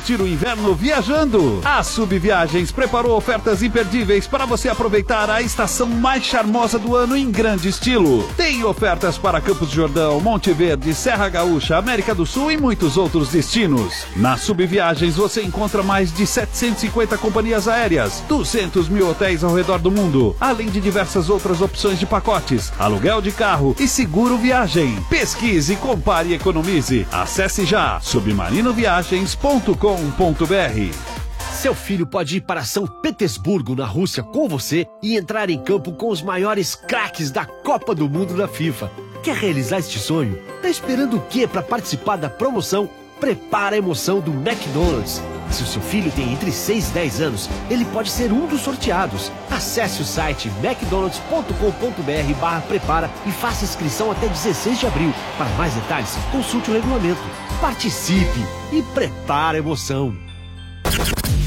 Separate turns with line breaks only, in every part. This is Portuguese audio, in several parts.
curtir o inverno viajando. A Subviagens preparou ofertas imperdíveis para você aproveitar a estação mais charmosa do ano em grande estilo. Tem ofertas para Campos de Jordão, Monte Verde, Serra Gaúcha, América do Sul e muitos outros destinos. Na Subviagens você encontra mais de 750 companhias aéreas, 200 mil hotéis ao redor do mundo, além de diversas outras opções de pacotes, aluguel de carro e seguro viagem. Pesquise, compare e economize. Acesse já submarinoviagens.com.br.
Seu filho pode ir para São Petersburgo, na Rússia, com você e entrar em campo com os maiores craques da Copa do Mundo da FIFA. Quer realizar este sonho? Tá esperando o quê para participar da promoção Prepara a Emoção do McDonald's? Se o seu filho tem entre 6 e 10 anos, ele pode ser um dos sorteados. Acesse o site mcdonalds.com.br barra prepara e faça inscrição até 16 de abril. Para mais detalhes, consulte o regulamento. Participe e prepara a emoção.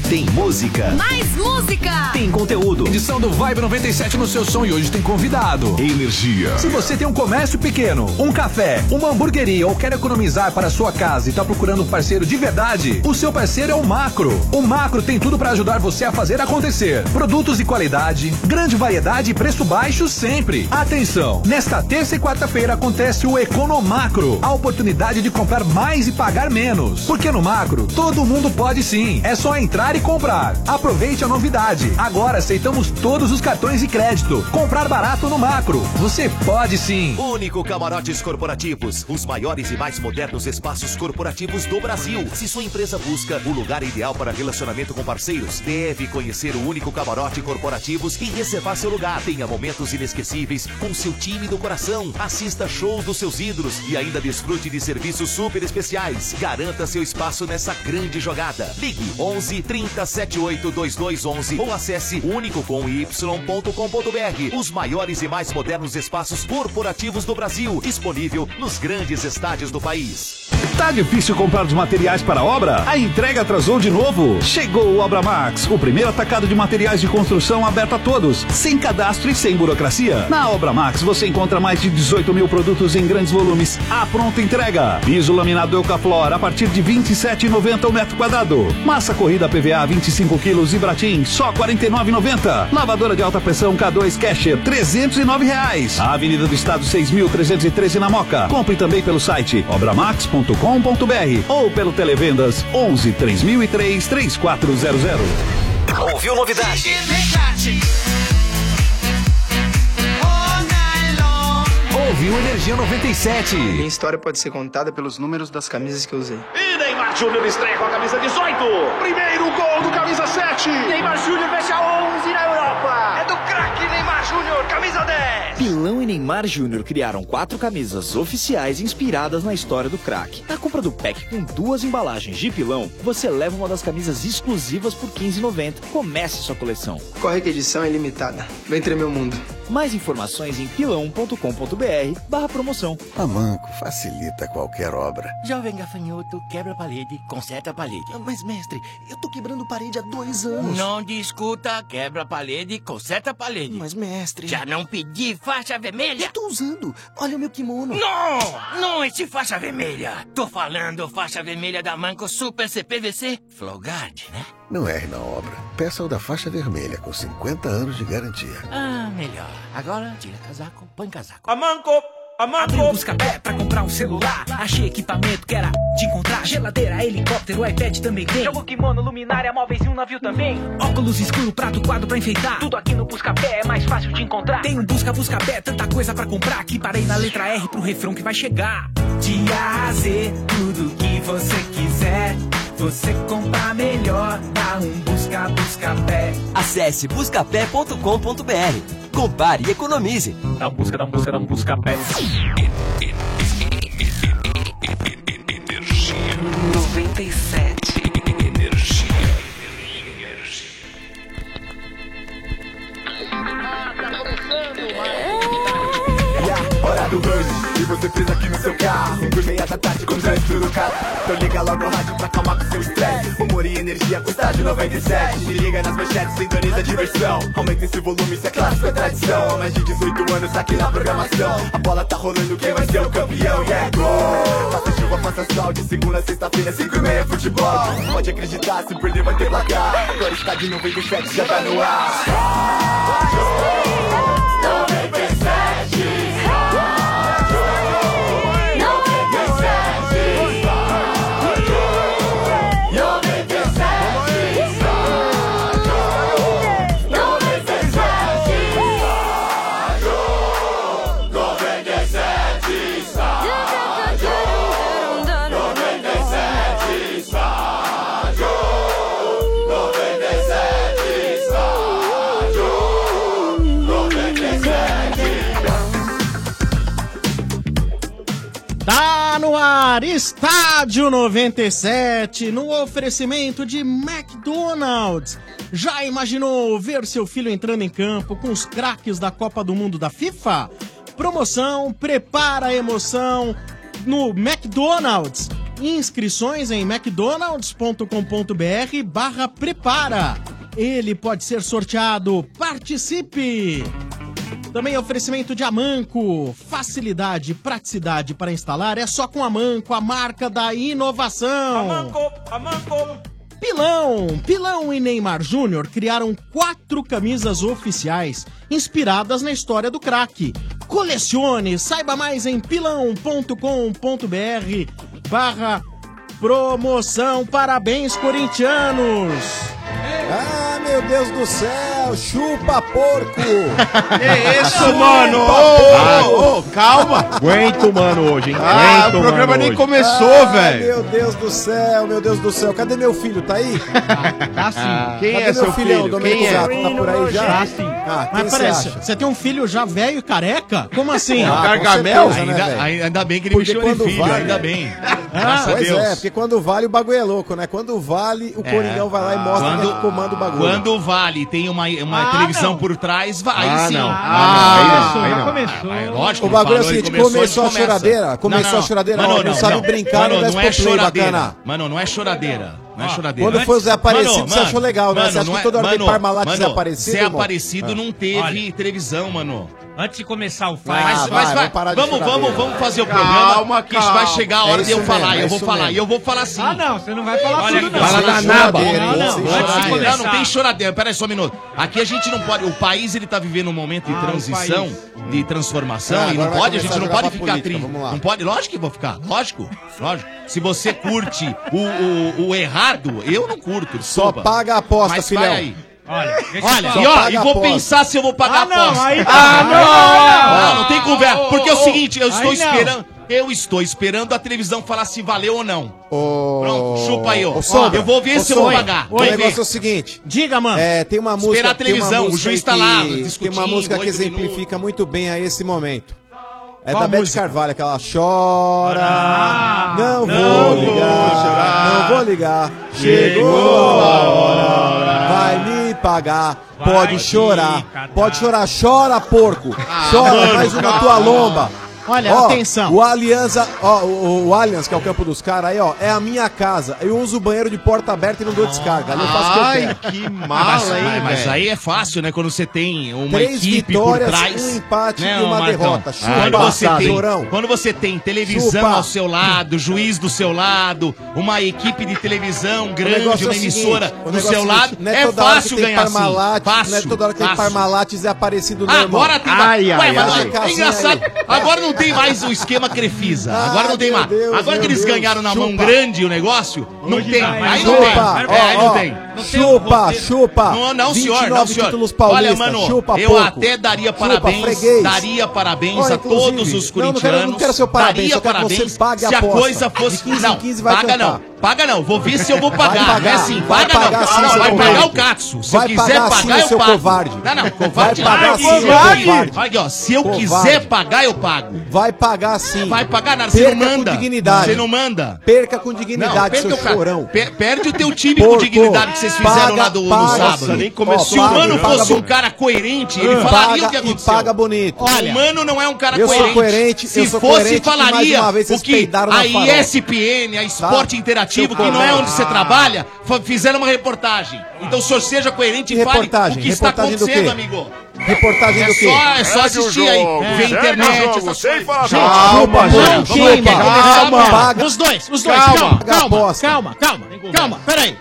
Tem música,
Mais música!
tem conteúdo,
Edição do Vibe 97 no seu som e hoje tem convidado.
energia.
Se você tem um comércio pequeno, um café, uma hamburgueria ou quer economizar para a sua casa e está procurando um parceiro de verdade, o seu parceiro é o Macro. O Macro tem tudo para ajudar você a fazer acontecer. Produtos de qualidade, grande variedade e preço baixo sempre. Atenção! Nesta terça e quarta-feira acontece o Economacro, a oportunidade de comprar mais e pagar menos. Porque no Macro, todo mundo pode sim. É só entrar e comprar. Aproveite a novidade. Agora aceitamos todos os cartões de crédito. Comprar barato no Macro. Você pode sim.
Único Camarotes Corporativos, os maiores e mais modernos espaços corporativos do Brasil. Se sua empresa busca o lugar ideal para relacionamento com parceiros, deve conhecer o Único Camarote Corporativos e reservar seu lugar. Tenha momentos inesquecíveis com seu time do coração. Assista show dos seus ídolos e ainda desfrute de serviços super especiais. Garanta seu espaço nessa grande jogada. Ligue 11 30 78 2211 ou acesse unicocomy.com.br. Os maiores e mais modernos espaços corporativos do Brasil, disponível nos grandes estádios do país.
Tá difícil comprar os materiais para a obra? A entrega atrasou de novo? Chegou o Obra Max, o primeiro atacado de materiais de construção aberto a todos, sem cadastro e sem burocracia. Na Obra Max você encontra mais de 18 mil produtos em grandes volumes à pronta entrega. Piso laminado Eucaflor a partir de 27,90 o metro quadrado. Massa corrida PVA 25 quilos e Bratim só 49,90. Lavadora de alta pressão K2 Casher 309 reais. Avenida do Estado 6.313 na Moca. Compre também pelo site obramax.com.br ou pelo Televendas 11 3003 3400.
Ouviu novidade?
Ouviu Energia 97.
Minha história pode ser contada pelos números das camisas que eu usei.
E Neymar Júnior estreia com a camisa 18. Primeiro gol do camisa 7. Neymar Júnior fecha 11 na Europa. É do craque Neymar Júnior, camisa 10.
Pilão e Neymar Júnior criaram quatro camisas oficiais inspiradas na história do craque. Na compra do pack com duas embalagens de pilão, você leva uma das camisas exclusivas por R$ 15,90. Comece sua coleção.
Corre que a edição é limitada. Vem tremer o mundo.
Mais informações em pilão.com.br barra promoção.
A Manco facilita qualquer obra.
Jovem gafanhoto, quebra a parede, conserta a parede.
Mas, mestre, eu tô quebrando parede há dois anos.
Não discuta, quebra a parede, conserta a parede.
Mas, mestre,
Já não pedi faixa vermelha?
eu tô usando. Olha o meu kimono.
Não! Não esse faixa vermelha! Tô falando faixa vermelha da Manco Super CPVC Flowguard, né?
Não erre na obra. Peça o da faixa vermelha com 50 anos de garantia.
Ah, melhor. Agora, tira casaco, põe casaco.
A Manco, a
Abri um busca-pé pra comprar um celular. Achei equipamento que era de encontrar. Geladeira, helicóptero, iPad também tem. Jogo kimono, luminária, móveis e um navio também. Óculos escuro, prato, quadro pra enfeitar. Tudo aqui no busca-pé é mais fácil de encontrar. Tem um busca-busca-pé, tanta coisa pra comprar. Que parei na letra R pro refrão que vai chegar. De A a Z, tudo que você quiser. Você compra Tá melhor, dá um busca-busca-pé.
Acesse buscapé.com.br. Compare e economize.
Dá um busca, dá um busca, dá um busca-pé.
Hora do Burn, e você precisa aqui no seu carro. Por meia da tarde com trânsito no carro. Então liga logo o rádio pra acalmar com seu estresse. Humor e
e energia custa de 97 Se liga nas manchetes, sintoniza a diversão Aumenta esse volume, isso é clássico, é tradição Há mais de 18 anos aqui na programação A bola tá rolando, quem vai ser o campeão? E é gol! Faça chuva, faça sol, de segunda a sexta-feira, 5 e meia, futebol Pode acreditar, se perder vai ter placar Agora está de 97, já tá no ar
Tá no ar, Estádio 97, no oferecimento de McDonald's. Já imaginou ver seu filho entrando em campo com os craques da Copa do Mundo da FIFA? Promoção Prepara a Emoção no McDonald's. Inscrições em mcdonalds.com.br barra prepara. Ele pode ser sorteado. Participe! Também oferecimento de Amanco. Facilidade e praticidade para instalar é só com Amanco, a marca da inovação. Pilão, Pilão e Neymar Júnior criaram quatro camisas oficiais, inspiradas na história do craque. Colecione, saiba mais em pilão.com.br barra promoção. Parabéns, corintianos!
Ah, meu Deus do céu, chupa porco!
É isso, mano! Ah,
Ô,
Ô, ô, ô, calma!
Aguento, mano, hoje, hein?
Ah,
Aguento,
o programa
mano,
nem
hoje.
começou,
Ah,
velho.
Meu Deus do céu, meu Deus do céu. Cadê meu filho? Tá aí?
Tá sim.
Ah.
Quem Cadê é meu seu filhão, filho? Domenico Quem é? Gato? Tá por aí já?
Tá sim.
Ah, quem
Mas
você
peraí,
acha?
você tem um filho já velho e careca? Como assim?
Ah, com Gargamel? certeza, né,
Ainda,
velho?
ai- ainda bem que ele me
Porque
chama de
quando
filho,
vai,
ainda
né?
bem.
Ah,
Graças a
pois é,
Deus. É.
porque quando vale o bagulho é louco, né? Quando vale, o Coringão vai lá e mostra
quando-
quem é que comanda o bagulho.
Quando vale, tem uma, uma televisão por trás, va- aí
Ah,
sim.
não.
Ah,
Ah, não. Aí não. Aí
começou. É lógico,
O bagulho é o
falou, ele
seguinte,
começou,
começou
ele
a choradeira, começou a choradeira, ó, não sabe brincar, não
mano,
desce
não é
pro play,
choradeira.
bacana. Ah,
Mano, não é choradeira. Não é choradeira.
Quando foi o Zé Aparecido,
Mano,
você achou legal, né?
mano,
você acha
não
que
é-
toda hora tem
mano,
Parmalat
mano,
Zé Aparecido?
Zé
irmão?
Aparecido não teve televisão, mano.
Antes de começar o
Vai,
flash,
mas, mas vai, vamos, vamos, vamos fazer o programa.
Calma,
que isso vai
calma.
chegar a
É
hora de
isso
eu falar,
mesmo, é
eu vou
isso
falar,
mesmo.
e eu vou falar sim.
Ah, não, você não vai falar tudo, não.
Fala da naba. Não, não,
Sem
não, antes de
choradeira.
começar- não, não tem choradeira. Pera aí só um minuto. Aqui a gente não pode. O país ele tá vivendo um momento de
Ah,
transição,
o
de transformação,
Ah,
e não
agora vai
pode, a
começar
gente
a
não
jogar
pode
pra
ficar
política,
triste.
vamos lá.
Não pode, lógico que vou ficar. Lógico, lógico. Se você curte o, o, o errado, eu não curto. Só
paga a aposta,
Mas
filhão.
Vai aí.
Olha,
Olha,
falar.
e
Só
ó,
paga
e
a
vou
aposta.
pensar se eu vou pagar
Ah, não,
a aposta.
aí-
Ah, não!
Ah,
Não, não tem conversa. Porque é o seguinte, eu
aí
estou
não.
esperando, eu estou esperando a televisão falar se valeu ou não. Pronto, chupa aí, ó.
Ô, Sombra,
eu vou ver
ô,
se eu vou
Sombra,
pagar.
O negócio é o seguinte.
Diga, mano.
É, tem uma música.
Esperar a
tem uma
televisão, o
música
juiz
que-
tá lá,
Tem
discutindo,
uma música que
oito
exemplifica muito bem a esse momento. É
Qual
da Beth
música? Ah,
Carvalho, aquela chora. Não, vou ligar. Não vou ligar. Ah, Chegou a hora. Vai me pagar. pode chorar. Pode chorar. Chora, porco. Chora,
Ah,
mano,
mais uma
calma.
tua lomba.
Olha, atenção.
O Alianza, ó, o, o Allianz, que é o campo dos caras aí, ó, é a minha casa. Eu uso o banheiro de porta aberta e não dou descarga. Ali eu faço o que eu
Ai,
quero.
que
mala,
mas,
hein,
mas, mas
velho?
aí é fácil, né? Quando você tem uma
Três
equipe
vitórias,
por trás.
um empate e
Não,
uma
Marcão.
derrota. Chupa,
quando, você
passado.
tem,
Chorão.
quando você tem televisão
Chupa.
ao seu lado, juiz do seu lado, uma equipe de televisão grande,
negócio é o
uma
seguinte,
emissora
o
do
negócio é o
seu
seguinte,
lado,
não
é
toda hora
fácil
que tem
ganhar assim.
Parmalat,
Fácil,
não é toda hora que tem
fácil.
Parmalates e é aparecido no assim,
Agora tem mais. Ué, mas
vai
é
casinha
engraçado.
aí.
Agora não tem mais um, o esquema Crefisa.
Ah,
Agora não tem
meu
mais.
Deus,
Agora que
meu
eles
Deus.
ganharam na mão
Chupa.
grande o negócio, não
Hoje tá
tem.
vai.
Aí não
chupa,
tem. É, Aí não
ó,
tem. um
ó, chupa, chupa.
Não, não, senhor, não,
29
senhor.
títulos paulistas,
Olha, mano,
chupa
eu
porco.
até daria
Chupa,
parabéns,
freguês.
daria parabéns
Ó,
a todos
inclusive,
os
não, não quero- não
corintianos.
quero seu parabéns,
daria
eu quero que você
parabéns
pague a
se a
aposta.
coisa fosse...
De 15 em
não,
15 vai
paga
cantar.
não, paga não, vou ver se eu vou
Vai
pagar. não é
pagar,
assim,
vai
paga não.
pagar sim,
não,
seu
vai pagar
covarde.
o Catso. Se eu
Vai
quiser
pagar sim,
pagar, eu
seu
pago.
covarde.
Não, não,
Vai
covarde
pagar
nada.
sim, seu covarde.
Olha aqui, ó, se eu
Covarde.
quiser pagar, eu pago.
Vai pagar sim.
Vai pagar nada, você
Perca
não manda.
com dignidade.
Você não manda.
Perca com
Não,
dignidade,
perde
seu
o cara.
chorão.
Per- perde o teu time
Porco.
com dignidade que vocês vocês fizeram lá do, no sábado. Se o Mano fosse um cara coerente, ele falaria o que é aconteceu.
E Ah. paga bonito.
Olha, o Mano não é um cara
eu
coerente.
Sou coerente
Se
eu sou
fosse,
coerente, e mais
falaria
uma vez
o
vocês
que
peidaram na
a
farofa.
ESPN, a Esporte
Tá?
Interativo,
Seu
que não é
covarde.
onde você trabalha, fa- fizeram uma reportagem. Então, o senhor seja coerente e
Que
fale
reportagem?
o que está
Reportagem do quê?
acontecendo, amigo.
Reportagem
É
do quê?
só- é só Segue assistir o jogo, aí. Vê segue internet, o jogo, essas sem coisas. falar
Calma,
nada.
gente.
Calma,
Vamos lá,
calma.
calma.
Paga- Os dois, os dois, calma, calma, calma, calma, calma, peraí.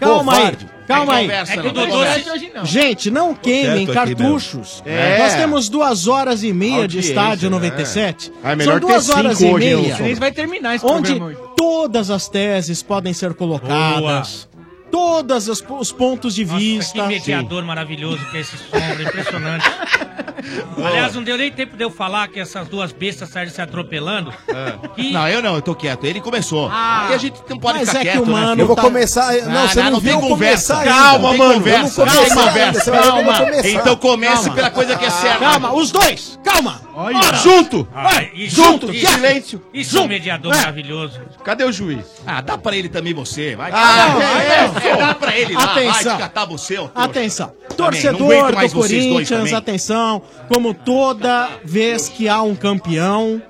Calma aí,
Covarde.
calma
Tem
aí.
conversa, É que não. o Dodô não é de hoje, não.
Gente, não queimem
certo aqui,
cartuchos.
meu. É.
Nós temos duas horas e meia de
Audiência,
estádio
né?
97.
Ah, é melhor
São duas
ter cinco
horas e
hoje,
meia.
Wilson. Três vai terminar esse
Onde
programa hoje.
todas as teses podem ser colocadas. Todos os pontos de vista.
Que um mediador maravilhoso que é esse sombra, impressionante. Aliás, não deu nem tempo de eu falar que essas duas bestas saíram se atropelando. Que-
Não, eu não, eu tô quieto. Ele começou.
Ah.
Aí a gente não pode
Mas
ficar
é que
quieto,
o mano
né?
Eu vou começar.
Ah,
Não, você não, viu
tem
eu
conversa.
começar ainda.
Calma,
Não tem
mano.
conversa. Eu
Calma,
não comecei ainda,
conversa.
você vai ver que eu vou
Calma.
começar.
Então comece
Calma.
pela coisa que é certa.
Ah, Calma, os dois, calma. Ora.
Junto.
Ah,
Vai,
e junto,
junto, que-
silêncio.
Isso, um
Junto.
mediador
É.
maravilhoso.
Cadê o juiz? Ah, dá pra ele também você, vai.
Ah,
Dá pra
é,
ele,
é,
Dá pra ele lá,
Atenção.
vai te catar você, ô trouxa.
Atenção,
não aguento
torcedor do
mais vocês dois
Corinthians,
também.
atenção, como toda vez que há um campeão,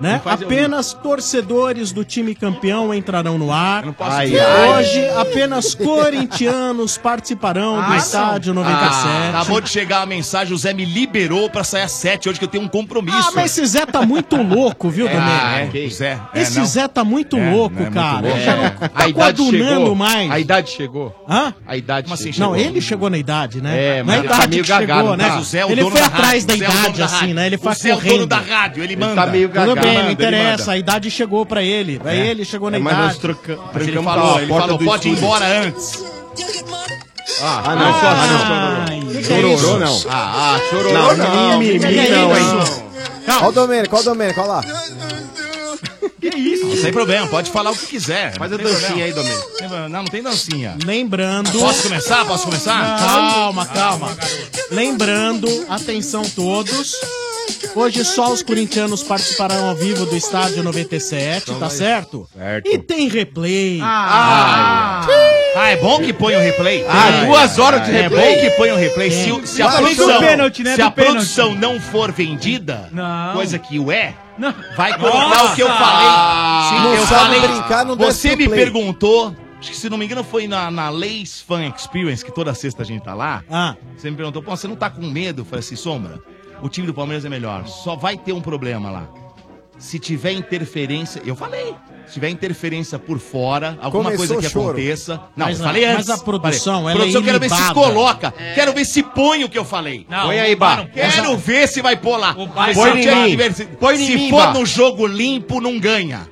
né?
Não faz
um-
eu
Apenas torcedores do time campeão entrarão no ar.
posso
E
dizer. Ai, ai.
hoje apenas corintianos participarão do
Ah,
estádio
não.
97.
Ah, acabou de chegar a mensagem, o Zé me liberou pra sair às 7 hoje que eu tenho um compromisso.
Ah, mas esse Zé tá muito louco, viu, Domênico?
Ah, é, o Zé. é,
Esse
não. É,
Zé tá muito louco, cara. Já não tá
a idade
coadunando
chegou.
mais.
A idade chegou.
Hã?
A idade chegou.
não, ele chegou na idade,
É,
né? na
mas ele
idade
tá meio
que chegou,
gagado,
né?
mas o Zé é o
ele
dono
foi
da
atrás
rádio,
da
o Zé é o dono
idade,
da
assim,
rádio.
né? Ele
O
foi
Zé é o
correndo.
dono da rádio, ele manda.
Tá meio gagado. Tudo bem, não
Ele
interessa.
manda.
A idade chegou pra ele. Pra ele chegou na
É, mas
idade.
nós troca- um
Mas ele falou, ele falou, pode ir embora antes.
Ah, ah, não, só- ah,
não.
não.
que é
Chororô,
isso?
não. Ah, ah, chororô,
Não,
não.
não, mimimi
é
não,
hein?
Olha o Domênico, olha o Domênico, olha lá.
Que isso? Sem problema, pode falar o que quiser. Faz a
dancinha aí,
Domênico. Não, não tem dancinha.
Lembrando.
Posso começar? Posso começar?
Calma, calma. Lembrando, atenção todos. Hoje só os corintianos participarão ao vivo do estádio 97,
Então
tá certo?
Certo.
E tem replay.
Ah, Ah, é bom que põe o replay?
Ah,
Tem.
duas horas de
É
replay?
bom que põe o replay. Se,
Tem.
o- se a
Mas do
produção,
pênalti, né?
se
Do
a
pênalti.
produção não for vendida, coisa que o é, vai
Nossa!
colocar o que eu falei. Sim,
Não
eu
sabe
falei.
brincar, não desce
Você
no
me
play.
perguntou, acho que se não me engano foi na, na Leis Fan Experience, que toda sexta a gente tá lá. Você me perguntou, pô, você não tá com medo? Eu falei assim, Sombra, o time do Palmeiras é melhor. Só vai ter um problema lá. Se tiver interferência, eu falei. Se tiver interferência por fora, alguma coisa
Começou
que
o choro.
aconteça. Não,
Mas
eu
a-
falei
mas
antes.
a
falei,
produção, ela é
produção, quero ver se
ilibada. É.
coloca. Quero ver se põe o que eu falei.
Não, Põe aí, Bá. não põe.
Quero
Essa-
ver se vai pôr lá.
Bá
é
Se
põe
eu
em
tiver
mim.
diversi-
Põe em
Se
mim,
for
Bá.
no jogo limpo, não ganha.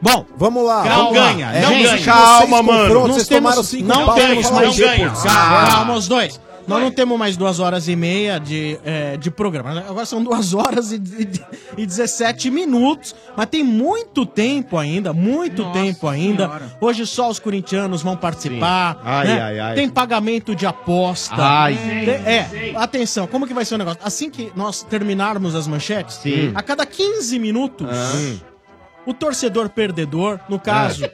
Bom,
vamos lá.
Não
vamos
ganha,
É
lá.
não
gente,
ganha.
Calma,
Vocês
mano.
confrontam,
Vocês
Não temos,
tomaram cinco
não
pau,
temos
fala
mais
depois.
Ah,
depois.
Calma.
Calma, os dois. Nós não temos mais duas horas e meia de, é, de programa. Agora são duas horas e, e, e 17 minutos. Mas tem muito tempo ainda, muito tempo ainda. Hoje só os corintianos vão participar.
Sim. Ai,
né?
ai, ai.
Tem pagamento de aposta.
Ai.
Tem- é, atenção, como que vai ser o negócio? Assim que nós terminarmos as manchetes,
Sim.
a cada 15 minutos,
Ah.
o torcedor perdedor, no caso.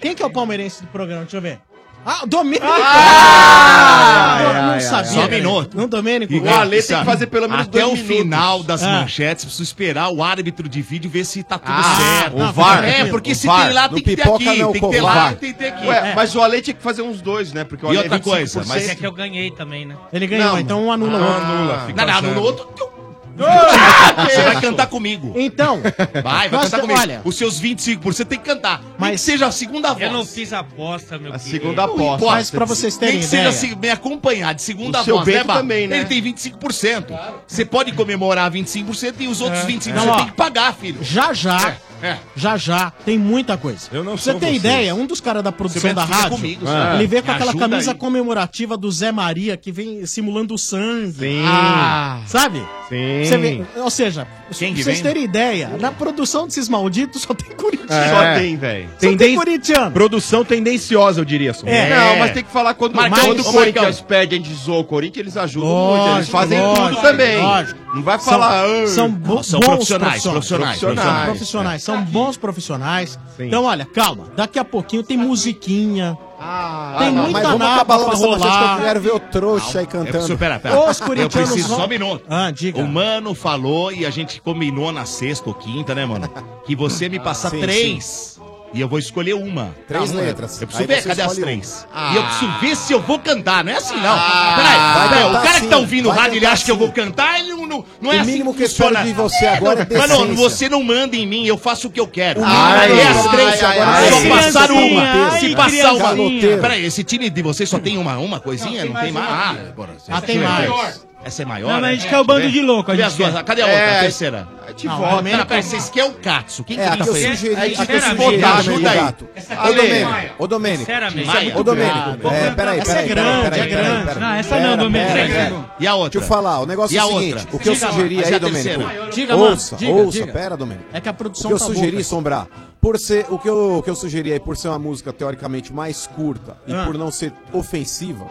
Quem que é o palmeirense do programa? Deixa eu ver. Ah, Domênico!
Ah!
não, não sabia.
Só um
cara.
minuto.
Não, Domênico.
E
cara.
Ale tem que fazer pelo menos Até
dois
o
minutos.
final das
Ah.
manchetes, preciso esperar o árbitro de vídeo ver se tá tudo
Ah,
certo.
o VAR.
É, porque
O
se
VAR.
tem lá,
No
tem que ter
pipoca
aqui.
não,
Tem que ter
o
lá,
VAR.
tem que ter aqui.
Ué,
É.
mas o Ale tinha que fazer uns dois, né? Porque o
E
Ale é
outra coisa,
25%.
mas
É que eu ganhei também, né?
Ele ganhou,
Não.
então um anula o
Ah,
outro.
anula, fica
Não, não, anula o outro. Você vai cantar comigo.
Então.
Vai, vai
nós
cantar
te-
comigo.
Olha,
Os seus 25% tem que cantar. Mas que seja a segunda voz.
Eu não fiz aposta, meu querido.
Não importa.
Mas pra vocês terem
Nem que
ideia-
seja se- me acompanhar de segunda
O seu
voz,
Bento
né, Bá?
também, né?
Ele tem 25%. Você pode comemorar 25% e os outros
É.
25%
Não, ó.
tem que pagar, filho.
já já.
É, é.
Já já, tem muita coisa. pra você
sou
ter
vocês.
ideia, um dos caras da produção
Silvestre,
da
fica
rádio, É.
comigo, Silvestre.
ele veio com
Me
aquela
ajuda
camisa
aí.
comemorativa do Zé Maria que vem simulando sangue.
Sim.
Ah, sabe?
Sim.
Você vê- ou seja,
Quem
pra
que
vocês
vem?
terem ideia, na produção desses malditos só tem Corinthians.
É. Só tem, velho.
Só tem corintiano.
Produção tendenciosa, eu diria. Sombra.
É.
Não, mas tem que falar quando,
Marcão,
quando
ô,
o Corinthians perde, a gente zoa o Corinthians, eles ajudam muito. Eles
Lógico,
fazem tudo
lógico,
também.
lógico.
Não vai
São-
falar. "Ah,
São, bo-
são profissionais,
bons
profissionais,
Profissionais,
profissionais.
profissionais, São bons profissionais.
Sim.
Então, olha, calma. Daqui a pouquinho tem musiquinha. Tem
ah, não,
muita
mas vamos
naba
acabar
pra
lançando bastante,
rolar.
que eu quero ver o trouxa
é
aí cantando.
Isso, pera, pera.
Os
Eu
corintianos
preciso
vão...
só um minuto.
Ah,
O Mano falou e a gente combinou na sexta ou quinta, né, mano? Que você me passar
sim,
três. E eu vou escolher uma.
Três
Calma,
letras.
Eu preciso
Aí
ver,
você
cadê as
escolhe
três?
uma.
E eu preciso ver se eu vou cantar, não é assim não.
Ah, vai
Peraí, peraí,
cantar
o cara
sim,
que tá ouvindo o
vai
rádio, ele
cantar
acha que eu vou cantar, ele não, não, não é
O
assim
mínimo que eu espero
funciona.
de você agora é
Mas não,
decência.
você não manda em mim, eu faço o que eu quero.
O mínimo
é
é
as três
ai,
agora,
ai,
só
ai,
passar
criancinha,
uma.
ai,
Se passar uma.
garoteiro.
Peraí, esse time de vocês só tem uma, uma coisinha? Não tem mais? Ah, agora,
Ah,
essa
tem
é
mais.
maior. Essa é maior.
Não, mas
né?
a gente quer o
Deixa eu
bando
ver.
de louco, a
Cadê
gente
as duas?
quer.
Cadê a outra?
É,
A terceira.
de Não, volta.
Pera, pera, vocês querem o Katsu. Quem
É,
que
a que eu
isso aí?
sugeri,
Aí,
a que eu
sinceramente,
sugeri,
ajuda aí.
Gato.
Essa
Ô,
Ale.
Domênico, ô,
é
Domênico.
Sinceramente.
Ô, Domênico, é, peraí,
Essa é
peraí,
grande,
peraí,
é
peraí, peraí,
grande.
peraí.
Não, essa não,
Pera,
Domênico.
pera,
Essa é
pera.
grande. E a outra?
Deixa eu falar, o negócio
E
é
a
o seguinte,
outra?
o que eu
Diga lá,
sugeri
mas e
aí,
a terceira?
Domênico,
Diga, mano,
ouça,
diga,
ouça,
diga.
pera, Domênico.
É que a
O
produção
que eu
tá
sugeri,
boa.
Sombrar, por ser, o que eu, o que eu sugeri aí, por ser uma música teoricamente mais curta e
Ah.
por não ser ofensiva,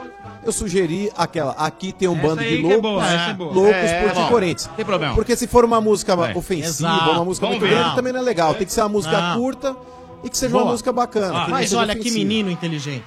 eu sugeri aquela, aqui tem um
Essa
bando
aí
de
que é
loucos,
boa, essa é boa.
loucos
É,
por
é bom.
ti correntes.
Tem problema.
Porque se for uma música
É.
ofensiva,
Exato.
uma música
Vamos
muito
ver.
grande, também não é legal, tem que ser uma música
Não.
curta e que seja uma
Boa.
música bacana.
Ah,
que não
mas
seja
olha que
ofensiva.
menino inteligente.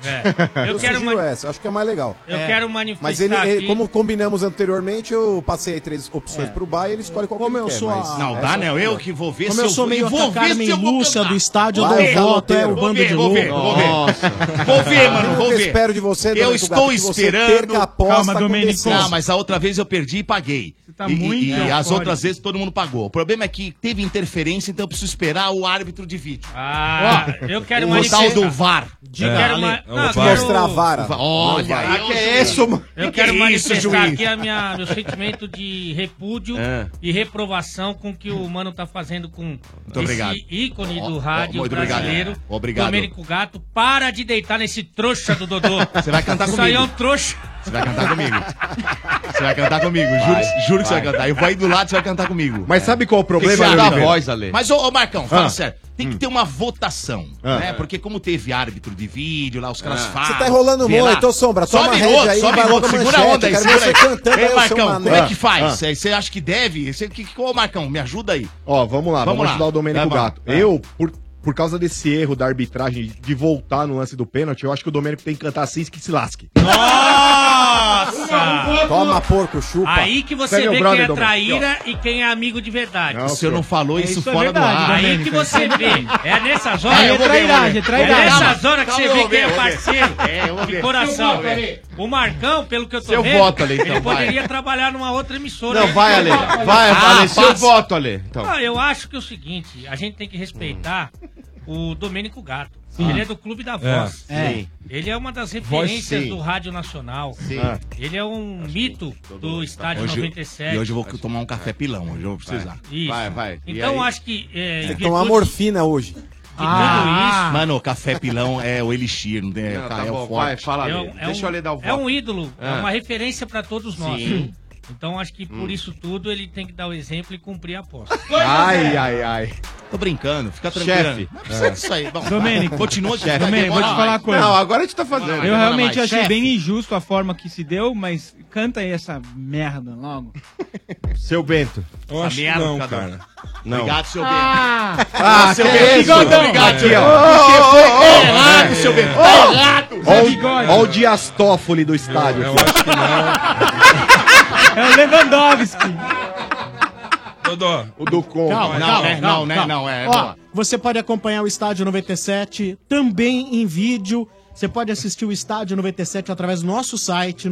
Eu, quero essa, acho que é mais legal.
Eu
É.
quero manifestar
Mas ele, ele-
aqui-
como combinamos anteriormente, eu passei aí três opções pro bar e ele escolhe qual como que ele
É
quer, mas
É.
É.
Não,
É.
essa-
Daniel, eu que vou ver
Como
se
eu
eu
sou
vou-
meio
eu vou
Ota
ver se
Carmen
eu vou
Lúcia
cantar.
do estádio
Vai,
do voto é o
vou
bando
ver,
de
vou ver,
louco.
vou ver.
Nossa.
Vou ver, mano,
Aquilo
vou
que eu
ver.
espero de você,
Eu
Domênico
estou
Gato, que você
esperando.
perca a aposta Calma, com Domênico. decência.
Ah, mas a outra vez eu perdi e paguei.
tá
e, e-
muito
e as
eufórico.
outras vezes todo mundo pagou. O problema é que teve interferência, então eu preciso esperar o árbitro de vídeo.
Ah, eu quero
o tal do
manifestar.
VAR.
Eu
É.
quero uma- não, eu quero-
Olha,
Ah,
eu-
que é isso, mano? Eu quero manifestar aqui a minha, meu sentimento de repúdio
É.
e reprovação com o que o Mano tá fazendo com
Muito obrigado.
ícone
Ó,
do
ó,
rádio
muito obrigado.
brasileiro,
Obrigado.
Domênico Gato. Para de deitar nesse trouxa do Dodô.
Você vai cantar
Isso aí é um
comigo.
trouxa.
Você vai cantar comigo. um. Você vai cantar comigo. Juro,
Vai,
juro que você vai
Ah, vai.
cantar. Eu vou aí do lado e você vai cantar comigo.
Mas sabe qual o
Esse
problema,
é
Ale
da
Oliveira?
voz, Ale. Mas, ô, ô, Marcão, fala
Ah.
sério. Tem que ter uma votação,
Ah.
né? Porque como teve árbitro de vídeo lá, os caras
Ah.
falam...
Você tá enrolando
vê
muito,
lá.
ô, Sombra,
Só
toma a
minuto,
rédea aí,
só
vai
minuto.
logo a
Segura a onda aí,
manchete,
segura
quero ver você cantando
aí.
aí,
Ei,
ô, seu
Marcão, como
mané.
é que faz?
Ah.
Você você acha que deve? Você- que- que- Ô, Marcão, me ajuda aí.
Ó, vamos lá,
Vamos
vamos,
lá. É,
ajudar o Domênico
Vai, vai.
Gato. Eu, por, por causa desse erro da arbitragem de voltar no lance do pênalti, eu acho que o Domênico tem que cantar Cis que se lasque. Ah.
Nossa!
Toma, porco, chupa.
Aí que você
Você é meu
vê
brother,
quem é
Domênico.
traíra e quem é amigo de verdade.
Não, o senhor não falou
É,
isso
isso é
fora do
verdade,
ar.
Domênico, Aí que você
isso é
vê.
verdade.
É nessas horas-
Aí eu vou ver,
É
vou ver.
trairagem. É nessas horas que
Calma,
você vê
eu vou
quem é
ver, eu vou ver.
parceiro.
É, eu vou
De
ver.
coração.
Eu vou ver.
O Marcão, pelo que eu tô
Seu
vendo,
voto, Ale, então,
ele
vai.
poderia trabalhar numa outra emissora.
Não, vai, Ale. Vai,
Ah,
Ale. Seu
passa.
voto, Ale. Então.
Ah, eu acho que é o seguinte, a gente tem que respeitar o Domênico Gato.
Hum. Sim.
Ele é do Clube da
É,
Voz.
sim.
Ele é uma das
Voz,
referências
sim.
do Rádio Nacional.
Sim.
Ele é um mito do Estádio
tá Hoje-
97.
E hoje eu vou tomar um café pilão, hoje eu vou precisar.
Isso. Então acho que. É, em
Tem que tomar
virtude
morfina hoje.
de tudo isso.
Ah. Mano, o café pilão é o elixir, não tem?
Não,
cara,
tá
é
bom,
o forte.
vai, fala, Ale.
É um- é
Deixa
um-
eu ler dar o voto.
É um ídolo, é
Ah.
uma referência pra todos nós.
Sim.
Então acho que por
Hum.
isso tudo ele tem que dar o exemplo e cumprir a aposta.
Ai, ai, ai. Tô brincando, fica tranquilo.
Chefe.
Não precisa disso aí. Bom,
Domênico.
Continua,
chefe. Domênico, vou te falar uma coisa.
Não, agora a gente tá fazendo.
Eu
Demora
realmente
mais.
achei
Chefe.
bem injusto a forma que se deu, mas canta aí essa merda logo.
Seu Bento. Tá
Eu acho que não, cara.
Não.
Obrigado, seu Bento.
Ah,
Ah,
seu
que
Bento.
isso?
Obrigado, seu
Aqui, ó.
Bento. Porque foi
Ô, ô, ô,
errado,
ô.
seu Bento.
Ô.
Tá errado.
Olha o Diastófoli do estádio. Eu, acho que não.
é o Lewandowski.
Dodô. O do Congo.
Calma,
Não,
calma,
né,
calma,
não, né,
calma.
não, é,
Ó,
não.
você pode acompanhar o Estádio 97 também em vídeo. Você pode assistir o Estádio 97 através do nosso site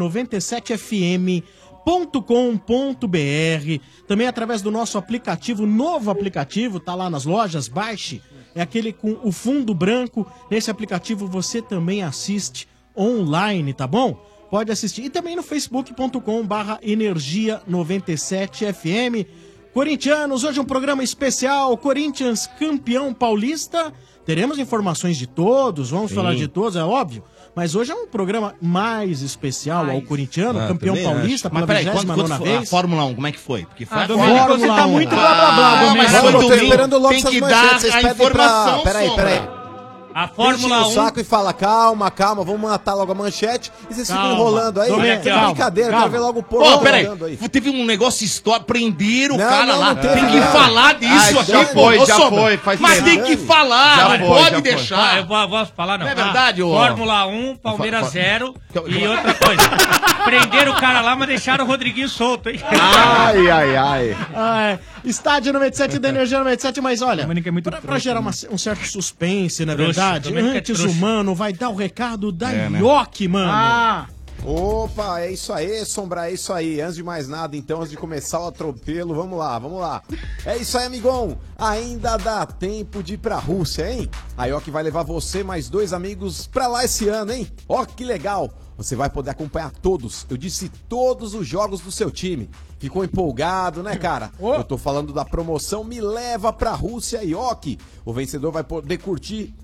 97fm.com.br, também através do nosso aplicativo, novo aplicativo, tá lá nas lojas, baixe. É aquele com o fundo branco. Nesse aplicativo você também assiste online, tá bom? Pode assistir. E também no facebook.com barra energia 97fm. Corintianos, hoje um programa especial, Corinthians campeão paulista. Teremos informações de todos, vamos
Sim.
falar de todos, é óbvio. Mas hoje é um programa mais especial ao corintiano,
Ah,
campeão
também acho.
paulista,
Mas
pela
peraí, quando,
29
quando
nona
foi a
vez.
Fórmula 1, como é que foi? Porque foi
Ah,
a
Domênico,
Fórmula
você tá
1.
muito blá, blá, blá,
Ah,
Domênico.
mas
Eu tô
domingo
esperando logo
tem
essas
que
manchetes,
dar
vocês
a
pedem pra-
informação,
peraí,
Sombra.
peraí.
A Fórmula
um
Enche
1
o saco e fala, calma, calma, vamos matar logo a manchete. E vocês ficam
Calma.
enrolando aí.
Calma,
né? Tá
calma,
brincadeira,
calma.
eu quero ver logo o povo
Pô, peraí.
andando aí.
Teve um negócio histórico. Prenderam o
Não,
cara
não,
lá.
não
tem
teve,
que
não.
falar disso
Ah,
aqui,
já
pô.
foi,
Ô,
já
Sombra,
foi, faz
mas
tempo.
tem que falar,
Já
não
foi,
pode
já foi.
deixar.
Ah, eu vou, vou falar, não.
Não é verdade,
ah,
ô?
Fórmula 1, Palmeiras
Fa- Então, fa-
0 e outra coisa. Prenderam o cara lá, mas deixaram o Rodriguinho solto, hein?
Ai, ai, ai.
Ah, é. Estádio 97 da Energia 97, mas olha, pra, pra gerar uma- um certo suspense, na
Trouxa,
verdade,
Domênico é
antes
trouxa.
o Mano vai dar o recado da
É, né?
Ioki, mano.
Ah. Opa, é isso aí, Sombra, é isso aí. Antes de mais nada, então, antes de começar o atropelo, vamos lá, vamos lá. É isso aí, amigão. Ainda dá tempo de ir pra Rússia, hein? A Ioki vai levar você e mais dois amigos pra lá esse ano, hein? Ó, que legal. Você vai poder acompanhar todos, eu disse todos os jogos do seu time. Ficou empolgado, né, cara? Eu tô falando da promoção Me Leva pra Rússia, Ioki. O vencedor vai poder curtir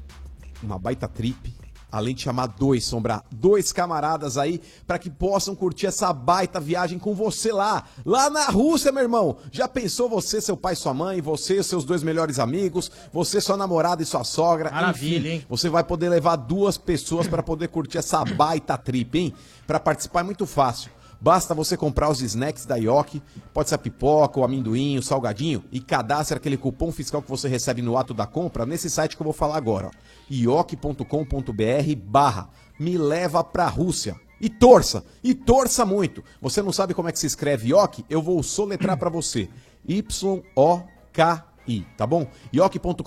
uma baita trip. Além de chamar dois, Sombra, dois camaradas aí para que possam curtir essa baita viagem com você lá, lá na Rússia, meu irmão. Já pensou você, seu pai, sua mãe, você, seus dois melhores amigos, você, sua namorada e sua sogra?
Maravilha,
Enfim,
hein?
Você vai poder levar duas pessoas para poder curtir essa baita trip, hein? Para participar é muito fácil. Basta você comprar os snacks da Yoki, pode ser a pipoca, o amendoim, o salgadinho, e cadastre aquele cupom fiscal que você recebe no ato da compra nesse site que eu vou falar agora, ó. ioki.com.br barra me leva pra Rússia. E torça, e torça muito. Você não sabe como é que se escreve Yoki? Eu vou soletrar pra você. Y-O-K-I, tá bom? ioki.com.br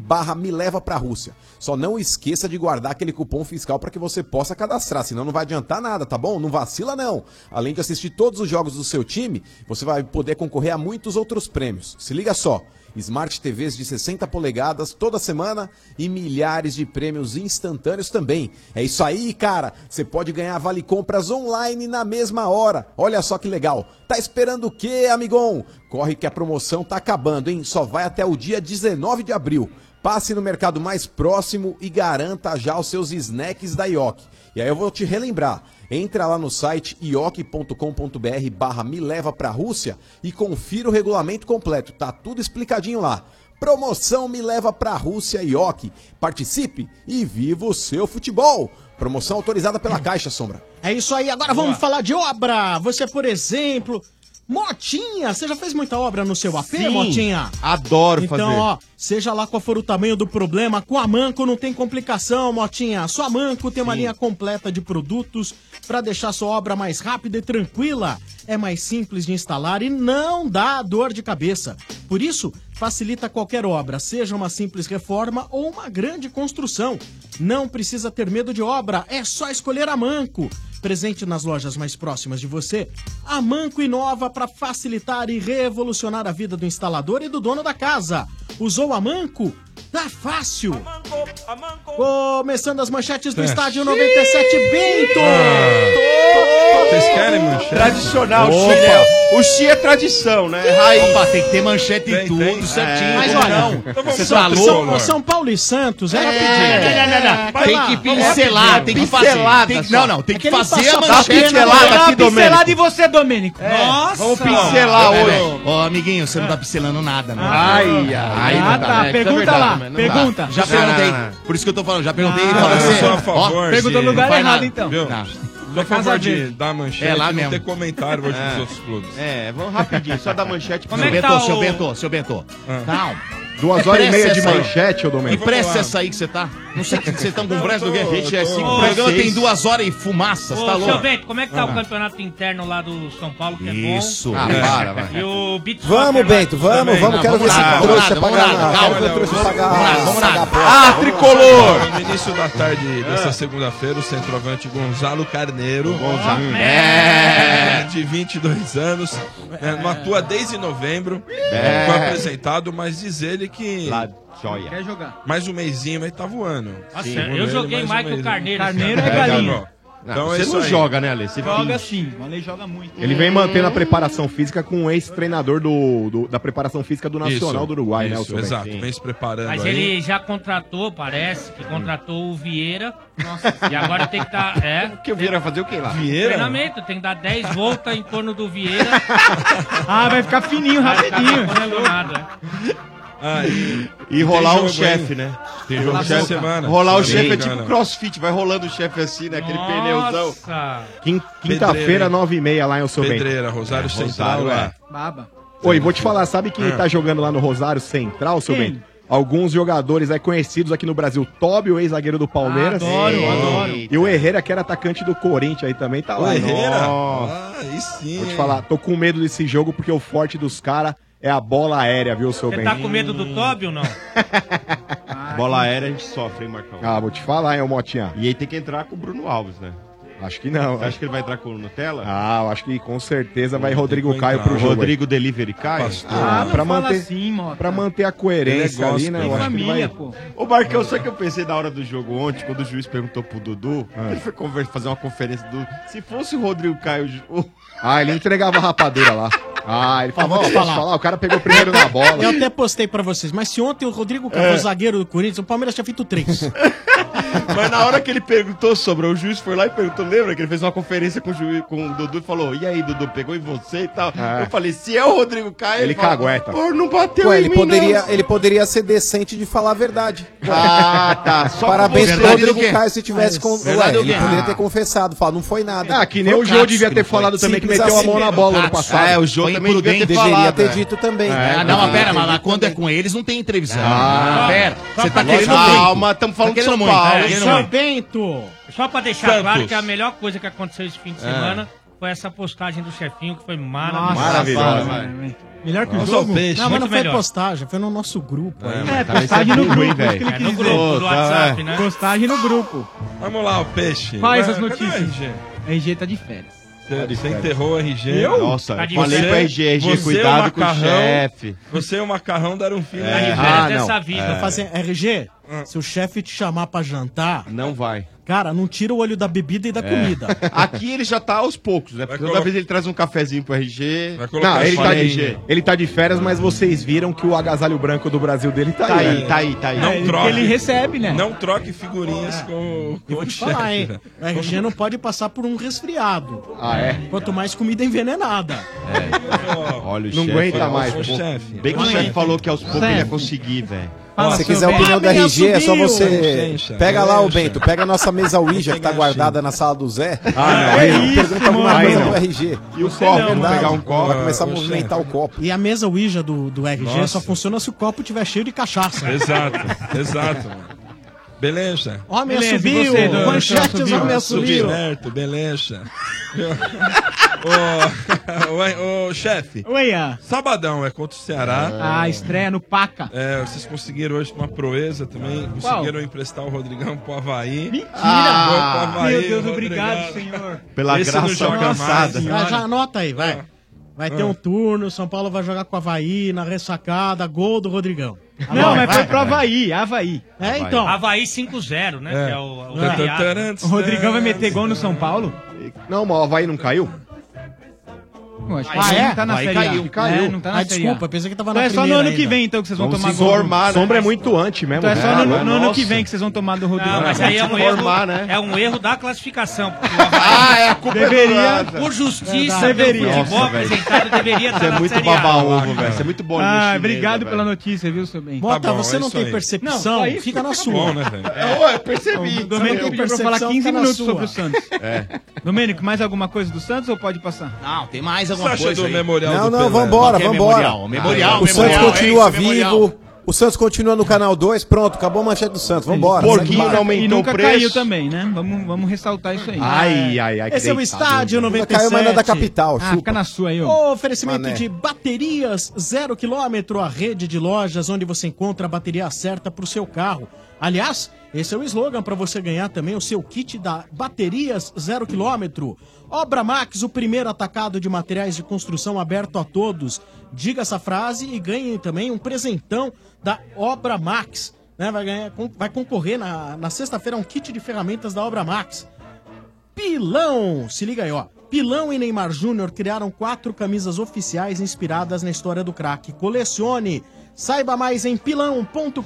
barra me leva pra Rússia. Só não esqueça de guardar aquele cupom fiscal para que você possa cadastrar, senão não vai adiantar nada, tá bom? Não vacila não. Além de assistir todos os jogos do seu time, você vai poder concorrer a muitos outros prêmios. Se liga só. Smart TVs de 60 polegadas toda semana e milhares de prêmios instantâneos também. É isso aí, cara! Você pode ganhar vale compras online na mesma hora. Olha só que legal! Tá esperando o quê, amigão? Corre que a promoção tá acabando, hein? Só vai até o dia 19 de abril. Passe no mercado mais próximo e garanta já os seus snacks da Ioki. E aí eu vou te relembrar. Entra lá no site ioki.com.br barra me leva pra Rússia e confira o regulamento completo. Tá tudo explicadinho lá. Promoção me leva pra Rússia Ioki. Participe e viva o seu futebol. Promoção autorizada pela Caixa Sombra.
É isso aí, agora vamos falar de obra. Você, por exemplo, Motinha, você já fez muita obra no seu AP, Motinha?
Adoro fazer.
Então, ó, seja lá qual for o tamanho do problema, com a Manco não tem complicação, Motinha. Sua Manco tem uma linha completa de produtos para deixar sua obra mais rápida e tranquila. É mais simples de instalar e não dá dor de cabeça. Por isso, facilita qualquer obra, seja uma simples reforma ou uma grande construção. Não precisa ter medo de obra, é só escolher a Manco. Presente nas lojas mais próximas de você, a Manco inova para facilitar e revolucionar a vida do instalador e do dono da casa. Usou a Manco? Tá fácil! Começando as manchetes
É.
É.
do estádio 97 Bento!
Ah.
Vocês querem manchete? Tradicional,
Opa.
o Chi é, o Chi é tradição, né? É Raiz.
Opa, tem que ter manchete e tudo certinho.
Mas
como
olha,
não?
Então
São,
Você tá
São,
louco,
São,
amor?
Paulo e Santos, é,
É,
rapidinho.
não, não, não, não.
Vai
Tem
lá,
que
vamos
pincelar, tem
rapidinho.
que fazer,
Pincelada
tem que-
só.
não, não, tem que
Aquele
fazer
passo
a
passo
manchete
pequeno,
lá,
vai lá,
aqui, Domênico. É.
pincelada
E você, Domênico? Nossa!
Vamos pincelar
Pera aí.
hoje. Ô, amiguinho, você não tá pincelando nada, né?
Ai, ai.
não
Ah, tá,
né? Isso
pergunta
verdade
lá,
também, não
pergunta.
dá. Já
Não,
perguntei.
não, não.
Por isso que eu tô falando, já perguntei.
Ah,
fala
eu
assim,
sou a
ó,
favor,
perguntou
sim.
no lugar
Vai
errado,
lá.
então.
Viu?
Não.
Sou a
Casa
favor de
dele.
dar manchete
É lá
não
mesmo.
ter comentário hoje
É.
dos outros clubes.
É, vamos rapidinho, só dar manchete
Como é que
Bento,
tá
seu
o-
Bento, seu Bento. Calma.
Duas
É
horas e
pressa
meia de
Ah. essa aí.
manchete, ô Domênico.
Que pressa essa aí que você tá? Não sei que você tá com pressa do que?
Gente, é cinco
O
pra
programa
seis.
tem duas horas e fumaça, você tá
Ô,
louco?
seu Bento, como é que tá
Ah.
o campeonato interno lá do São Paulo, que é bom?
Isso. Ah, para, vai.
E o Beat
Vamos,
Soccer lá-
Bento, vamos,
Também.
vamos, quero ver esse
nada,
trouxa
vamos
pagar
nada,
na-
calma.
quero ver o trouxa pagar- pagar a aposta.
Ah, tricolor!
No início da tarde dessa segunda-feira, o centroavante Gonzalo Carneiro.
Gonzalo.
um-
É.
De 22 anos. né, não atua desde novembro.
É.
Foi apresentado, mas diz ele que.
Lá, joia.
Quer jogar. Mais um mêsinho aí tá voando.
Nossa,
Sim.
eu joguei mais que o
mêsinho.
Carneiro.
Carneiro é galinha.
Não,
Então é
você
isso
não
aí.
joga, né, Ale? Você finge.
Joga sim.
O Ale joga muito.
Ele vem mantendo a
Hum.
preparação física com o ex-treinador do, do- da preparação física do Nacional
Isso,
do Uruguai, né?
isso,
o seu
exato.
Bento?
Vem se preparando
Mas
aí.
ele já contratou, parece, que contratou o Vieira. E agora tem que dar. É. O
que o Vieira vai fazer o que lá?
Vieira?
Treinamento, tem que dar 10 voltas em torno do Vieira.
Ah, vai ficar fininho,
Vai ficar
rapidinho.
correndo nada.
Aí,
E
Tem
rolar
jogo
um
ainda.
chefe, né?
Tem jogo
Na
essa
boca.
semana.
Rolar o
Sim.
chefe é tipo
Semana.
crossfit, vai rolando o chefe assim, né? Aquele
Nossa.
pneuzão.
Quin- Quinta-feira, nove e meia lá em Eu Sou Bem.
Pedreira, Rosário
É,
Central
Rosário,
lá.
é. Oi, vou te falar, sabe quem
Ah.
tá jogando lá no Rosário Central, seu
Quem?
bem? Alguns jogadores aí conhecidos aqui no Brasil. Tobi, o ex-zagueiro do Palmeiras.
Adoro,
Sim.
adoro.
E o Herrera, que era atacante do Corinthians aí também, tá
O
lá.
Herrera? Ah,
Nossa.
Aí sim.
Vou te
hein?
falar, tô com medo desse jogo porque o forte dos caras é a bola aérea, viu, seu
Você
bem?
tá com medo do Toby ou não? tá
Bola aérea a gente sofre, hein, Marcão?
Ah, vou te falar, hein, ô Motinha.
E aí tem que entrar com o Bruno Alves, né?
Acho que não.
Você acha que ele vai entrar com o Nutella?
Ah, eu acho que com certeza vai Rodrigo Caio pro jogo. aí.
Rodrigo Delivery Caio?
Ah, pra manter, pra manter a coerência
Ele é
ali,
gospel,
né?
né?
Eu acho que ele vai-
Ô, Marcão, sabe o que eu pensei na hora do jogo ontem, quando o juiz perguntou pro Dudu? Ele foi conver- fazer uma conferência do. Se fosse o Rodrigo Caio. ju- o-
Ah, ele entregava a rapadura lá. Ah, ele falou,
Ah,
ó,
vou te
posso falar.
falar.
O cara pegou primeiro na bola.
Eu até postei pra vocês, mas se ontem o Rodrigo Cabo,
É.
zagueiro do Corinthians, o Palmeiras tinha feito três.
Mas na hora que ele perguntou sobre, o juiz foi lá e perguntou, lembra que ele fez uma conferência com o, juiz, com o Dudu e falou: e aí, Dudu, pegou em você e tal?
É.
Eu falei: se é o Rodrigo Caio.
Ele
fala,
é, tá.
cagueta.
Pô, não bateu
Ué,
em
ele,
mim,
poderia,
não.
ele poderia ser decente de falar a verdade.
Ah, tá. Só
Parabéns
com-
pro
verdade
Rodrigo
do quê?
Caio se tivesse.
Ah,
Con...
isso. Verdade
Ué,
do
ele
quê?
poderia
Ah.
ter confessado, falar, não foi nada.
Ah, que nem o Jô devia ter falado também que meteu a mão na bola no passado.
É, o Jô
Foi
também
imprudente. né?
devia ter
Deveria
falado,
ter
é.
dito
né?
também.
Ah, não, mas pera, mas lá quando é com eles não tem entrevistado.
Ah.
pera.
Só
Você
pra
tá querendo
deixar-
muito.
Calma, tamo
Tá
falando de São
querendo
Paulo,
muito,
é,
tá querendo
São
muito.
Bento!
Só pra deixar
Santos.
claro que a melhor coisa que aconteceu esse fim de
É.
semana foi essa postagem do chefinho, que foi
Nossa,
maravilhosa.
é Maravilhosa. Melhor que o
Nossa,
jogo.
o peixe.
Não, mas não
Muito
foi
melhor.
postagem, foi no nosso grupo.
É,
aí.
mas também você é burro, hein, velho? É, no grupo,
Pô,
do
tá,
WhatsApp,
é.
né?
Postagem no grupo.
Vamos lá, o peixe.
Quais
Vai,
as
cadê o
notícias?
RG?
A RG tá de férias.
Você, você enterrou o RG.
Eu?
Nossa,
Tá de
falei
você-
pro RG,
você e o
cuidado com o chefe.
Você e o macarrão deram um
Tá
fim.
É. Ah, não. É.
Fala assim, RG,
Hum.
se o chefe te chamar pra jantar,
Não vai.
cara, não tira o olho da bebida
É.
e da comida.
É. Aqui ele já tá aos poucos, né? Porque toda vez ele traz um cafezinho pro RG. Vai
Não, ele tá, de, ele tá de férias, mas vocês viram que o agasalho branco do Brasil dele tá,
Tá
aí.
aí,
né?
tá aí, tá aí.
É,
Não troca.
recebe, né?
Não troque figurinhas com, com o chefe.
Falar, hein? O RG não pode passar por um resfriado.
Ah, é?
Quanto mais comida envenenada.
Olha o
Não
chefe,
aguenta
olha o
mais,
pô.
pô. chefe.
Bem que o
Não
chefe
aguenta.
falou que aos poucos
Chefe.
ele ia conseguir, velho.
Ó, se quiser a opinião da RG, é só você. Pega lá o Bento, pega a nossa mesa Ouija que tá guardada na sala do Zé.
Ah, não,
Aí,
aí não.
Pergunta alguma
Aí
coisa
não.
pro RG.
E o
Não sei
copo?
não,
Vamos
verdade.
pegar um copo.
Vai começar a
Ô, chefe.
movimentar o copo.
E a mesa Ouija do, do RG
Nossa.
só funciona se o copo tiver cheio de cachaça.
Exato, exato. Beleza?
Homem
Beleza,
assobio,
e você, Dona?
manchetes,
Assobio,
homem assobio.
Certo, beleza. Ô, ô, ô, chefe.
Oia.
Sabadão é contra o Ceará.
ah. A estreia no Paca.
É, vocês conseguiram hoje uma proeza também.
Qual?
Conseguiram emprestar o Rodrigão pro Havaí. Mentira!
Ah,
pro Havaí,
meu Deus,
Rodrigão.
obrigado, senhor.
Pela Esse é graça não joga alcançada. mais,
Já, já
senhora.
anota aí, vai. Vai ter
Ah.
um turno, São Paulo vai jogar com o Havaí na ressacada, gol do Rodrigão.
Não, mas foi
pro
Havaí, Havaí.
É, então.
Havaí 5-0, né?
É.
Que é o, o
É.
né?
goleado.
O Rodrigão vai meter gol no São Paulo?
Não, mas o Havaí não caiu?
acho que o Havaí não tá na Série A. É, não tá na
Ah,
Série A.
desculpa, pensei que tava
Então
na
é só no
primeira
ano que
ainda.
vem, então, que vocês vão
Vamos
tomar
se
gol.
formar, né? Sombra é muito anti mesmo.
Então é só
cara.
no, no ano
Nossa.
que vem que vocês vão tomar do Rodrigão.
Não, mas aí é um, erro,
Formar,
é um erro da classificação. porque o Havaí-
Ah, é, a culpa é do Deveria- Lázaro.
por justiça,
Verdade.
deveria.
Deveria.
futebol
Nossa, velho.
apresentado deveria estar
tá
Você é
na
muito
Série A.
baba-ovo, velho. Você é muito bom
Ah,
nisso,
obrigado
velho.
pela notícia, viu, seu
Tá
bem?
Tá
Mota,
é
é
você não tem percepção, fica
tá
na sua.
né,
né,
É,
Ô, eu percebi.
O Domênico
Você não tem
pediu pra falar
percepção,
15
tá na
minutos
sua.
sobre o Santos.
É.
Domênico, mais alguma coisa do Santos ou pode passar?
Não, tem mais
alguma coisa aí?
Não, não, vambora,
é
vambora.
Qualquer memorial, memorial,
É. O Santos
memorial,
continua
é isso,
vivo. O Santos continua no canal 2. Pronto, acabou a manchete do Santos. Vambora. segue o barco.
E nunca caiu também, né? Vamos, vamos ressaltar isso aí.
Ai, ai, ai, que Esse é o deitado. Estádio
Nunca
97.
mas não é
Ah,
Ah, fica na sua aí, ó.
O oferecimento
Mané.
de baterias zero quilômetro, a rede de lojas onde você encontra a bateria certa para o seu carro. Aliás, esse é o slogan para você ganhar também o seu kit da baterias zero quilômetro. Obra Max, o primeiro atacado de materiais de construção aberto a todos. Diga essa frase e ganhe também um presentão da Obra Max. né? Vai, ganhar, vai concorrer na, na sexta-feira a um kit de ferramentas da Obra Max. Pilão! Se liga aí, ó. Pilão e Neymar Júnior criaram quatro camisas oficiais inspiradas na história do craque. Colecione! Saiba mais em pilão.com.br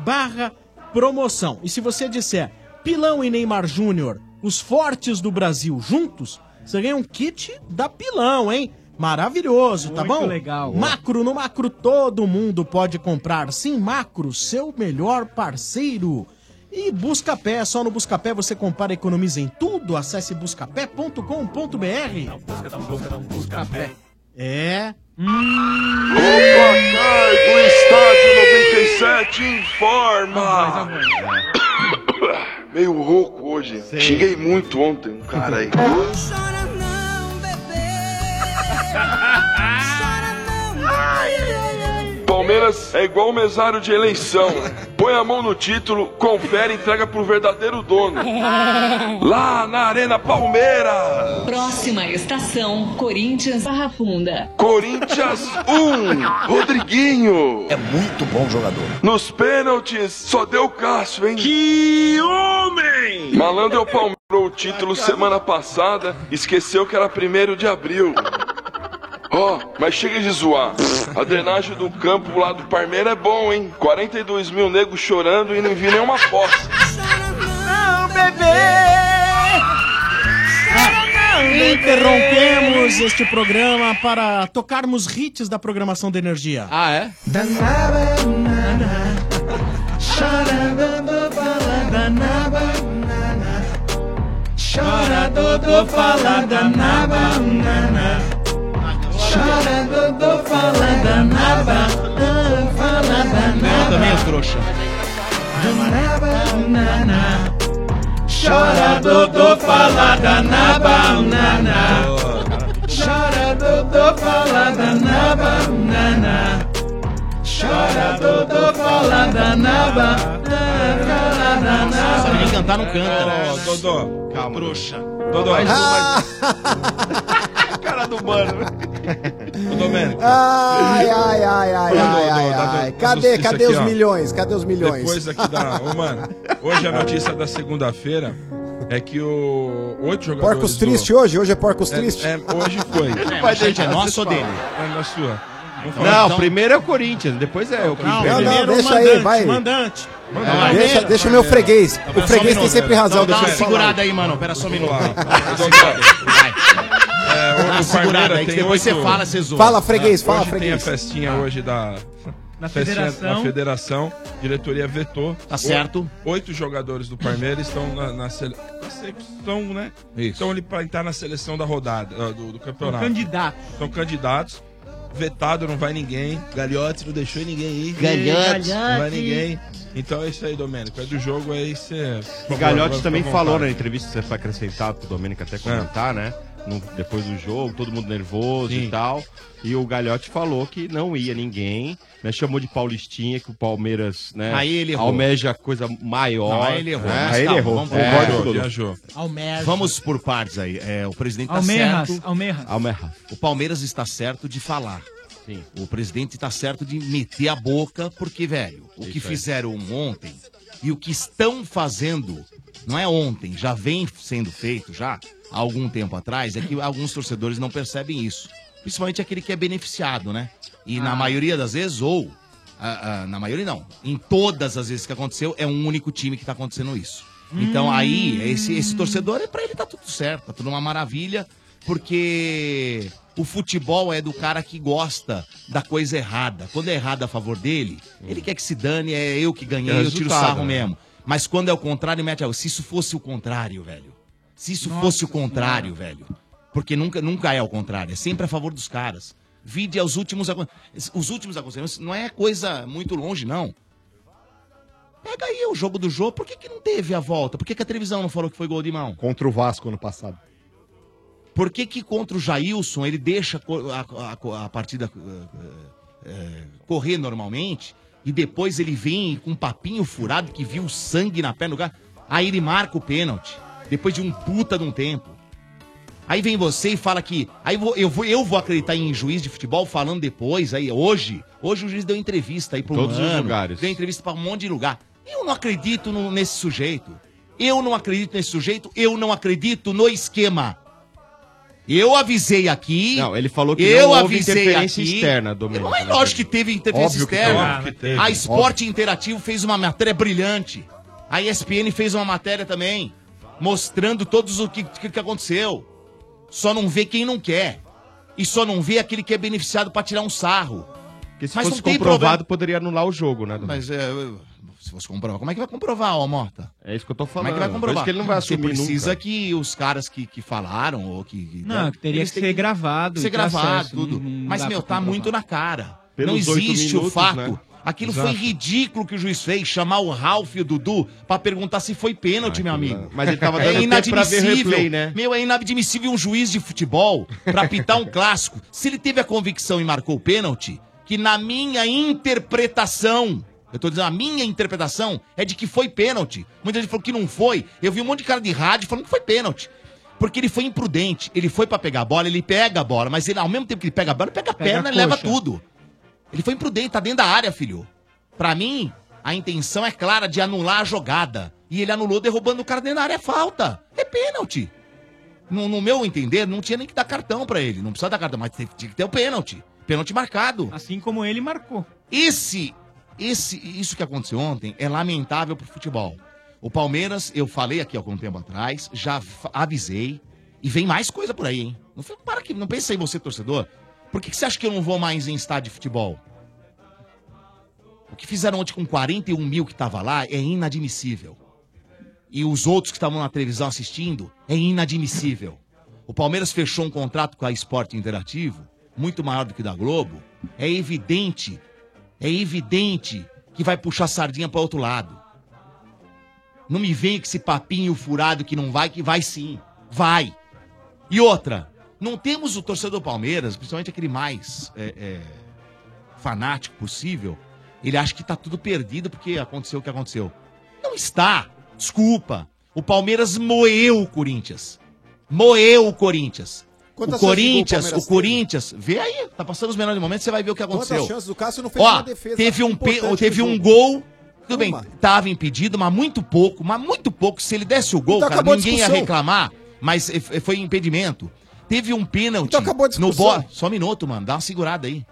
barra promoção. E se você disser Pilão e Neymar Júnior, os fortes do Brasil juntos, você ganha um kit da Pilão, hein? Maravilhoso, tá
Muito
bom?
legal.
Macro, no Macro todo mundo pode comprar. Sim, Macro, seu melhor parceiro. E Buscapé, só no Buscapé você compara e economiza em tudo. Acesse buscapé.com.br. É.
Hum. do Estádio 97 informa. Meio rouco hoje. Xinguei muito ontem, um cara aí. Palmeiras é igual mesário de eleição. Põe a mão no título, confere e entrega pro verdadeiro dono. Lá na Arena Palmeiras.
Próxima estação, Corinthians Barra Funda.
Corinthians 1, Rodriguinho. É muito bom jogador. Nos pênaltis, só deu Cássio, hein? Que homem! Malandro Palmeiras o título semana passada, esqueceu que era 1 de abril. Ó, mas chega de zoar. A drenagem do campo lá do Parmeira é bom, hein? 42 mil negros chorando e não vi nenhuma fossa.
Não, bebê! Interrompemos este programa para tocarmos hits da programação da energia. Ah, é?
Chora, Dodô, fala danaba, nana. Chora, Dodô, fala danaba, fala
Eu
é
também, ô trouxa.
danaba. Chora, Dodô, fala danaba, nana. Chora, Dodô, fala danaba, nana. Chora, Dodô, fala danaba, fala danaba.
Sabe nem cantar, não canta, né?
Dodô.
Calma. Trouxa.
Dodô. Ah!
Vai,
Cara do mano. Ô, Domênico.
Ai, ai, ai, ai,
Então,
ai,
tá
Ô, Dodô,
ai,
dá- dá-
ai.
dá
Cadê,
justiça
cadê
aqui,
os
ó.
milhões? Cadê os milhões?
Depois aqui da. Ô, mano, hoje a notícia da segunda-feira é que o. Oito jogadores.
Porcos triste hoje? Hoje é porcos triste?
É, é, hoje foi.
É, mas, gente, é nosso ou dele?
É nosso. Vamos falar,
Não,
então?
primeiro é o Corinthians, depois é o que
Não,
perde.
não, deixa aí, vai.
Mandante.
Deixa- deixa o meu freguês.
Então
O freguês
um
tem sempre razão,
um Dá
deixa
uma
ele falar.
segurada aí, mano. Pera só um minuto.
É,
Dá uma Ah, segurada aí, que depois você fala, você zoa. Ah.
Fala, freguês, fala,
hoje
freguês.
Tem a festinha hoje da.
Na
festinha
federação.
da federação, diretoria vetou.
Tá certo.
O- Oito jogadores do Palmeiras estão na, na, sele... na secção, né? Estão ali para entrar na seleção da rodada, ah, do, do campeonato.
São candidatos.
São candidatos. Vetado, não vai ninguém. Galhote não deixou ninguém ir.
Gagliotti.
Não vai ninguém. Então é isso aí, Domênico. É do jogo, aí você.
E Galhotti também falou na entrevista, você foi acrescentado pro Domênico até comentar, né? No- depois do jogo, todo mundo nervoso e tal. E o Galhotti falou que não ia ninguém, né? Chamou de Paulistinha, que o Palmeiras, né?
Aí ele errou.
Almeja coisa maior.
Não, aí ele errou.
né?
Mas
Aí ele
calma,
errou.
vamos-
Concordo
é,
com o Dudu.
viajou.
Vamos por partes aí. É, o presidente tá
Almerras,
certo.
Almerras.
Almerras.
O Palmeiras está certo de falar. O presidente está certo de meter a boca, porque, velho, o que
É Isso aí.
fizeram ontem e o que estão fazendo, não é ontem, já vem sendo feito já há algum tempo atrás, é que alguns torcedores não percebem isso. Principalmente aquele que é beneficiado, né? E na maioria das vezes, ou. ah, ah, na maioria não. Em todas as vezes que aconteceu, é um único time que está acontecendo isso. Então aí, esse, esse torcedor, é pra ele tá tudo certo, tá tudo uma maravilha, porque o futebol é do cara que gosta da coisa errada. Quando é errado a favor dele, ele quer que se dane, é eu que ganhei,
É
eu tiro
resultado,
sarro
né?
mesmo. Mas quando é o contrário, mete a... Se isso fosse o contrário, velho. Se isso fosse o contrário, velho. Porque nunca, nunca é o contrário, é sempre a favor dos caras. Vide aos últimos acon- os últimos acontecimentos, não é coisa muito longe, não. Pega aí o jogo do jogo, por que, que não teve a volta? Por que, que a televisão não falou que foi gol de mão?
Contra o Vasco ano passado.
Por que, que contra o Jailson ele deixa co- a, a- a partida eh, eh, correr normalmente e depois ele vem com um papinho furado que viu sangue na perna do cara? Aí ele marca o pênalti, depois de um puta de um tempo. Aí vem você e fala que. Aí vou- eu, vou, eu vou acreditar em juiz de futebol falando depois, aí hoje. Hoje o juiz deu entrevista aí pro
Todos os
Mano,
lugares.
Deu entrevista pra um monte de lugar. Eu não acredito no- nesse sujeito. Eu não acredito nesse sujeito, eu não acredito no esquema. Eu avisei aqui.
Não, ele falou que não
eu
houve
avisei
interferência
aqui.
externa, Domênico.
Mas lógico que teve interferência
Óbvio que teve,
externa.
óbvio que teve,
a Esporte Interativo fez uma matéria brilhante. A ESPN fez uma matéria também, mostrando todos o que, que, que aconteceu. Só não vê quem não quer. E só não vê aquele que é beneficiado pra tirar um sarro.
Porque se fosse comprovado, poderia anular o jogo, né?
Mas é, eu- se fosse comprovar, como é que vai comprovar, ó, Mota?
É isso que eu tô
Como
falando.
é que vai
Por
comprovar?
isso que ele não vai assumir
Você precisa
nunca.
que os caras que, que falaram ou que... que-
Não, que teria
né? eles
que
têm
ser gravado.
Ser
e ter
gravado,
acesso,
tudo.
não- não
Mas,
dá
meu,
pra
tá
comprovar.
muito na cara.
Pelos
não
oito
existe o
minutos,
fato.
né?
Aquilo
Exato.
foi ridículo que o juiz fez, chamar o Ralf e o Dudu pra perguntar se foi pênalti, meu amigo. É
Mas ele tava dando tempo pra ver replay, né?
Meu, é inadmissível um juiz de futebol pra apitar um clássico. Se ele teve a convicção e marcou o pênalti, que na minha interpretação, eu tô dizendo, a minha interpretação é de que foi pênalti. Muita gente falou que não foi. Eu vi um monte de cara de rádio falando que foi pênalti. Porque ele foi imprudente. Ele foi pra pegar a bola, ele pega a bola, mas ele, ao mesmo tempo que ele pega a bola, ele pega a
Pega
perna
a
e leva
coxa.
tudo. Ele foi imprudente, tá dentro da área, filho. Pra mim, a intenção é clara de anular a jogada. E ele anulou derrubando o cara dentro da área, é falta. É pênalti. No, no meu entender, não tinha nem que dar cartão pra ele. Não precisa dar cartão, mas tinha tinha que ter o pênalti. Pênalti marcado. Assim como ele marcou. Esse, esse, isso que aconteceu ontem é lamentável pro futebol. O Palmeiras, eu falei aqui há algum tempo atrás, já fa- avisei. E vem mais coisa por aí, hein? Não, fica- para que, não pensa aí você, torcedor. Por que, que você acha que eu não vou mais em estádio de futebol? O que fizeram ontem com 41 mil que tava lá é inadmissível. E os outros que estavam na televisão assistindo é inadmissível. O Palmeiras fechou um contrato com a Esporte Interativo, muito maior do que o da Globo. É evidente, é evidente que vai puxar sardinha para outro lado. Não me vem com esse papinho furado que não vai, que vai sim. Vai. E outra, não temos o torcedor do Palmeiras, principalmente aquele mais é, é, fanático possível, ele acha que tá tudo perdido porque aconteceu o que aconteceu. Não está. Desculpa. O Palmeiras moeu o Corinthians. Moeu o Corinthians.
Quantas
o
chances de gol o Palmeiras
Corinthians, o Corinthians, vê aí, tá passando os melhores momentos, você vai ver o que aconteceu.
Quantas chances? O Cássio não fez
Ó,
uma defesa
Teve um, pe-
importante
teve
no
um
jogo.
gol, tudo bem,
Uma.
tava impedido, mas muito pouco, mas muito pouco. Se ele desse o gol,
Então
cara,
acabou a
ninguém ia
discussão.
reclamar, mas eh, f- foi impedimento. Teve um pênalti no
Então discussão.
bo... Só um minuto, mano, dá uma segurada aí.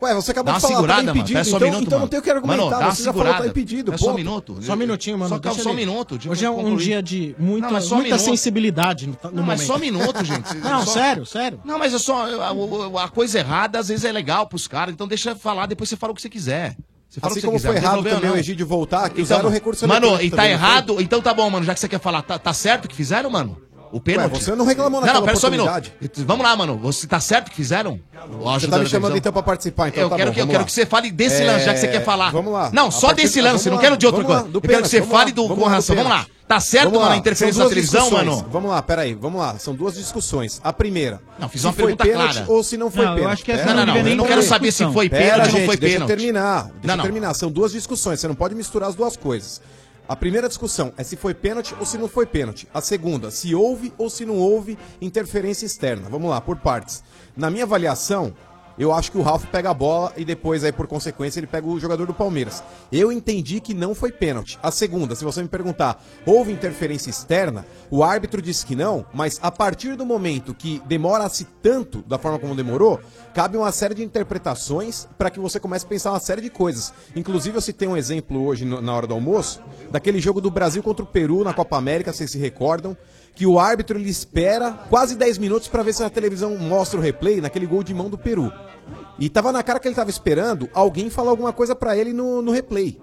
Ué, você acabou
Dá
de falar,
uma segurada,
tá
mano.
impedido.
Pera só um
então,
minuto,
então
mano.
não tem o que argumentar,
Mano, dá uma
você já falou, tá
segurada.
impedido,
É só um
ponto.
minuto.
Só um minutinho, mano.
Só calma,
deixa
só um
ele.
minuto, deixa
Hoje é
eu
um
concluir.
dia de muita,
Não, mas só um
muita
minuto.
sensibilidade no, no
Não, mas
momento.
só um minuto, gente.
Não,
Só-
sério, sério.
Não, mas é só eu- a, a- a coisa errada às vezes é legal pros caras, então deixa eu falar, depois você fala o que você quiser. Você fala
Assim
o que você
como
quiser.
foi
não tem
errado
problema,
também
não.
o Egídio voltar, que
Então,
usaram o tá recurso
Mano,
eletrônico
e tá
também, né? não foi?
errado? Então tá bom, mano, já que você quer falar, tá, tá certo o que fizeram, mano? O pênalti?
Ué, você não reclamou naquela
Não, não, pera só um minuto.
oportunidade.
Vamos lá, mano, você tá certo o que fizeram?
Você tá me chamando então pra participar, então
eu
tá
quero,
bom,
que, eu
vamos
quero
lá.
que você fale desse lance, já que você
É,
quer falar.
Vamos lá.
Não,
A
só
partir-
desse
ah,
lance,
vamos
não
lá,
quero de outra
vamos
coisa.
lá, do
eu quero que
pênalti,
você
vamos lá,
fale do
vamos
com
lá,
ração. Vamos lá.
pênalti.
Tá certo,
Vamos
mano, a
lá,
interferência
são
da
duas
televisão,
discussões.
mano?
Vamos lá, peraí, vamos lá. São duas discussões. A primeira.
Não, fiz
se
uma
foi
pergunta
pênalti
clara.
Ou se não foi
Não, eu
pênalti. É?
acho que essa não devia nem ter discussão. Pera, gente,
Deixa
deixa eu
eu terminar. ah, Deixa
Não,
eu
não.
terminar. São duas discussões. Você não pode misturar as duas coisas. A primeira discussão é se foi pênalti ou se não foi pênalti. A segunda, se houve ou se não houve interferência externa. Vamos lá, por partes. Na minha avaliação, eu acho que o Ralf pega a bola e depois, aí, por consequência, ele pega o jogador do Palmeiras. Eu entendi que não foi pênalti. A segunda, se você me perguntar, houve interferência externa? O árbitro disse que não, mas a partir do momento que demora-se tanto, da forma como demorou, cabe uma série de interpretações para que você comece a pensar uma série de coisas. Inclusive, eu citei um exemplo hoje no- na hora do almoço, daquele jogo do Brasil contra o Peru na Copa América, vocês se recordam? que o árbitro ele espera quase 10 minutos pra ver se a televisão mostra o replay naquele gol de mão do Peru. E tava na cara que ele tava esperando alguém falar alguma coisa pra ele no, no replay.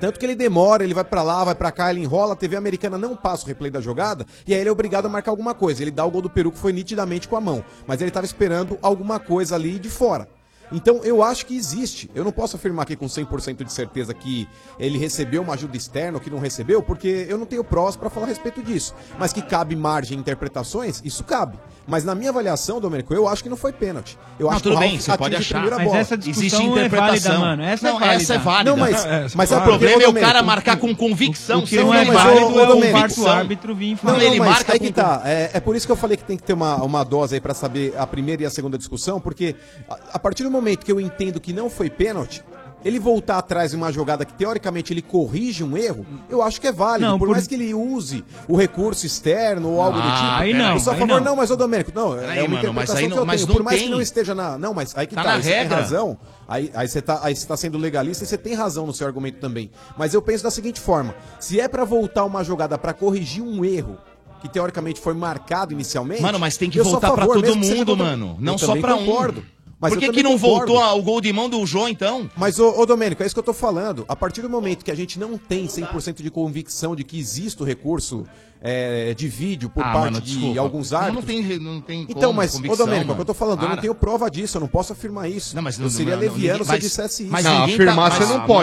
Tanto que ele demora, ele vai pra lá, vai pra cá, ele enrola, a TV americana não passa o replay da jogada, e aí ele é obrigado a marcar alguma coisa. Ele dá o gol do Peru que foi nitidamente com a mão, mas ele tava esperando alguma coisa ali de fora. Então eu acho que existe. Eu não posso afirmar aqui com 100% de certeza que ele recebeu uma ajuda externa ou que não recebeu, porque eu não tenho prós para falar a respeito disso. Mas que cabe margem e interpretações, isso cabe. Mas na minha avaliação, Domênico, eu acho que não foi pênalti. Eu
Não,
acho
tudo
que o
bem,
Ralf
você pode
atinge
achar.
a primeira
Mas
bola.
essa discussão Existe é interpretação. válida, mano. Essa é
não,
válida.
Essa é válida. Não, mas,
Não, essa
mas
é
sabe por quê,
válida. O problema é o
Domênico?
cara marcar com convicção,
O
se não é
mas,
válido,
ô,
é o
Domênico,
quarto árbitro vir e falar.
Não,
Não, ele
mas
marca
aí
com
que tá. É, é por isso que eu falei que tem que ter uma, uma dose aí pra saber a primeira e a segunda discussão, porque a, a partir do momento que eu entendo que não foi pênalti, ele voltar atrás em uma jogada que teoricamente ele corrige um erro, eu acho que é válido.
Não,
por,
por-
mais que ele use o recurso externo ou algo do
Ah,
tipo.
aí não,
Eu sou a
aí
favor,
não.
não. mas ô Domênico, não,
Peraí,
é uma
mano, mas
interpretação
aí
que
não-
eu
mas
tenho.
não
Por mais
tem.
que não esteja na. Não, mas aí que
Tá
tá,
na
aí você tem
regra.
razão. Aí, aí você tá, aí você tá sendo legalista e você tem razão no seu argumento também. Mas eu penso da seguinte forma: se é pra voltar uma jogada pra corrigir um erro que que teoricamente foi marcado inicialmente.
Mano, mas tem que
eu sou a
voltar pra
favor,
todo
mesmo que seja
mundo,
contra-
mano.
Eu
Não só
também
pra um.
concordo, mas
Por
eu
que,
também
que não
concordo.
voltou ao gol de mão do Jô, então?
Mas, ô, ô Domênico, é isso que eu tô falando. A partir do momento que a gente não tem 100% de convicção de que existe o recurso é, de vídeo por
Ah,
parte
mano,
de
desculpa.
alguns
Não, não
árbitros...
tem- não tem
Então,
como,
mas,
convicção,
ô Domênico, é o
mano.
que eu tô falando, eu não
Para.
tenho prova disso, eu não posso afirmar isso.
Não, mas
eu seria
não,
leviano
ninguém-
se eu dissesse isso.
Mas ninguém tá- mas-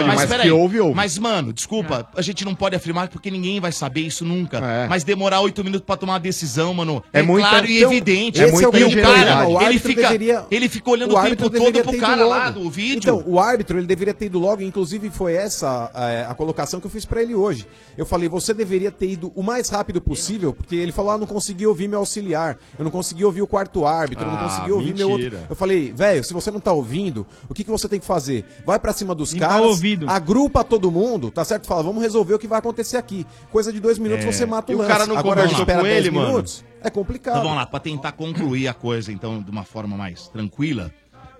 mas peraí, Mas, mano, desculpa, a gente não pode afirmar porque ninguém vai saber isso nunca. Mas demorar oito minutos pra tomar uma decisão, mano, é,
É muita-
claro e
então,
evidente.
é muita
e o cara,
ingenuidade. O
ele
árbitro
fica,
deveria-
ele fica olhando o,
árbitro
tempo todo
deveria ter
pro
ido
cara lá
logo.
do vídeo.
Então, o árbitro, ele deveria ter ido logo, inclusive foi essa é, a colocação que eu fiz pra ele hoje. Eu falei, você deveria ter ido o mais rápido possível, porque ele falou, ah, não consegui ouvir meu auxiliar, eu não consegui ouvir o quarto árbitro, eu não
Ah,
consegui ouvir meu outro.
mentira.
Eu falei, velho, se você não tá ouvindo, o que, que você tem que fazer? Vai pra cima dos
tá
Limpar
caras,
o ouvido.
agrupa todo mundo, tá certo? Fala, vamos resolver o que vai acontecer aqui. Coisa de dois minutos
É.
você mata o
E o
lance.
cara não
Agora a gente
conversou
espera
com
10
ele, mano?
minutos, É complicado.
Então vamos lá, pra tentar concluir a coisa, então, de uma forma mais tranquila.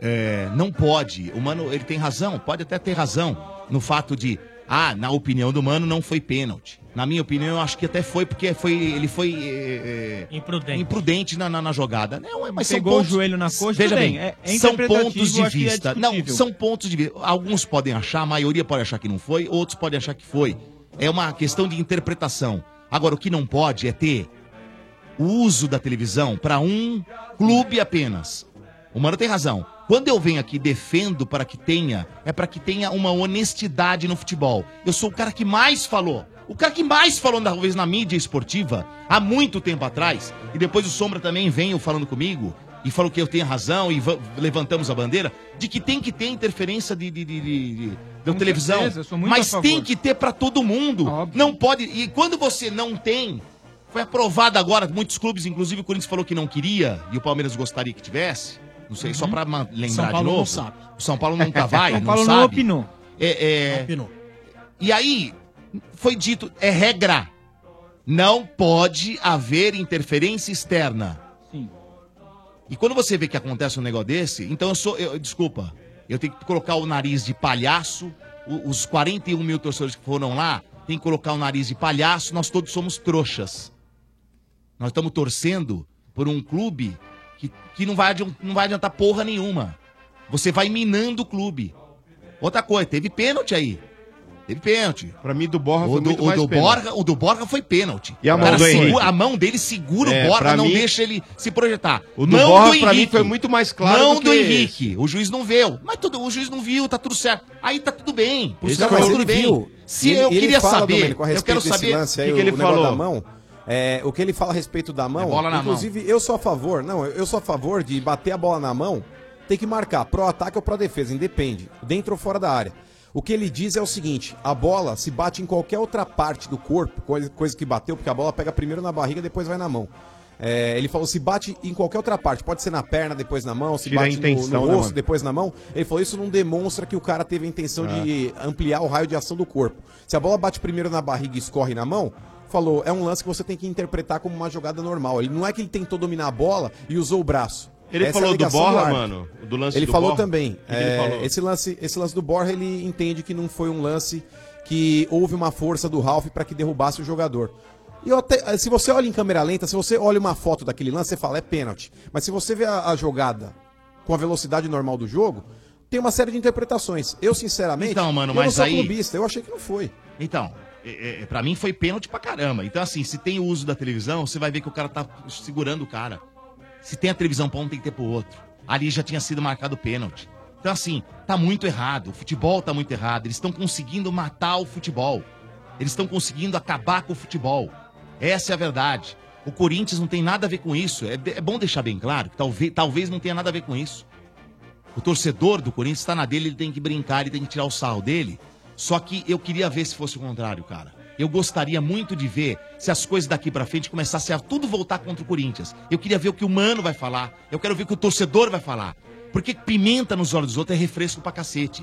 é, não pode. O Mano, ele tem razão, pode até ter razão no fato de, ah, na opinião do Mano, não foi pênalti. Na minha opinião, eu acho que até foi, porque foi, ele foi é, é,
imprudente,
na, na- na jogada. Não, é, mas
Pegou o
são pontos,
joelho na coxa,
Veja
tudo
bem,
bem, é- é
são
interpretativo,
pontos de
acho que é
vista. não,
discutível.
são pontos de vista. Alguns podem achar, a maioria pode achar que não foi, outros podem achar que foi. É uma questão de interpretação. Agora, o que não pode é ter o uso da televisão para um clube apenas. O Mano tem razão. Quando eu venho aqui e defendo para que tenha, é para que tenha uma honestidade no futebol. Eu sou o cara que mais falou. O cara que mais falou, talvez, na mídia esportiva, há muito tempo atrás, e depois o Sombra também veio falando comigo, e falou que eu tenho razão, e va- levantamos a bandeira, de que tem que ter interferência de, de- de- de- de- da televisão.
certeza, eu sou muito a
mas
favor.
tem que ter para todo mundo. Não pode. E quando você não tem, foi aprovado agora, muitos clubes, inclusive o Corinthians falou que não queria, e o Palmeiras gostaria que tivesse. Não sei, só pra ma- lembrar
Uhum. São Paulo
de novo.
não sabe.
O São Paulo nunca vai,
São
não
Paulo
sabe.
não opinou.
É, é... E aí, foi dito, é regra. Não pode haver interferência externa. E quando você vê que acontece um negócio desse, então eu sou. eu- desculpa, eu tenho que colocar o nariz de palhaço. o- os 41 mil torcedores que foram lá tem que colocar o nariz de palhaço. Nós todos somos trouxas. Nós estamos torcendo por um clube que, que não, vai adian- não vai adiantar porra nenhuma. Você vai minando o clube. Outra coisa, teve pênalti aí. Teve pênalti. Pra mim, do Borja
foi
o do,
muito
o
mais
do
pênalti.
Borja, O do Borja foi pênalti.
E a
O
mão
cara
do
segura-
Henrique?
A mão dele segura
É,
o Borja,
pra
não
mim-
deixa ele se projetar.
O do
Mão
Borja, pra mim, foi muito mais claro
Mão
do
do,
que
Henrique. O juiz não viu. Mas tudo, o juiz não viu, tá tudo certo. Aí tá tudo bem. Por
Ele
sinal,
não, mas
tudo
é ele
bem.
viu.
Se
Ele-
eu
ele
queria
fala,
saber,
Domênico, a
eu quero
respeito desse
saber
lance aí,
o que, que ele
o negócio
falou.
Da mão, é, o que ele fala a respeito da mão.
É bola na mão.
inclusive, eu sou a favor. Não, eu- eu sou a favor de bater a bola na mão. Tem que marcar pro ataque ou pro defesa, independe, dentro ou fora da área. O que ele diz é o seguinte: a bola se bate em qualquer outra parte do corpo, coisa, coisa que bateu, porque a bola pega primeiro na barriga, depois vai na mão. É, ele falou: se bate em qualquer outra parte, pode ser na perna, depois na mão, se
Tira a
bate no-
intenção,
no,
né,
rosto,
mano?
depois na mão. Ele falou: isso não demonstra que o cara teve a intenção
É.
de e ampliar o raio de ação do corpo. Se a bola bate primeiro na barriga e escorre na mão, falou, é um lance que você tem que interpretar como uma jogada normal. Ele não é que ele tentou dominar a bola e usou o braço.
Ele
é a
falou do
alegação
Borra,
árbitro.
mano? Do lance
ele
do
falou
Borra?
também.
O que que ele
é,
falou?
Esse, lance, esse lance do Borra, ele entende que não foi um lance que houve uma força do Ralph para que derrubasse o jogador. E eu até- se você olha em câmera lenta, se você olha uma foto daquele lance, você fala, é pênalti. Mas se você vê a- a jogada com a velocidade normal do jogo, tem uma série de interpretações. Eu, sinceramente,
Então, mano,
eu não
mas
sou
aí-
clubista, eu achei que não foi.
Então, é, é, pra mim foi pênalti pra caramba. Então, assim, se tem o uso da televisão, você vai ver que o cara tá segurando o cara. Se tem a televisão pra um, tem que ter pro outro. Ali já tinha sido marcado o pênalti. Então, assim, tá muito errado. O futebol tá muito errado. Eles estão conseguindo matar o futebol. Eles estão conseguindo acabar com o futebol. Essa é a verdade. O Corinthians não tem nada a ver com isso. É, é bom deixar bem claro que talvez, talvez não tenha nada a ver com isso. O torcedor do Corinthians está na dele, ele tem que brincar, ele tem que tirar o sarro dele. Só que eu queria ver se fosse o contrário, cara. Eu gostaria muito de ver se as coisas daqui pra frente começassem a tudo voltar contra o Corinthians. Eu queria ver o que o Mano vai falar. Eu quero ver o que o torcedor vai falar. Porque pimenta nos olhos dos outros é refresco pra cacete.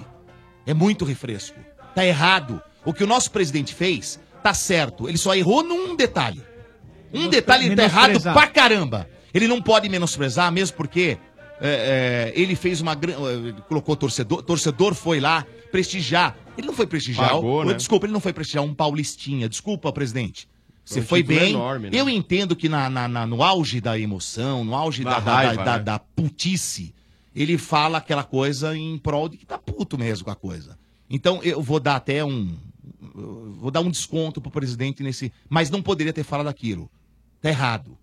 É muito refresco. Tá errado. O que o nosso presidente fez, tá certo. Ele só errou num detalhe. Um detalhe ele tá errado
menosprezar.
pra caramba. Ele não pode menosprezar, mesmo porque é, é, ele fez uma gran- eh, colocou torcedor, torcedor foi lá prestigiar. Ele não foi prestigiar.
Pagou,
o-
né?
Desculpa, ele não foi prestigiar um paulistinha. Desculpa, presidente. Você
um
foi
título
bem.
enorme, né?
Eu entendo que na, na- na- no auge da emoção, no auge da,
Da
da,
raiva,
da-
né?
da putice, ele fala aquela coisa em prol de que tá puto mesmo com a coisa. Então eu vou dar até um. eu Vou dar um desconto pro presidente nesse. Mas não poderia ter falado aquilo. Tá errado.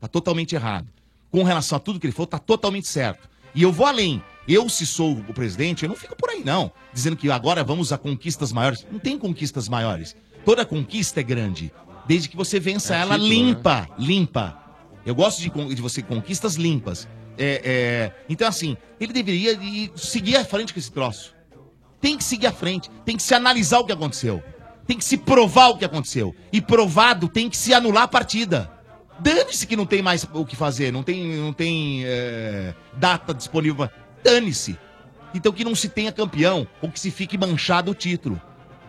Tá totalmente errado. Com relação a tudo que ele falou, tá totalmente certo. E eu vou além. Eu, se sou o presidente, eu não fico por aí, não. Dizendo que agora vamos a conquistas maiores. Não tem conquistas maiores. Toda conquista é grande. Desde que você vença ela
título,
limpa, limpa. Eu gosto de, con- de você conquistas limpas. É, é, então, assim, ele deveria ir- seguir à frente com esse troço. Tem que seguir à frente. Tem que se analisar o que aconteceu. Tem que se provar o que aconteceu. E provado, tem que se anular a partida. Dane-se que não tem mais o que fazer, não tem, não tem é, data disponível. pra- Dane-se. Então que não se tenha campeão ou que se fique manchado o título.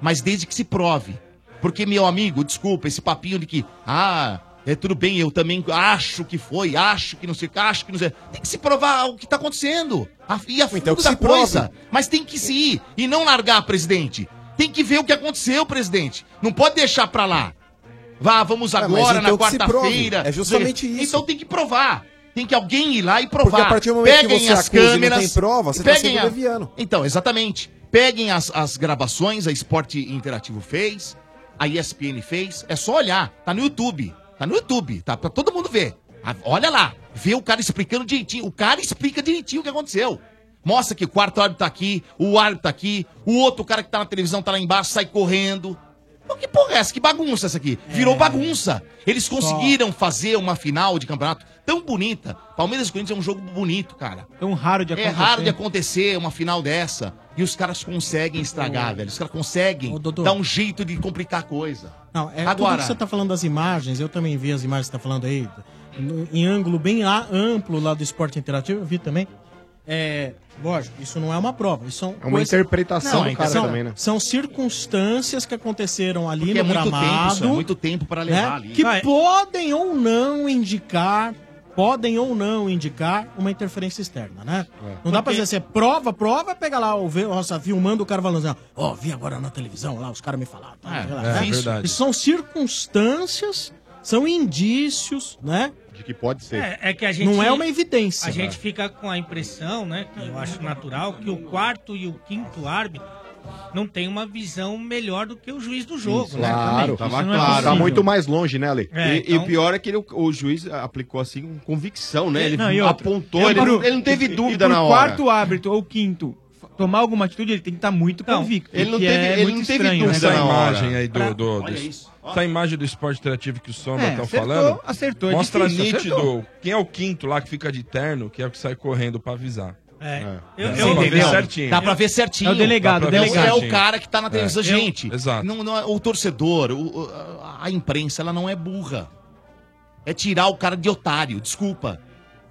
Mas desde que se prove. Porque, meu amigo, desculpa, esse papinho de que, ah, é tudo bem, eu também acho que foi, acho que não sei, o que, acho que não sei. Tem que se provar o que tá acontecendo. A, e a fundo
Então que
da
se prove.
coisa. Mas tem que se ir e não largar, presidente. Tem que ver o que aconteceu, presidente. Não pode deixar pra lá. Vá, vamos
Ah, mas
agora
então
na
que se prove.
quarta-feira.
É justamente
isso. Então tem que provar. Tem que alguém ir lá e provar.
Porque a partir do momento que você acusa e não tem prova, você tá
peguem
sendo
a-
leviano.
Então, exatamente. Peguem as, as gravações, a Esporte Interativo fez, a ESPN fez. É só olhar. Tá no YouTube. Tá no YouTube. Tá pra todo mundo ver. A- olha lá. Vê o cara explicando direitinho. O cara explica direitinho o que aconteceu. Mostra que o quarto árbitro tá aqui, o árbitro tá aqui, o outro cara que tá na televisão tá lá embaixo, sai correndo. Mas que porra é essa? Que bagunça essa aqui? Virou bagunça. Eles conseguiram fazer uma final de campeonato tão bonita. Palmeiras e Corinthians é um jogo bonito, cara.
Tão raro de
É
acontecer.
raro de acontecer uma final dessa. E os caras conseguem estragar, velho. Os caras conseguem dar um jeito de complicar a coisa.
Não, é Agora,
Agora-
tudo que você tá falando das imagens, eu também vi as imagens que você tá falando aí, no- em ângulo bem a- amplo lá do esporte interativo, eu vi também. É, lógico, isso não é uma prova, isso são
É uma interpretação do cara
são,
também, né?
São circunstâncias que aconteceram ali
Porque
no
é muito
gramado.
tempo, isso é muito tempo pra levar
né?
ali.
Que
Não, é-
podem ou não indicar, podem ou não indicar uma interferência externa, né? Não dá pra dizer assim, é prova, prova, pega lá, o ver, nossa, filmando o cara falando assim, ó, ó, vi agora na televisão lá, os caras me falaram. tá?
É,
Sei lá,
é
né? isso,
verdade.
isso são circunstâncias, são indícios, né?
De que pode ser.
É, é que a gente.
Não é uma evidência. né?
A gente fica com a impressão, né, que eu acho natural, que o quarto e o quinto árbitro não tem uma visão melhor do que o juiz do
é
jogo, né?
Claro,
Também.
tava
Isso não é
claro. tá
possível.
muito mais longe, né, Ale?
É,
e, e
então-
então-
o pior é que ele- o juiz aplicou assim com convicção, né? Ele
Não, e outra.
apontou,
E
ele,
pro-
não- ele não teve
e- e
dúvida
pro
na hora.
quarto árbitro ou quinto fa- tomar alguma atitude, ele tem que estar muito
Então,
convicto.
ele não
porque
teve-
é
ele
muito
não teve
estranho, né?
dúvida
Pra-
na
imagem aí
pra-
do, do, do- essa imagem do esporte interativo que o Sombra
É,
tá
acertou,
falando.
acertou, é
mostra
difícil,
nítido
acertou.
quem é o quinto lá que fica de terno, que é o que sai correndo pra avisar.
É.
Eu,
Eu-
dá
eu-
pra ver
entendeu?
certinho.
Dá pra ver certinho. Dá pra ver É o cara que tá na televisão.
É.
Gente,
Eu- Exato.
Não, não é- o torcedor, o- o- a imprensa, ela não é burra. É tirar o cara de otário, desculpa.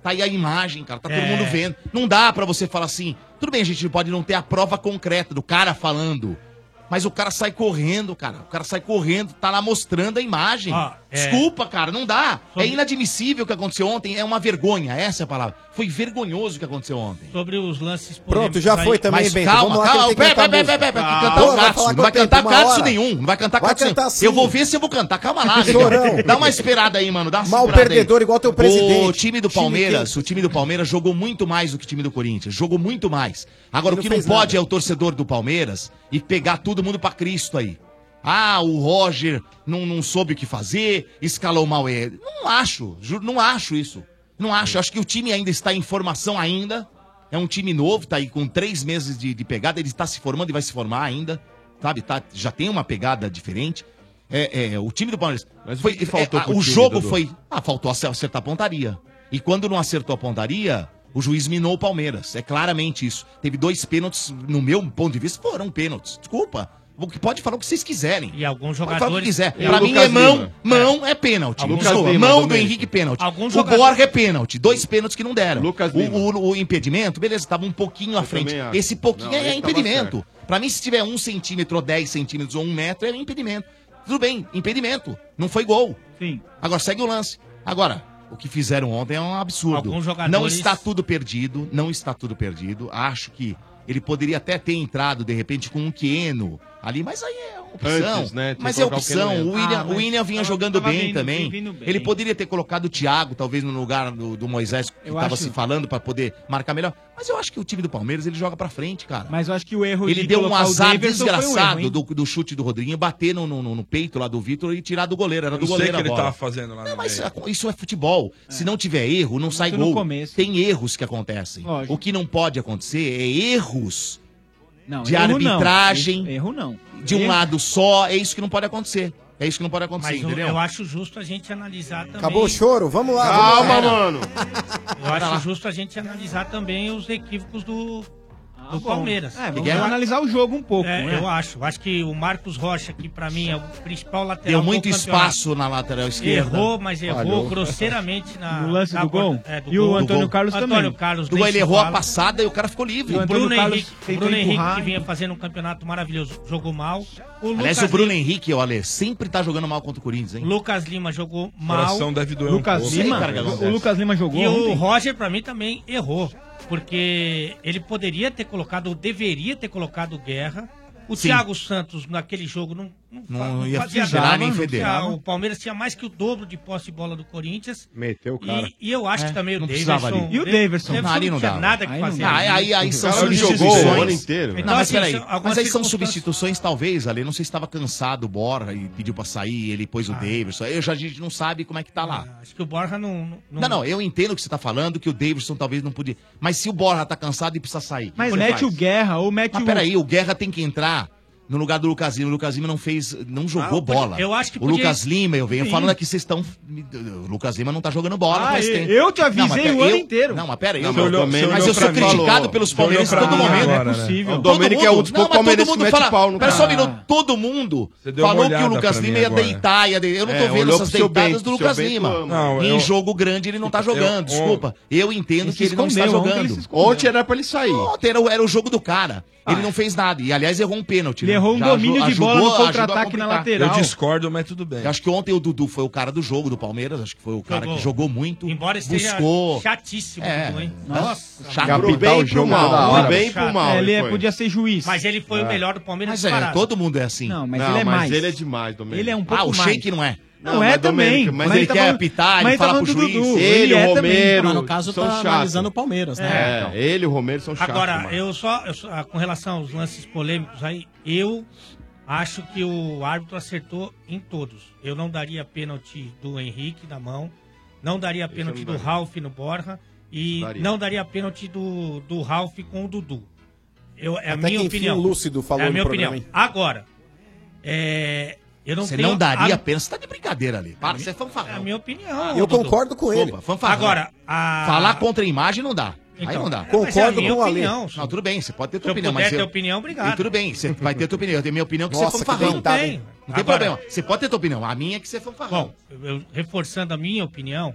Tá aí a imagem, cara, tá todo
É.
mundo vendo. Não dá pra você falar assim. Tudo bem, a gente pode não ter a prova concreta do cara falando. Mas o cara sai correndo, cara. O cara sai correndo, tá lá mostrando a imagem.
Ó, é.
Desculpa, cara, não dá. É inadmissível o que aconteceu ontem. É uma vergonha, essa é a palavra. Foi vergonhoso o que aconteceu ontem.
Sobre os lances
Pronto, já foi também,
bem.
Bento. Vamos lá que ele tem que cantar a música. Ah, porra, vai falar com o Bento, uma hora. Vai cantar sim. Calma lá, Ricardo.
Chorão.
Dá uma esperada aí, mano. Dá uma
Mal
segurada
perdedor igual teu presidente.
O time do
Time
Palmeiras,
quente.
o time do Palmeiras jogou muito mais do que o time do Corinthians. Jogou muito mais. Agora,
Ele
o que
não
não
fez nada.
pode é o torcedor do Palmeiras e pegar todo mundo pra Cristo aí. Ah, o Roger não, não soube o que fazer, escalou mal ele. Não acho, juro, não acho isso. Não
É.
acho. Acho que o time ainda está em formação ainda. É um time novo, tá aí com três meses de, de pegada. Ele está se formando e vai se formar ainda. Sabe? Tá, já tem uma pegada diferente. É, é, o time do Palmeiras.
Mas o
foi,
que que faltou
é,
pro
o
time,
jogo
Dudu?
foi. Ah, faltou acer- acertar a pontaria. E quando não acertou a pontaria, o juiz minou o Palmeiras. É claramente isso. Teve dois pênaltis, no meu ponto de vista, foram pênaltis. Desculpa. O que Pode falar o que vocês quiserem.
E alguns
Pode falar o que
jogadores.
quiser.
E
pra
o
mim
Lucas
é mão,
Lima.
mão é pênalti.
Alguns
Desculpa,
Lima
mão do
também.
Henrique é pênalti.
Alguns
O
jogadores-
Borja é pênalti. Dois pênaltis que não deram. O-
Lima.
o, o impedimento, beleza, tava um pouquinho à frente.
também acho.
Esse pouquinho
Não,
é,
ele tava
impedimento.
certo.
Pra mim, se tiver um centímetro, ou 10 centímetros, ou um metro, é impedimento. Tudo bem, impedimento. Não foi gol.
Sim.
Agora segue o lance. Agora, o que fizeram ontem é um absurdo.
Alguns jogadores-
Não está tudo perdido, não está tudo Ah, perdido. Acho que ele poderia até ter entrado, de repente, com um queno ali, mas aí é um opção.
Antes, né? Tinha
Mas
que
é
colocar
opção.
alguém no
O
meio.
William,
Ah,
o
mas
William vinha jogando
tava
bem
vindo-
também.
vindo bem.
Ele poderia ter colocado o Thiago, talvez no lugar do, do Moisés, que
Eu
estava
acho-
se falando, para poder marcar melhor. Mas eu acho que o time do Palmeiras ele joga para frente, cara.
Mas eu acho que o erro
Ele
de
deu um
colocar o
azar
Daverson foi um erro,
desgraçado
hein?
do, do chute do Rodriguinho, bater no, no- no- no peito lá do Vitor e tirar do goleiro. Era
Eu
do
não sei
goleiro
o que ele
a bola.
tava fazendo lá no
Não, mas
meio.
a- isso é futebol. Se não tiver erro,
É
não sai
Muito no
gol. Tem erros que acontecem.
Lógico.
O que não pode acontecer é erros
Não,
de
erro não.
arbitragem.
Erro não.
De um
Erro.
lado só, é isso que não pode acontecer. É isso que não pode acontecer,
Mas eu,
entendeu?
eu acho justo a gente analisar também.
Acabou o choro? Vamos lá,
Calma,
Pera.
mano.
Eu
Bora lá.
acho justo a gente analisar também os equívocos do,
Ah,
do
bom.
Palmeiras.
É, vamos analisar o jogo um pouco,
É,
né?
Eu acho. Eu Acho que o Marcos Rocha, que pra mim é o principal lateral.
Deu
do
muito
campeonato.
espaço na lateral esquerda.
Errou, mas errou
Falhou.
grosseiramente na.
No lance
na
do gol?
É, do
E o
gol.
Antônio
Do gol.
Carlos
Antônio
também.
Carlos
Do
nem
gol, ele
se
errou
fala.
a passada e o cara ficou livre.
O Bruno Henrique,
tentou
Bruno Henrique
empurrar
que
e-
vinha fazendo um campeonato maravilhoso, jogou mal. O
Aliás,
Lucas,
o Bruno
Lima,
Henrique, olha, sempre tá jogando mal contra o Corinthians, hein?
Lucas Lima jogou mal.
Coração deve doer um Lucas pouco. Lima? O Lucas
Lima
jogou
E o
ontem?
Roger, pra mim, também errou. Porque ele poderia ter colocado, ou deveria ter colocado o Guerra. O
Sim.
Thiago Santos, naquele jogo, não, não, fa-
Não ia
fazia
girar
nada.
nem né? feder.
Tinha- O Palmeiras tinha mais que o dobro de posse de bola do Corinthians.
Meteu o cara.
E, e eu acho
É,
que também o
não
Davidson.
precisava ali. E o
Dav-
Daverson?
Daverson
Não, ali não
tinha
dava.
nada que
Aí não
fazer. né?
dava.
Aí, aí, aí
O
são
cara
substituições.
jogou o ano inteiro.
Não,
Então,
mas
assim,
peraí.
são algumas
Mas aí são
circunstâncias-
substituições, talvez, ali. Não sei se estava cansado o Borra e pediu pra sair, ele
Ah.
pôs o Davidson. Aí já a gente não sabe como é que tá lá.
Acho que o Borja não. Não,
não, eu entendo o que você tá falando, que o Davidson talvez não podia. Mas se o Borra tá cansado e precisa sair.
Mas
você
mete
faz?
o Guerra ou mete
Mas
o...
peraí, o Guerra tem que entrar no lugar do Lucas Lima. O Lucas Lima não fez, não jogou
Ah, eu podia-
bola.
eu acho que
O
podia-
Lucas Lima, eu venho
Sim.
falando aqui, vocês estão... O Lucas Lima não tá jogando bola
Ah,
faz
e-
tempo.
eu te avisei
Não, mas pera-
o ano
eu-
inteiro.
Não, mas peraí.
Não,
eu-
mas o Domênico-
Mas eu sou
pra mim.
criticado pelos
Você
palmeirenses
olhou pra
todo
mim
momento.
agora, né? É possível.
Todo
O Domênico é um dos
mundo-
poucos
não, mas todo
palmeirenses
mundo
que mete
fala-
pau no
Pera só um
cara.
minuto. Todo mundo
deu uma
falou que o
olhada
Lucas
pra
Lima
mim
ia
agora.
deitar. ia de- Eu não
É,
tô vendo
olhou
essas
pro seu
deitadas
Bento,
do
seu
Lucas
Bento
Lima.
ama. Não,
Em
eu-
jogo grande ele não tá
Eu-
jogando. Desculpa. Eu entendo
Ele
que
se
ele não está
escondeu, ontem ele
jogando.
se escondeu. Ontem
era pra ele sair. Ontem era o- era o jogo do cara. Ele não fez nada. E aliás errou um pênalti.
Ele
né?
errou um
Já
domínio
aju-
de bola
ajudou-
no
ajudou a
contra-ataque na
complicar.
lateral.
discordo, mas tudo bem. acho que ontem o Dudu foi o cara do jogo do Palmeiras, acho que foi o cara
Jogou.
que jogou muito.
Embora esteja
buscou.
chatíssimo,
É.
hein?
Nossa,
Nossa,
chato. Pro bem e pro mal, pro bem e pro mal, ele foi.
ser juiz.
né? Mas ele foi
É.
o melhor do Palmeiras
Mas é,
disparado.
todo mundo é assim.
Não, mas ele é mais.
ele é demais, Domênico.
Ele é um pouco
Ah, o
mais.
Sheik não é.
Não, é
mas
também,
Domênico,
mas
Mas ele
ele tá
quer
falando-
apitar,
mas
ele
ele tá
fala pro
falando do
juiz.
Dudu, ele
Ele,
é
o
também.
Romero.
Mas no caso
são
tá
chatos.
analisando o Palmeiras, né?
É,
Então.
ele e o Romero são chatos.
Agora,
mano.
eu só, eu só- ah, com relação aos lances polêmicos aí, eu acho que o árbitro acertou em todos. Eu não daria pênalti do Henrique na mão, não daria pênalti
não
do
daria.
Ralf no Borja e
Daria.
não daria pênalti do, do Ralf com o Dudu. Eu, é a
Até
minha
que enfim
opinião.
o Lúcido falou
é a
no
minha opinião.
programa,
Agora, é, eu não
Você
tenho
não daria
a-
pênalti, você tá de brincadeira ali. Para, você é fanfarrão.
É a minha opinião.
Eu
Dudu.
concordo com ele.
Desculpa, fanfarrão. Agora, a...
Falar contra a imagem não dá. aí
Então,
não dá.
mas Concordo é a minha com o Ale. opinião.
Não, tudo bem, você pode ter
Se
tua
eu
opinião.
puder
mas
ter opinião, obrigado.
E tudo bem, você vai ter tua opinião. Eu tenho minha opinião que
Nossa,
você é
que
fanfarrão.
deitado, hein?
Não tem
Agora-
problema. Você pode ter tua opinião. A minha é que você é fanfarrão.
Bom, eu- eu- reforçando a minha opinião,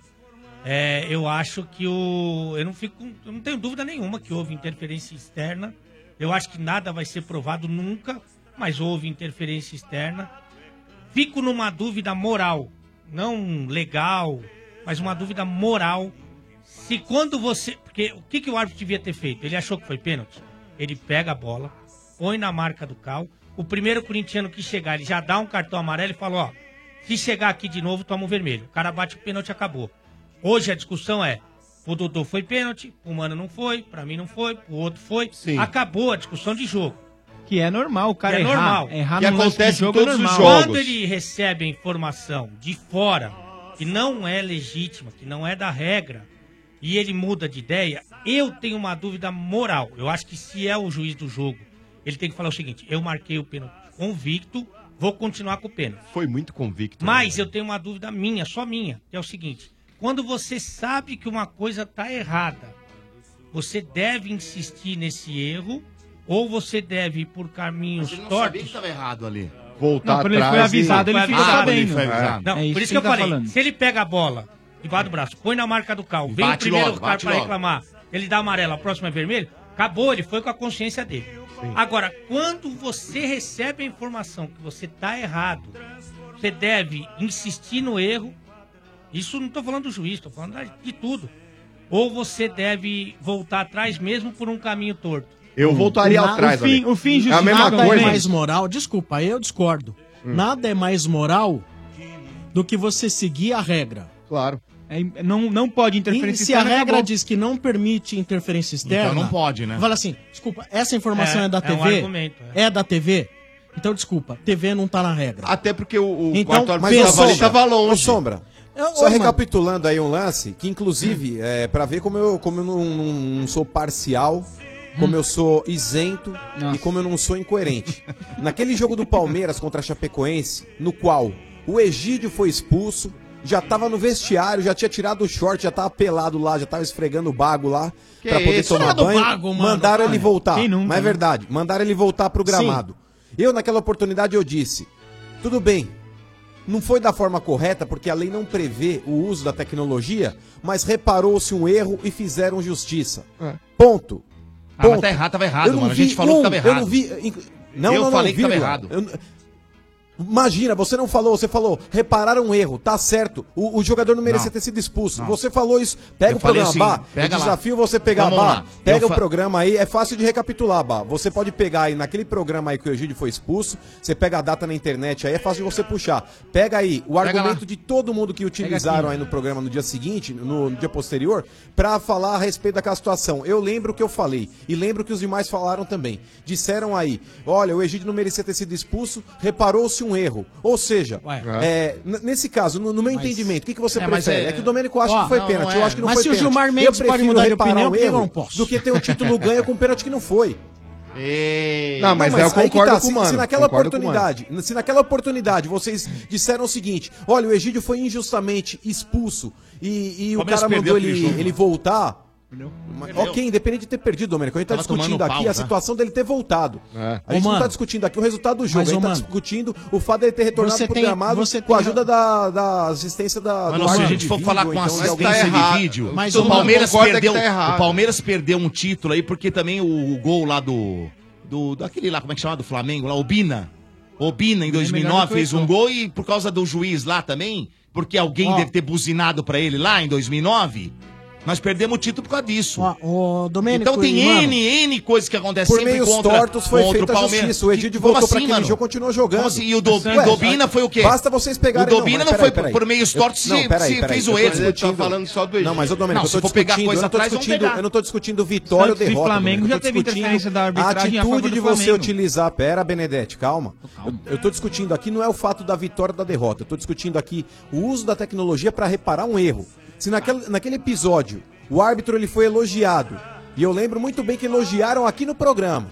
é, eu acho que o. Eu não fico. com- Eu não tenho dúvida nenhuma que houve interferência externa. Eu acho que nada vai ser provado nunca, mas houve interferência externa. Fico numa dúvida moral, não legal, mas uma dúvida moral. Se quando você. Porque o que, que o árbitro devia ter feito? Ele achou que foi pênalti? Ele pega a bola, põe na marca do cal. O primeiro corintiano que chegar, ele já dá um cartão amarelo e fala: ó, se chegar aqui de novo, toma um vermelho. O cara bate o pênalti acabou. Hoje a discussão é: o Dodô foi pênalti, o Mano não foi, pra mim não foi, pro outro foi. Acabou a discussão de jogo.
Que é normal o cara
é
errar.
normal.
Errar no lance de jogo é normal.
Quando ele recebe a informação de fora, que não é legítima, que não é da regra, e ele muda de ideia, eu tenho uma dúvida moral. Eu acho que se é o juiz do jogo, ele tem que falar o seguinte: eu marquei o pênalti convicto, vou continuar com o pênalti.
Foi muito convicto. né?
Mas eu tenho uma dúvida minha, só minha, que é o seguinte: quando você sabe que uma coisa está errada, você deve insistir nesse erro ou você deve ir por caminhos
Ele não sabia que
tortos?
estava errado ali.
Voltar
quando ele
atrás
foi avisado,
e-
ele fica
Ah,
sabendo.
ele foi avisado.
Não,
É isso
por
que
isso que
ele
eu
tá
falei,
falando.
se ele pega a bola debaixo do braço, põe na marca do carro, vem o
Bate
primeiro
logo,
cara
bate
para
logo.
reclamar, ele dá amarelo, a próxima é vermelho, acabou, ele foi com a consciência dele. Agora, quando você recebe a informação que você tá errado, você deve insistir no erro. Isso não tô falando do juiz, tô falando da- de tudo. Ou você deve voltar atrás mesmo por um caminho torto.
Eu voltaria
Hum.
Na-
atrás,
o fim,
Ale.
o fim
É a
justifica
mesma
nada
coisa. Hum.
é mais moral. Desculpa, aí eu discordo. Nada é mais moral do que você seguir a regra.
Claro.
É,
não, não pode
interferência
e se
externa,
a regra
acabou.
diz que não permite interferência externa.
Então não pode, né?
Fala assim, desculpa, essa informação é,
É,
da
é um
TV?
argumento,
é. da TV? Então desculpa, TV não tá na regra.
Até porque o,
então,
mas
pensa-
o Sombra, o Sombra.
É,
Eu- ô,
Só
mano.
recapitulando aí um lance, que inclusive, é, para ver como eu, como eu não, não- não sou parcial, como eu sou isento e como eu não sou incoerente. Naquele jogo do Palmeiras contra a Chapecoense, no qual o Egídio foi expulso, já tava no vestiário, já tinha tirado o short, já tava pelado lá, já tava esfregando o bago lá
Que
pra poder
isso?
tomar
Fora do
banho.
bago, mano,
mandaram ele
olha.
voltar.
Quem nunca,
Mas é
né?
verdade, mandaram ele voltar pro gramado. Eu naquela oportunidade eu disse: "Tudo bem, não foi da forma correta, porque a lei não prevê o uso da tecnologia, mas reparou-se um erro e fizeram justiça. Ponto.
Ah, mas tá errado, tava errado,
Eu não
mano. A
vi um,
gente falou que tava
Eu não
errado.
vi. inc- Não,
Eu
não, não,
falei que tava
vírgula.
errado.
Eu n- Imagina, você não falou, você falou, repararam um erro, tá certo. O, o jogador não merecia
Não.
ter sido expulso.
Não.
Você falou isso. Pega
Eu
o
falei
programa,
assim,
Bá.
pega
eu
lá.
desafio você pegar,
Vamos
Bá.
lá.
Pega
Eu
o
fa-
programa aí, é fácil de recapitular, Bá. Você pode pegar aí naquele programa aí que o Egídio foi expulso, você pega a data na internet aí, é fácil de você puxar. Pega aí o argumento de todo mundo que utilizaram aí no programa no dia seguinte, no, no dia posterior, pra falar a respeito daquela situação. Eu lembro o que eu falei e lembro que os demais falaram também. Disseram aí, olha, o Egídio não merecia ter sido expulso, reparou-se um erro. Ou seja, é, n- nesse caso, no, no meu entendimento, o que, que você
É, mas
prefere?
é-
É, que o Domênico acha
Ó,
que foi
não,
pênalti,
não
eu
é.
acho que não
Mas
foi
se o
pênalti.
Gilmar
Eu
Mendes pode
prefiro
mudar de
reparar
opinião,
um
por que eu
erro
não posso?
Do que ter um título ganho com um pênalti que não foi.
Não, mas eu
tá,
aí que tá,
concordo com o
se-
mano,
Se naquela
concordo com o
oportunidade, se naquela oportunidade vocês disseram o seguinte: olha, o Egídio foi injustamente expulso e, e o
Palmeiras
cara
perdeu
mandou
aquele
ele,
jogo.
né?"
ele voltar. Mas, Ok, independente de ter perdido, Domênico. A gente tá
Tava
discutindo
tomando
aqui
pau, tá?
a situação dele ter voltado. A
É.
Ô,
gente não tá
mano.
discutindo aqui o resultado do jogo.
Mas,
a
ô,
gente tá
mano.
discutindo o fato dele ter retornado
Você
pro
tem-
gramado
você
com a
tem-
ajuda da, da assistência da,
Mano, se a gente for falar com
então,
assistência de vídeo,
mas
o Palmeiras
tá
perdeu, um- o Palmeiras perdeu um título aí porque também o, o gol lá do, do daquele lá como é que chama do Flamengo lá, Obina. Obina em
melhor do
2009
que
fez
isso.
um gol e por causa do juiz lá também, porque alguém
Ó.
deve ter buzinado pra ele lá em 2009. Nós perdemos o título por causa disso.
Domênico
então tem
e, mano,
N, N coisas que acontecem
Por
é sempre
meios
contra,
tortos foi
contra
feita a justiça. O Egídio
Como assim,
voltou pra aquele
mano?
jogo, continuou jogando.
Como assim? E o, do,
Tá
e o
certo.
Dobina foi o quê?
Basta vocês pegarem-
O Dobina
não, mas
não,
peraí,
foi
peraí.
por meios
Eu-
tortos
não,
se,
peraí,
se
peraí.
fez
Eu
o
tô
erro.
discutindo. Não, mas ô, Domênico,
Não,
eu tô
se for pegar
discutindo, eu
coisa
não tô
atrás, vamos
discutindo,
pegar.
eu não tô discutindo vitória ou
Santos e
derrota.
Flamengo
Domênico, eu
já
tô
teve
discutindo
interferência da arbitragem a
A atitude
favor do
de você
Flamengo.
utilizar, pera, Benedetti, calma. Eu, eu tô discutindo aqui não é o fato da vitória ou da derrota, eu tô discutindo aqui o uso da tecnologia pra reparar um erro. Se naquele, naquele episódio o árbitro ele foi elogiado, e eu lembro muito bem que elogiaram aqui no programa.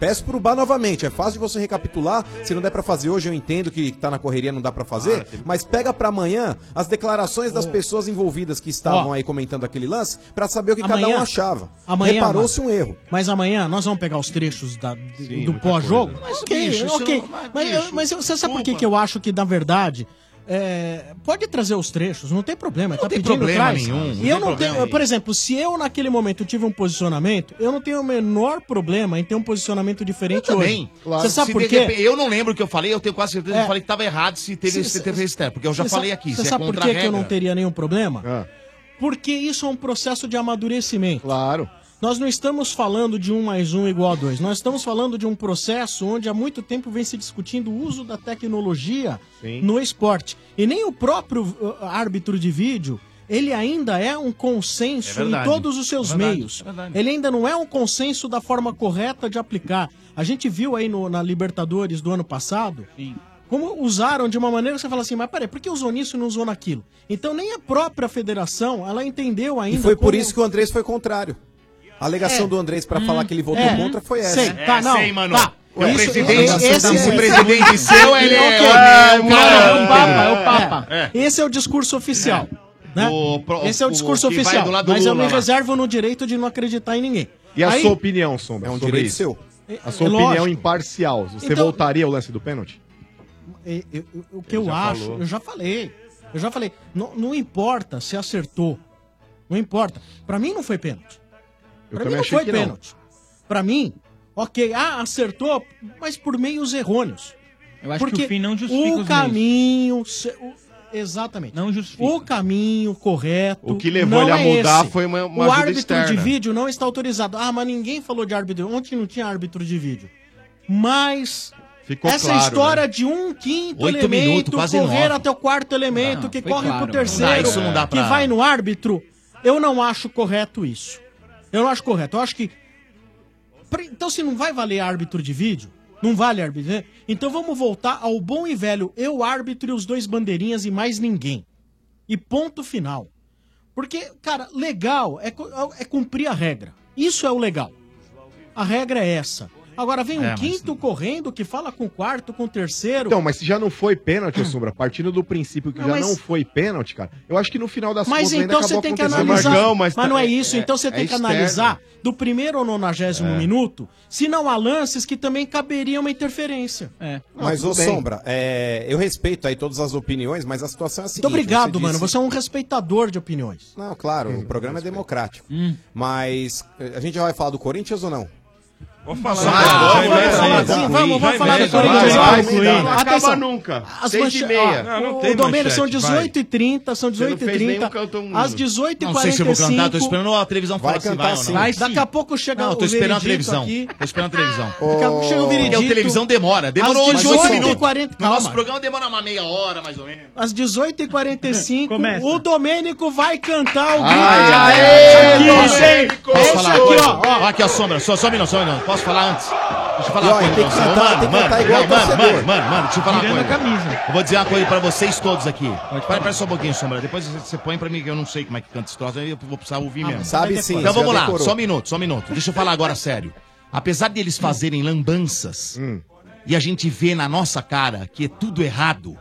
Peço pro Bar novamente, é fácil de você recapitular. Se não der pra fazer hoje, eu entendo que tá na correria, não dá pra
Ah,
fazer. Mas pega pra amanhã as declarações das pessoas envolvidas que estavam aí comentando aquele lance pra saber o que cada
Amanhã-
um achava.
amanhã,
Reparou-se um
mano.
erro.
Mas amanhã nós vamos pegar os trechos da- do
muita
pós-jogo?
coisa.
Mas,
Mas,
ok,
bicho, isso
ok.
não-
Mas,
mas,
eu-
bicho,
mas eu- você sabe por que, que eu acho que, na verdade. é, pode trazer os trechos, não tem problema. Não tá
tem
pedindo,
problema
traz.
nenhum, não
E eu
tem
não
problema
tenho, por exemplo, se eu naquele momento tive um posicionamento, eu não tenho o menor problema em ter um posicionamento diferente hoje.
Também.
Você sabe
Se
por
de
quê?
repente- eu não lembro o que eu falei, eu tenho quase certeza que
É.
eu falei que estava errado se teve se teve externo, porque eu já
Você
falei
sabe-
aqui.
Você
se é
sabe por
contra
que,
a
que eu não
regra.
teria nenhum problema?
Ah.
Porque isso é um processo de amadurecimento.
Claro.
Nós não estamos falando de um mais um igual a dois. Nós estamos falando de um processo onde há muito tempo vem se discutindo o uso da tecnologia
Sim.
no esporte. E nem o próprio uh, árbitro de vídeo, ele ainda é um consenso
É
em
verdade.
todos os seus
É verdade,
meios.
é verdade.
Ele ainda não é um consenso da forma correta de aplicar. A gente viu aí no- na Libertadores do ano passado como usaram de uma maneira que você fala assim, mas peraí, por que usou nisso e não usou naquilo? Então nem a própria federação, ela entendeu ainda.
E foi por
como-
isso que o Andrés foi contrário. A alegação do Andrés pra falar que ele votou
é.
contra foi essa.
Sei, tá, É, não, sei, mano. tá.
O Isso- presidente- esse- esse- esse presidente seu, ele é-
é Ok.
é o
Não,
cara-
é o Papa, é o
é.
Papa.
É.
Esse é o discurso oficial. Né?
O pro-
Esse é o
o
discurso
que vai
oficial.
do lado do
Mas eu
Lula
me
lá.
reservo no direito de não acreditar em ninguém.
E a
Aí-
sua opinião, Sombra?
É um
sobre
direito
isso?
seu.
A sua
É, é
opinião
lógico.
imparcial. Você
Então-
voltaria ao lance do pênalti?
É, eu- eu- o que
Ele
eu
já
acho,
falou.
eu já falei. Eu já falei. Não, não importa se acertou. Não importa. Pra mim não foi pênalti.
Eu
Pra mim
também
não
achei
foi
que não.
pênalti. Pra mim, ok, ah, acertou, mas por meios errôneos.
Eu acho que o fim não justifica
o
os
caminho, se- o- Exatamente. Não justifica. O caminho correto. é
O que levou ele a mudar foi uma- uma
O
ajuda
árbitro de
externa.
vídeo não está autorizado. Ah, mas ninguém falou de árbitro. Ontem não tinha árbitro de vídeo. Mas.
Ficou
essa
claro, né?
história de um quinto
Oito
elemento
minutos, quase
correr
nove.
até o quarto elemento, que
foi
corre
claro,
pro
né?
terceiro,
Ah, isso não dá pra-
que vai no árbitro, eu não acho correto isso. Eu não acho correto. Eu acho que Pre- Então, se não vai valer árbitro de vídeo, não vale árbitro. né? Então, vamos voltar ao bom e velho eu árbitro e os dois bandeirinhas e mais ninguém. E ponto final. Porque, cara, legal é, cu- é cumprir a regra. Isso é o legal. A regra é essa. Agora vem um
É, mas
quinto correndo que fala com o quarto, com o terceiro.
Então, mas se já não foi pênalti, ô Sombra, partindo do princípio que
Não,
já
mas-
não foi pênalti, cara, eu acho que no final das
Mas
ainda
então você
acabou
tem que
acontecendo.
analisar.
Marcão,
mas,
tá-
não é isso,
é-
então você
é
tem que
externo.
analisar do primeiro ao nonagésimo
É.
minuto, se não há lances que também caberia uma interferência.
Mas, ô Sombra, é, eu respeito aí todas as opiniões, mas a situação é a seguinte.
Muito obrigado,
você
mano.
disse-
Você é um respeitador de opiniões.
Não, claro, o programa é democrático.
Hum.
Mas eh, a gente já vai falar do Corinthians ou não?
Vamos
falar. Ah, vai, vai, vai, vai, vai, vamos- vamos falar do Corinthians, então. vai, vai, vai. Atenção. As manche- ó, o Domênio são 18 e 30, são
Você não
18
fez
e 30.
nenhum cantão no
Às
mundo.
18 h
Não sei se eu vou cantar, tô
45
esperando a televisão falar se vai ou não. Vai sim.
Daqui a pouco chega
Não, eu
o
tô esperando a
veredito
televisão.
aqui.
Tô esperando a televisão.
Daqui a pouco chega o veredito.
Porque a televisão demora. Demorou
Às
18
18 e
minutos.
40,
No nosso
calma.
programa demora uma meia hora, mais ou menos.
Às 18h45, o Domênico vai cantar o
Ai,
grito.
aê,
Isso aqui,
Domênico!
hein?
Posso
Deixa
falar
aqui,
coisa?
ó. ó.
Ó, aqui, ó, sombra. Só, só um minuto, só um minuto. Posso falar antes? Deixa eu falar
E, ó,
uma coisa.
tem que
pra você.
cantar,
mano,
tem que
mano,
cantar igual
não, mano,
torcedor.
mano, mano, mano, deixa eu falar uma
Tirando
coisa.
a camisa.
Eu vou dizer uma coisa pra vocês todos aqui. Pera, pera só um pouquinho, sombra. Depois você, você põe pra mim que eu não sei como é que canta esse troço. Aí eu vou precisar ouvir
Ah,
mesmo.
mas sabe sim,
Então
você
vamos lá,
já decorou. Hum.
só um minuto, só um minuto. Deixa eu falar agora sério. Apesar deles fazerem lambanças e a gente vê na nossa cara que é tudo errado,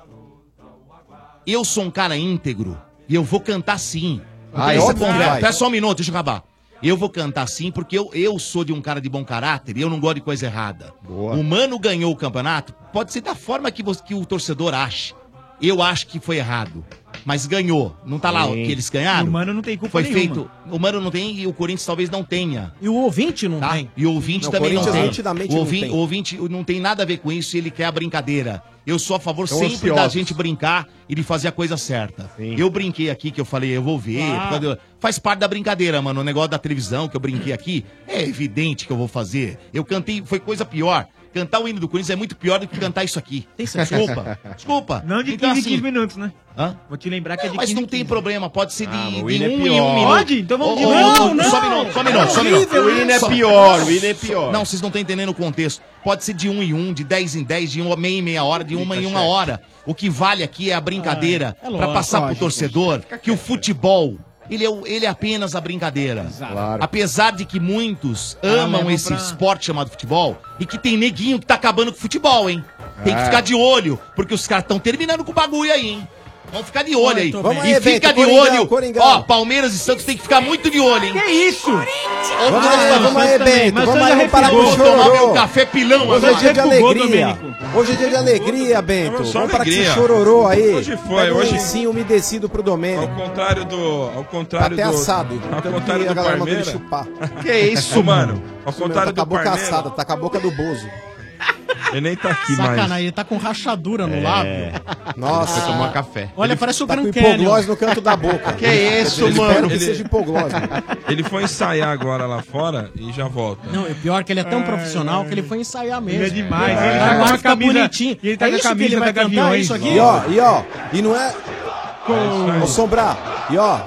eu sou um cara íntegro e eu vou cantar sim. Não
Ah,
tem
é
essa
óbvio que
conversa.
vai.
Espera só um minuto, deixa eu acabar. Eu vou cantar sim porque eu, eu sou de um cara de bom caráter e eu não gosto de coisa errada. O Mano ganhou o campeonato, pode ser da forma que, você- que o torcedor ache. Eu acho que foi errado, mas ganhou. Não tá lá o
Sim.
que eles ganharam?
O Mano não tem culpa
Foi
nenhuma.
feito. O Mano não tem e o Corinthians talvez não tenha.
E o ouvinte não
tem. E o ouvinte
Não, o
também não
Corinthians
tem.
nitidamente
o,
não
ouvinte,
tem.
o ouvinte não tem nada a ver com isso, ele quer a brincadeira. Eu sou a favor
Então,
Estão
sempre da
ansiosos.
gente brincar e de fazer a coisa certa. Eu brinquei aqui que eu falei, eu vou ver.
Claro.
por causa do- Faz parte da brincadeira, mano. O negócio da televisão que eu brinquei aqui, é evidente que eu vou fazer. Eu cantei, foi coisa pior. Cantar o hino do Corinthians é muito pior do que cantar isso aqui. Desculpa. Desculpa.
Não de 15
Então,
em
assim,
15 minutos, né?
Hã?
Vou te lembrar que é de 15
mas não
em
tem
15.
problema, pode ser de,
Ah,
de
mas
um
o hino é
em um
pior.
minuto.
Pode? Então vamos de
Ô, ô,
novo.
ô,
Não,
Só um
não.
minuto, só um
É
minuto, só um minuto.
horrível O hino é
Só-
pior, o hino é pior.
Não, vocês não estão entendendo o contexto. Pode ser de um em um, de dez em dez, de uma meia em meia hora, de uma em uma hora. O que vale aqui é a brincadeira
Ah, é
pra
lógico,
passar pro
lógico.
torcedor que o futebol ele é, o- ele é apenas a brincadeira. Apesar de que muitos amam
mas
esse
pra-
esporte chamado futebol e que tem neguinho que tá acabando com o futebol, hein? Tem que
É.
ficar de olho, porque os caras estão terminando com o bagulho aí, hein? Vamos ficar de olho aí.
Muito bem.
E
Vamos aí, Bento,
fica de
Coringão,
olho.
Coringão.
Ó, Palmeiras e Santos tem que ficar muito de olho, hein? Que isso?
Vamos aí, vamos aí, Bento, vamos aí, vamos parar com
Vou
o
tomar
chororô.
meu café pilão
Hoje é
agora.
dia de alegria. Hoje é dia de alegria, Bento.
Vamos só
Vamos para que esse
alegria.
chororô aí.
Hoje foi,
Pega um
hoje-
lencinho umedecido pro Domênico.
Ao contrário do. Ao contrário
Tá até
do,
assado,
Ao
tanto
contrário
que a
do
galera mandou ele
Parmeira.
chupar.
Que isso, mano? Ao
Isso mesmo, tá
contrário do
com a boca
Parmeira.
assada, tá com a boca do Bozo.
Ele nem tá aqui mais.
Sacanagem, ele tá com rachadura no
É.
lábio.
Nossa.
Foi tomar
café.
Ah. Olha, parece o
tá
Gran
com
Canyon.
hipoglose no canto da boca.
Que é isso,
Eu espero
mano?
que
Ele-
seja hipoglose.
Ele foi ensaiar agora lá fora e já volta.
Não, é pior que ele é tão profissional que ele foi ensaiar mesmo.
Ele é demais, ele
Ele
tá com
vai
uma
ficar
camisa-
bonitinho.
ele tá
é
com a
isso que
camisa
ele
da
vai cantar,
Gaviões, né?
isso aqui?
E ó, e ó, e não é. Ô, Sombrar, e ó,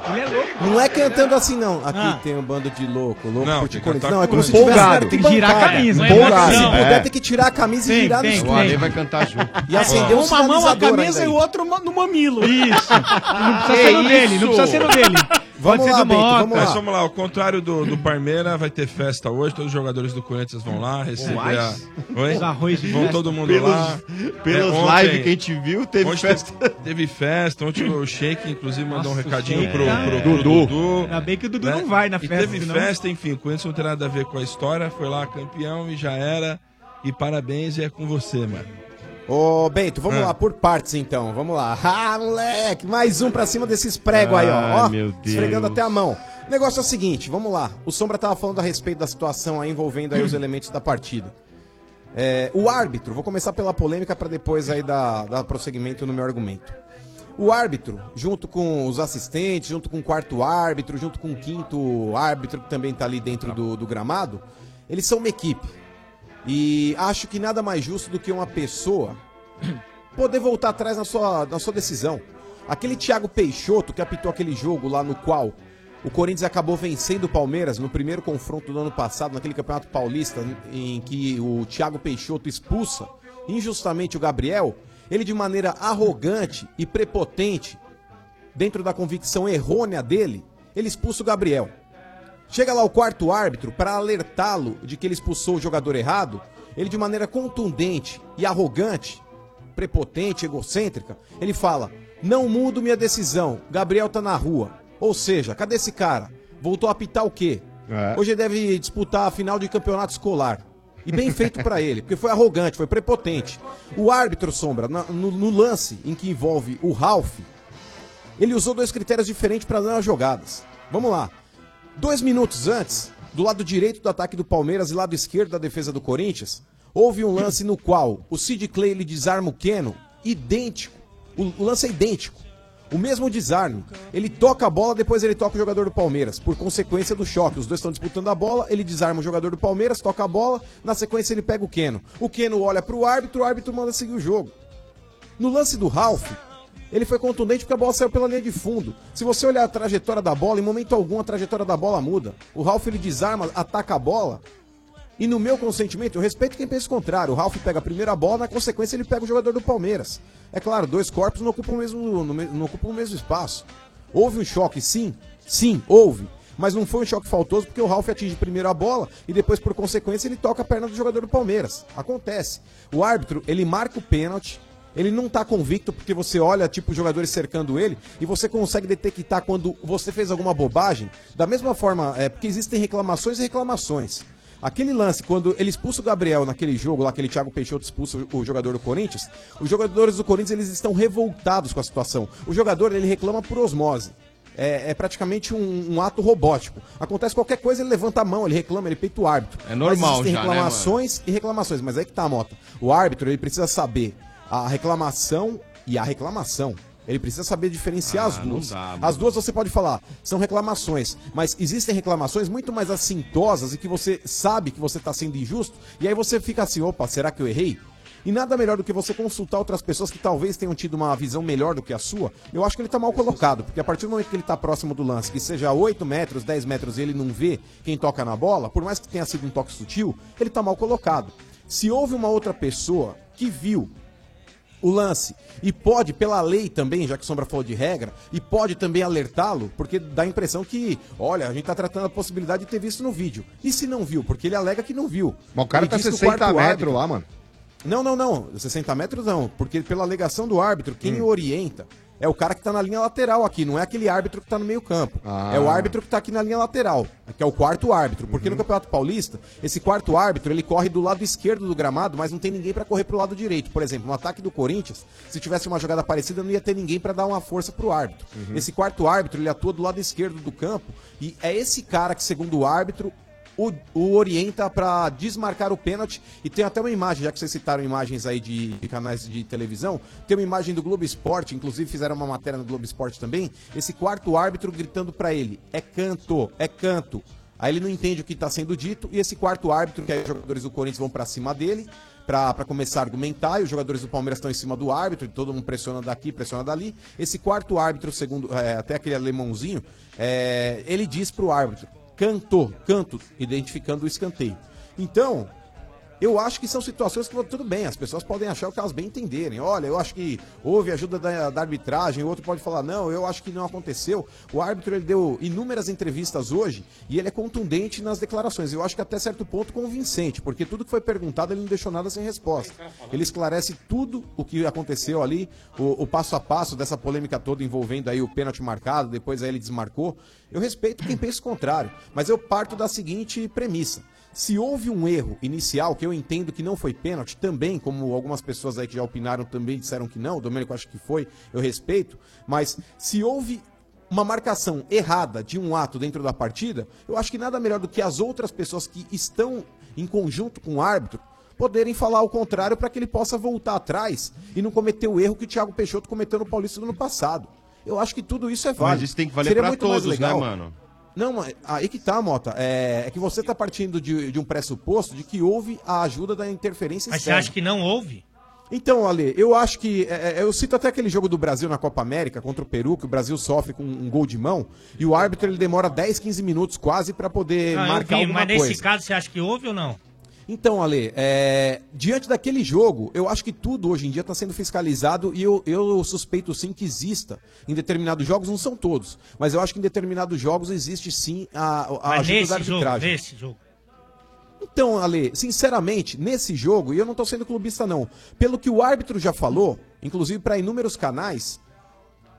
não é cantando assim não. Aqui
Ah.
tem um bando de louco, louco
Não,
por
tem
te
que
Corinthians.
cantar
Não, é
com
como
ele.
se tivesse
Empolgado,
na
tem que girar a
arquibancada.
camisa, né?
Empolgado. Se
Não,
puder,
é.
tem que tirar a camisa e
Tem,
girar no
tem,
chão.
tem. O Ale vai
cantar junto.
E acendeu um
uma mão a
sinalizador
camisa e
ainda
o
aí.
outro ma- no mamilo. Isso.
Não
precisa ser no dele, não precisa ser no dele.
Pode ser do Mota.
Mas vamos lá, ao contrário do, do Parmeira, vai ter festa hoje, todos os jogadores do Corinthians vão lá receber a...
mais?
Oi?
Os arroz de
Vão
festa.
todo mundo
Pelos-
lá. É,
pelos live que a gente viu, teve
ontem
festa.
Teve, teve festa, ontem o Sheik, inclusive, mandou um
Nossa, o
recadinho
Sheik
pro,
tá-
pro, pro
Dudu.
Dudu.
Ainda bem que o Dudu
né?
não vai na
E
festa,
teve
senão-
festa, enfim, o Corinthians não tem nada a ver com a história, foi lá campeão e já era. E parabéns, e é com você, mano.
Ô, Bento, vamos
Ah.
lá, por partes então, vamos lá. Ah, moleque, mais um pra cima desses pregos aí, ó.
Ai,
ó
meu Deus.
Esfregando até a mão. O negócio é o seguinte, vamos lá. O Sombra tava falando a respeito da situação aí envolvendo aí os elementos da partida. É, o árbitro, vou começar pela polêmica pra depois aí dar, dar prosseguimento no meu argumento. O árbitro, junto com os assistentes, junto com o quarto árbitro, junto com o quinto árbitro que também está ali dentro do, do gramado, eles são uma equipe. E acho que nada mais justo do que uma pessoa poder voltar atrás na sua, na sua decisão. Aquele Thiago Peixoto que apitou aquele jogo lá no qual o Corinthians acabou vencendo o Palmeiras no primeiro confronto do ano passado, naquele Campeonato Paulista, em que o Thiago Peixoto expulsa injustamente o Gabriel. Ele, de maneira arrogante e prepotente, dentro da convicção errônea dele, ele expulsa o Gabriel. Chega lá o quarto árbitro para alertá-lo de que ele expulsou o jogador errado. Ele, de maneira contundente e arrogante, prepotente, egocêntrica, ele fala: Não mudo minha decisão, Gabriel tá na rua. Ou seja, cadê esse cara? Voltou a apitar o quê? Hoje ele deve disputar a final de campeonato escolar. E bem feito pra ele, porque foi arrogante, foi prepotente. O árbitro Sombra, na- no, no lance em que envolve o Ralph, ele usou dois critérios diferentes para dar as jogadas. Vamos lá. Dois minutos antes, do lado direito do ataque do Palmeiras e lado esquerdo da defesa do Corinthians, houve um lance no qual o Sid Clay ele desarma o Keno, idêntico. O, o lance é idêntico. O mesmo desarme. Ele toca a bola, depois ele toca o jogador do Palmeiras. Por consequência do choque. Os dois estão disputando a bola, ele desarma o jogador do Palmeiras, toca a bola, na sequência ele pega o Keno. O Keno olha pro árbitro, o árbitro manda seguir o jogo. No lance do Ralph, ele foi contundente porque a bola saiu pela linha de fundo. Se você olhar a trajetória da bola, em momento algum a trajetória da bola muda. O Ralph ele desarma, ataca a bola. E no meu consentimento, eu respeito quem pensa o contrário. O Ralph pega a primeira bola, na consequência ele pega o jogador do Palmeiras. É claro, dois corpos não ocupam o mesmo, no me- não ocupam o mesmo espaço. Houve um choque, sim. Sim, houve. Mas não foi um choque faltoso porque o Ralph atinge primeiro a bola e depois, por consequência, ele toca a perna do jogador do Palmeiras. Acontece. O árbitro, ele marca o pênalti, ele não tá convicto porque você olha, tipo, os jogadores cercando ele e você consegue detectar quando você fez alguma bobagem. Da mesma forma, é porque existem reclamações e reclamações. Aquele lance, quando ele expulsa o Gabriel naquele jogo lá, aquele Thiago Peixoto expulsa o- o jogador do Corinthians, os jogadores do Corinthians eles estão revoltados com a situação. O jogador ele reclama por osmose. É, é praticamente um, um ato robótico. Acontece qualquer coisa, ele levanta a mão, ele reclama, ele peita o árbitro. É
normal
existem
já, né,
reclamações reclamações e reclamações, mas aí que tá, Mota. O árbitro, ele precisa saber a reclamação e a reclamação. Ele precisa saber diferenciar as duas. as duas você pode falar, são reclamações, mas existem reclamações muito mais assintosas e que você sabe que você está sendo injusto, e aí você fica assim, opa, será que eu errei? E nada melhor do que você consultar outras pessoas que talvez tenham tido uma visão melhor do que a sua. Eu acho que ele tá mal colocado, porque a partir do momento que ele tá próximo do lance, que seja 8 metros, 10 metros, e ele não vê quem toca na bola, por mais que tenha sido um toque sutil, ele tá mal colocado. Se houve uma outra pessoa que viu o lance. E pode, pela lei também, já que o Sombra falou de regra, e pode também alertá-lo, porque dá a impressão que, olha, a gente tá tratando a possibilidade de ter visto no vídeo. E se não viu? Porque ele alega que não viu.
Mas o cara
Ele
tá
diz que o
60
quarto
metros
árbitro-
lá, mano.
Não, não, não. 60 metros não. Porque pela alegação do árbitro, quem orienta é o cara que tá na linha lateral aqui, não é aquele árbitro que tá no meio campo. É o árbitro que tá aqui na linha lateral, que é o quarto árbitro. Porque no Campeonato Paulista, esse quarto árbitro, ele corre do lado esquerdo do gramado, mas não tem ninguém pra correr pro lado direito. Por exemplo, no ataque do Corinthians, se tivesse uma jogada parecida, não ia ter ninguém pra dar uma força pro árbitro. Esse quarto árbitro, ele atua do lado esquerdo do campo e é esse cara que, segundo o árbitro, o, o orienta pra desmarcar o pênalti e tem até uma imagem, já que vocês citaram imagens aí de, de canais de televisão, tem uma imagem do Globo Esporte, inclusive fizeram uma matéria no Globo Esporte também, esse quarto árbitro gritando pra ele, é canto, é canto. Aí ele não entende o que tá sendo dito e esse quarto árbitro, que aí os jogadores do Corinthians vão pra cima dele, pra pra começar a argumentar, e os jogadores do Palmeiras estão em cima do árbitro, e todo mundo pressiona daqui, pressiona dali. Esse quarto árbitro, segundo é, até aquele alemãozinho, é, ele diz pro árbitro, cantou, canto, identificando o escanteio. Então, eu acho que são situações que tudo bem, as pessoas podem achar o que elas bem entenderem. Olha, eu acho que houve ajuda da, da arbitragem, o outro pode falar, não, eu acho que não aconteceu. O árbitro ele deu inúmeras entrevistas hoje e ele é contundente nas declarações. Eu acho que até certo ponto convincente, porque tudo que foi perguntado ele não deixou nada sem resposta. Ele esclarece tudo o que aconteceu ali, o, o passo a passo dessa polêmica toda envolvendo aí o pênalti marcado, depois aí ele desmarcou. Eu respeito quem pensa o contrário, mas eu parto da seguinte premissa. Se houve um erro inicial, que eu entendo que não foi pênalti, também, como algumas pessoas aí que já opinaram também disseram que não, o Domênico acha que foi, eu respeito, mas se houve uma marcação errada de um ato dentro da partida, eu acho que nada melhor do que as outras pessoas que estão em conjunto com o árbitro poderem falar o contrário para que ele possa voltar atrás e não cometer o erro que o Thiago Peixoto cometeu no Paulista no ano passado. Eu acho que tudo isso é válido.
isso tem que valer
Seria
pra
muito mais
todos, né,
legal-
mano?
Não, mas aí que tá, Mota. É, é que você tá partindo de, de um pressuposto de que houve a ajuda da interferência
Mas você
externa.
acha que não houve?
Então, Ale, eu acho que. é, é, eu cito até aquele jogo do Brasil na Copa América contra o Peru, que o Brasil sofre com um gol de mão, e o árbitro ele demora 10, 15 minutos quase pra poder
Não, Ah, eu
marcar
vi,
alguma
mas
coisa.
nesse caso você acha que houve ou não?
Então, Ale, é, diante daquele jogo, eu acho que tudo hoje em dia está sendo fiscalizado e eu, eu suspeito sim que exista. Em determinados jogos, não são todos, mas eu acho que em determinados jogos existe sim a, Ah, a ajuda da
mas nesse jogo,
arbitragem.
nesse jogo.
Então, Ale, sinceramente, nesse jogo, e eu não tô sendo clubista não, pelo que o árbitro já falou, inclusive para inúmeros canais,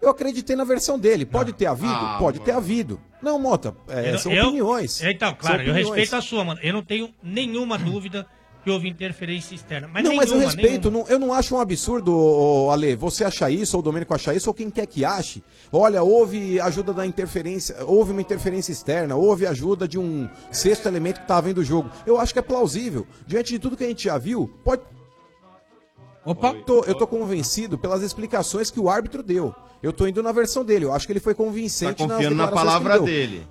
eu acreditei na versão dele. Pode ter havido?
Ah,
Pode ter havido. Não, Mota, é,
Eu-
são
eu-
opiniões.
Então, claro,
São
eu
opiniões.
respeito a sua, mano. Eu não tenho nenhuma dúvida que houve interferência externa. Mas
não,
nenhuma,
mas eu respeito,
nenhuma.
não- eu não acho um absurdo, ô, ô, Ale, você achar isso, ou o Domênico achar isso, ou quem quer que ache. Olha, houve ajuda da interferência, houve uma interferência externa, houve ajuda de um sexto elemento que estava vendo o jogo. Eu acho que é plausível. Diante de tudo que a gente já viu, pode.
Opa!
Tô, eu tô convencido pelas explicações que o árbitro deu. Eu tô indo na versão dele, eu acho que ele foi
Tá
convincente nas
confiando na
declarações que ele
palavra
deu.
dele.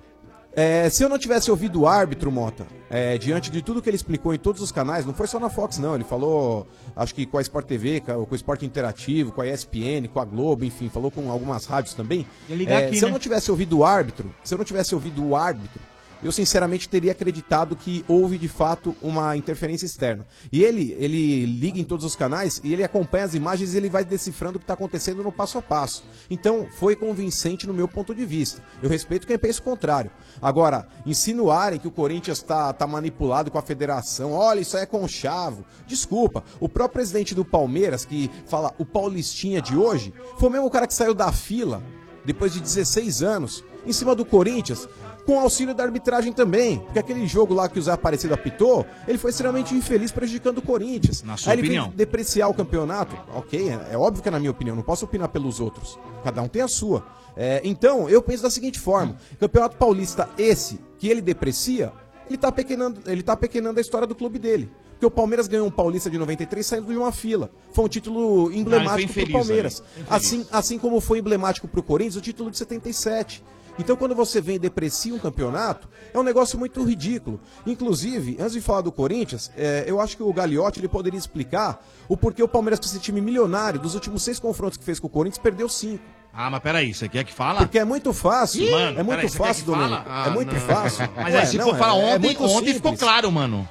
É, se eu não tivesse ouvido o árbitro, Mota, é, diante de tudo que ele explicou em todos os canais, não foi só na Fox, não. Ele falou, acho que com a Sport TV, ca- com o Esporte Interativo, com a ESPN, com a Globo, enfim, falou com algumas rádios também.
Ia ligar
É,
aqui,
se
né?
eu não tivesse ouvido o árbitro, se eu não tivesse ouvido o árbitro, eu sinceramente teria acreditado que houve de fato uma interferência externa. E ele, ele liga em todos os canais e ele acompanha as imagens e ele vai decifrando o que está acontecendo no passo a passo. Então, foi convincente no meu ponto de vista. Eu respeito quem pensa o contrário. Agora, insinuarem que o Corinthians está tá manipulado com a federação, olha, isso aí é conchavo. Desculpa, o próprio presidente do Palmeiras, que fala o Paulistinha de hoje, foi o mesmo cara que saiu da fila depois de 16 anos, em cima do Corinthians, com auxílio da arbitragem também. Porque aquele jogo lá que o Zé Aparecido apitou, ele foi extremamente infeliz prejudicando o Corinthians. Na
sua
Aí ele veio
opinião.
depreciar o campeonato, ok, é, é óbvio que é na minha opinião, não posso opinar pelos outros. Cada um tem a sua. É, então, eu penso da seguinte forma: Campeonato Paulista, esse que ele deprecia, ele tá pequenando, ele tá pequenando a história do clube dele. Porque o Palmeiras ganhou um Paulista de 93 saindo de uma fila. Foi um título emblemático
infeliz
pro Palmeiras.
ali. Infeliz.
Assim, assim como foi emblemático pro Corinthians o título de 77. Então, quando você vem e deprecia um campeonato, é um negócio muito ridículo. Inclusive, antes de falar do Corinthians, é, eu acho que o Gagliotti ele poderia explicar o porquê o Palmeiras, com esse time milionário, dos últimos seis confrontos que fez com o Corinthians, perdeu cinco.
Ah, mas peraí, você quer que fala?
Porque é muito fácil,
Ih,
é
mano,
muito
peraí, você quer
fácil,
que fala?
Domênico.
Ah,
é muito
não.
fácil. é,
Mas aí se for
é,
falar ontem, ontem ficou claro, mano.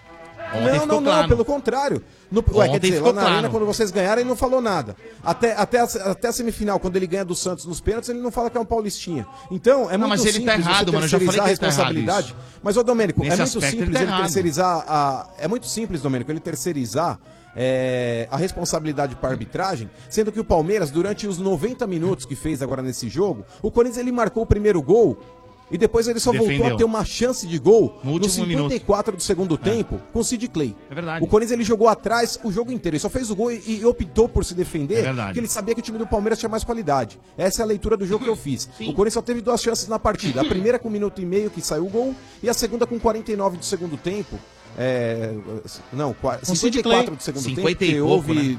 Ontem
não,
ficou
não,
claro.
não, pelo contrário. No, ué,
Ontem
quer dizer,
ficou
lá na arena,
claro.
quando vocês ganharam, ele não falou nada. Até, até, a, até a semifinal, quando ele ganha do Santos nos pênaltis, ele não fala que é um paulistinha. Então, é
Não,
muito
mas ele tá
simples você
errado, mano, eu já falei
terceirizar
que ele tá
a responsabilidade.
errado
mas, ô Domênico,
Nesse
é muito
aspecto, ele
simples
tá
ele,
errado.
terceirizar a. É muito simples, Domênico, ele terceirizar. é, a responsabilidade para arbitragem, sendo que o Palmeiras, durante os 90 minutos que fez agora nesse jogo, o Corinthians ele marcou o primeiro gol e depois ele só voltou
Defendeu.
a ter uma chance de gol
No
no,
último
54 do segundo tempo com o Sid Clay.
É verdade.
O Corinthians ele jogou atrás o jogo inteiro. Ele só fez o gol e, e optou por se defender,
É verdade.
porque ele sabia que o time do Palmeiras tinha mais qualidade. Essa é a leitura do jogo que eu fiz. O Corinthians só teve duas chances na partida. A primeira com um minuto e meio que saiu o gol e a segunda com 49 do segundo tempo. É, não, qua-
Com o Sid
54
Clay.
do segundo
50 e
tempo, porque
pouco,
houve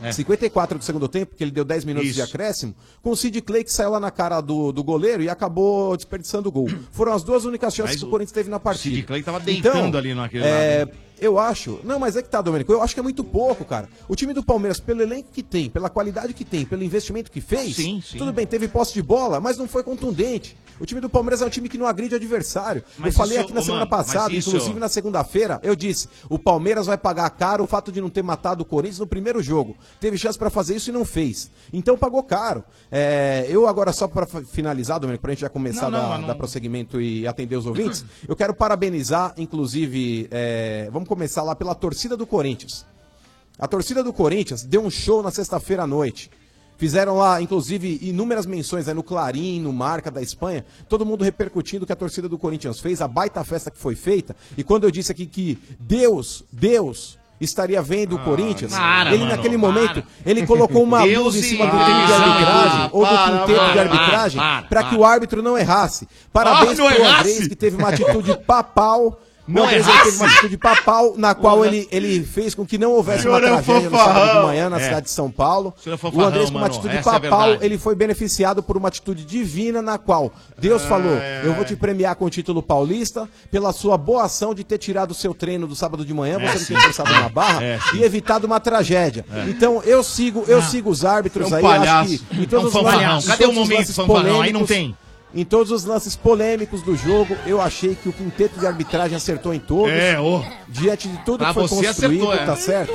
né? É.
54 do segundo tempo, que ele deu 10 minutos de
Isso.
acréscimo, com o Sid Clay que saiu lá na cara do, do goleiro e acabou desperdiçando o gol. Foram as duas únicas chances
Mas
que o
o
Corinthians teve na partida.
Sid Clay tava deitando ali naquele
Então, é,
lado.
Eu acho. Não, mas é que tá, Domênico. Eu acho que é muito pouco, cara. O time do Palmeiras, pelo elenco que tem, pela qualidade que tem, pelo investimento que fez,
Sim, sim.
tudo bem, teve posse de bola, mas não foi contundente. O time do Palmeiras é um time que não agride o adversário.
Mas
eu falei
isso,
aqui na
ô,
semana
mano, mas
passada,
isso-
inclusive na segunda-feira, eu disse: o Palmeiras vai pagar caro o fato de não ter matado o Corinthians no primeiro jogo. Teve chance pra fazer isso e não fez. Então pagou caro. É, eu agora, só pra fa- finalizar, Domenico, pra gente já começar a
Não, não,
dar,
mas não-
dar prosseguimento e atender os ouvintes, eu quero parabenizar, inclusive, é, vamos começar lá pela torcida do Corinthians. A torcida do Corinthians deu um show na sexta-feira à noite. Fizeram lá, inclusive, inúmeras menções né, no Clarim, no Marca da Espanha, todo mundo repercutindo o que a torcida do Corinthians fez, a baita festa que foi feita. E quando eu disse aqui que Deus, Deus estaria vendo o Corinthians,
Ah, para,
ele
mano,
naquele
para.
momento, ele colocou uma
Deus
luz em cima
e-
do time de
Ah,
arbitragem, ou do
para,
quinteto de
para,
arbitragem,
para,
para que o árbitro não errasse. Parabéns
Ah, não
pro
errasse!
Andrés, que teve uma atitude papal Não,
Não é
mas ele teve
raça?
uma atitude papal na qual ele, ele fez com que não houvesse uma
Senhor é um
tragédia no sábado de
fanfarrão.
manhã na
É.
cidade de São Paulo.
Senhor é
O
um
fanfarrão,
Andrés, com uma
mano,
atitude
essa é a
papal,
verdade.
ele foi beneficiado por uma atitude divina na qual
É.
Deus falou: Eu vou te premiar com o título paulista pela sua boa ação de ter tirado o seu treino do sábado de
É,
manhã, você não
sim.
ter forçado na barra
É,
e evitado uma tragédia. Então eu sigo, eu sigo os árbitros
É um
aí, eu
palhaço.
acho que
É um fanfarrão.
lances-
Cadê o
todos os
momento
lances
fanfarrão? Aí não
polêmicos-
tem.
em todos os lances polêmicos do jogo, eu achei que o quinteto de arbitragem acertou em todos.
É, ô.
Diante de tudo
Pra
que foi
você
construído,
acertou, é.
tá certo?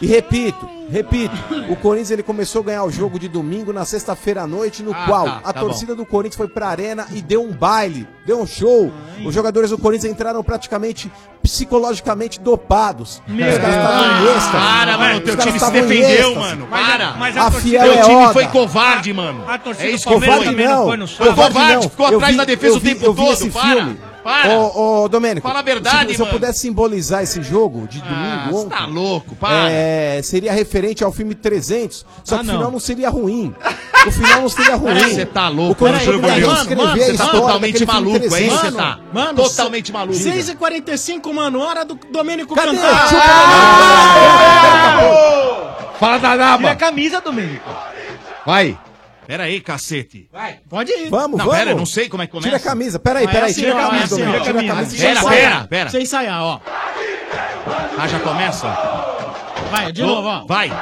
E repito, repito, o Corinthians ele começou a ganhar o jogo de domingo na sexta-feira à noite, no
Ah,
qual
tá,
a
tá
torcida do Corinthians foi pra arena e deu um baile, deu um show. Os jogadores do Corinthians entraram praticamente psicologicamente dopados.
Meu
Os caras
Deus.
estavam em êxtase.
Para, mano, o
Os
teu
caras
time se
estavam em
defendeu,
êxtase.
mano. Para.
Mas a, fiel
Teu
é
time
oga.
foi covarde, mano.
A torcida
É
do
isso que eu
Palmeiras
falo.
Covarde
também não foi
não.
no
covarde
sábado.
não.
Covarde, ficou
Eu
atrás da defesa o
eu vi-
tempo
eu vi
todo,
Esse
para,
filme.
para.
Ô, ô, Domênico.
Fala a verdade,
se, se eu
mano.
pudesse simbolizar esse jogo de
Ah,
domingo
você
ontem...
tá louco, para.
é, seria referente ao filme 300, só
Ah,
que o
não.
final não seria ruim. O final não seria ruim.
Você tá louco,
o Corinthians
né?
mano,
poderia
mano,
escrever
mano,
a
você tá
história
totalmente
daquele filme
maluco, é isso que
300.
você tá?
Mano,
Totalmente maluco.
6h45, mano, hora do Domênico
Cadê?
cantar. Ah!
Chupa,
Fala da
Tira a
Naba.
camisa, Domênico.
Vai. Pera aí, cacete.
Vai.
Pode ir.
Vamos,
Não,
vamos.
pera, eu não
sei como é que começa.
Tira a camisa, peraí, peraí,
assim,
tira
é
a camisa, Domênico, tira a camisa.
Pera, pera, pera.
Sem ensaiar, ó.
Ah, já começa?
Vai, de
Lou-
novo, ó.
Vai.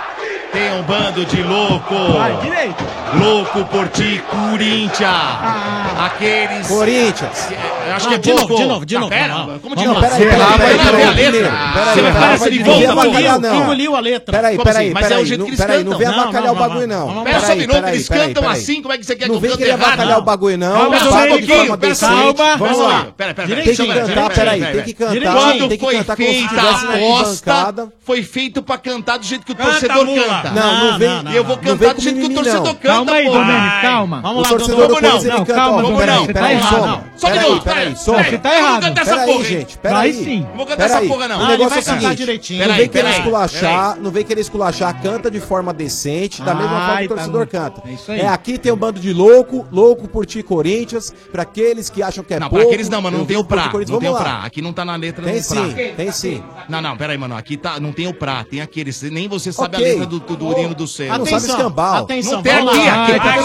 Tem um bando de louco.
Vai, direito.
Louco por ti, Corinthians. Aqueles.
Corinthians.
Eu acho
Ah. Não,
que é
de novo,
pouco.
de novo, de
Ah,
novo,
Pera,
não, não.
como de
Não,
novo?
pera aí, pera aí,
Vai
pera
ver
aí,
a
pera aí,
letra.
pera aí,
Você vai
pera
falar
aí,
se ele
vai,
volta
vai, vai,
pouco.
vai, não. Engoliu a letra.
Peraí,
Como
peraí,
assim?
Mas é o
peraí.
jeito
não-
que eles
Peraí,
cantam.
não vem
Não, não,
abacalhar o
não, não,
bagulho,
não.
não.
Pera só um
Peraí,
minuto,
peraí,
eles
peraí,
cantam
peraí.
assim, como é que você quer que
Não
eu
vem
cante
querer
errado?
abacalhar o bagulho, não.
Pera só um
Fala de
pouquinho,
forma
pera só um
decente. Vamos
pouquinho. Vamos
lá.
lá. Pera, pera,
Tem
pera,
que
pera,
cantar,
pera,
peraí,
pera,
tem que
pera.
cantar.
Quando
Tem que
foi
cantar como se
feita a
tivesse na
aposta,
arquibancada.
foi feito pra cantar do jeito que o
Canta,
torcedor
mula.
canta.
Não, não vem- não,
E eu vou
não vem com
cantar do jeito que o
mimimi, não.
torcedor canta,
Calma aí,
pô.
Domênico, calma.
Vamos lá, torcedor do Corinthians, ele canta, ó,
calma,
vamos não,
Domênico, você tá
peraí,
errado.
some.
não.
Só um
Peraí,
minuto,
peraí,
peraí.
some.
Você tá
Eu não vou
errado.
cantar essa
Peraí,
porra, hein?
gente, peraí.
Aí sim.
Não vou cantar essa porra, não.
O
Ah, ele
negócio
vai
é o
cantar
seguinte,
direitinho.
não
Peraí,
vem querer
peraí,
esculachar, não vem querer esculachar, canta de forma decente, da mesma forma que
Ai,
o
tá
torcedor
bom.
canta.
É isso aí.
É, aqui tem um bando de louco, louco por ti, Corinthians, pra aqueles que acham que é
Não,
pouco.
pra aqueles não, mano, não
eu
tem o
vivo por ti,
pra.
Corinthians,
Não tem o
vamos lá.
pra. Aqui não tá na letra
Tem
do pra.
sim, tem sim.
Não, não, peraí, mano. Aqui tá, não tem o pra, tem aquele. cê- Nem você sabe
Ok.
a letra do, do, do urino do
Ah,
cedo.
não sabe escambau.
Não tem aqui,
Ai,
aqui. aqui,
pessoal,
aqui,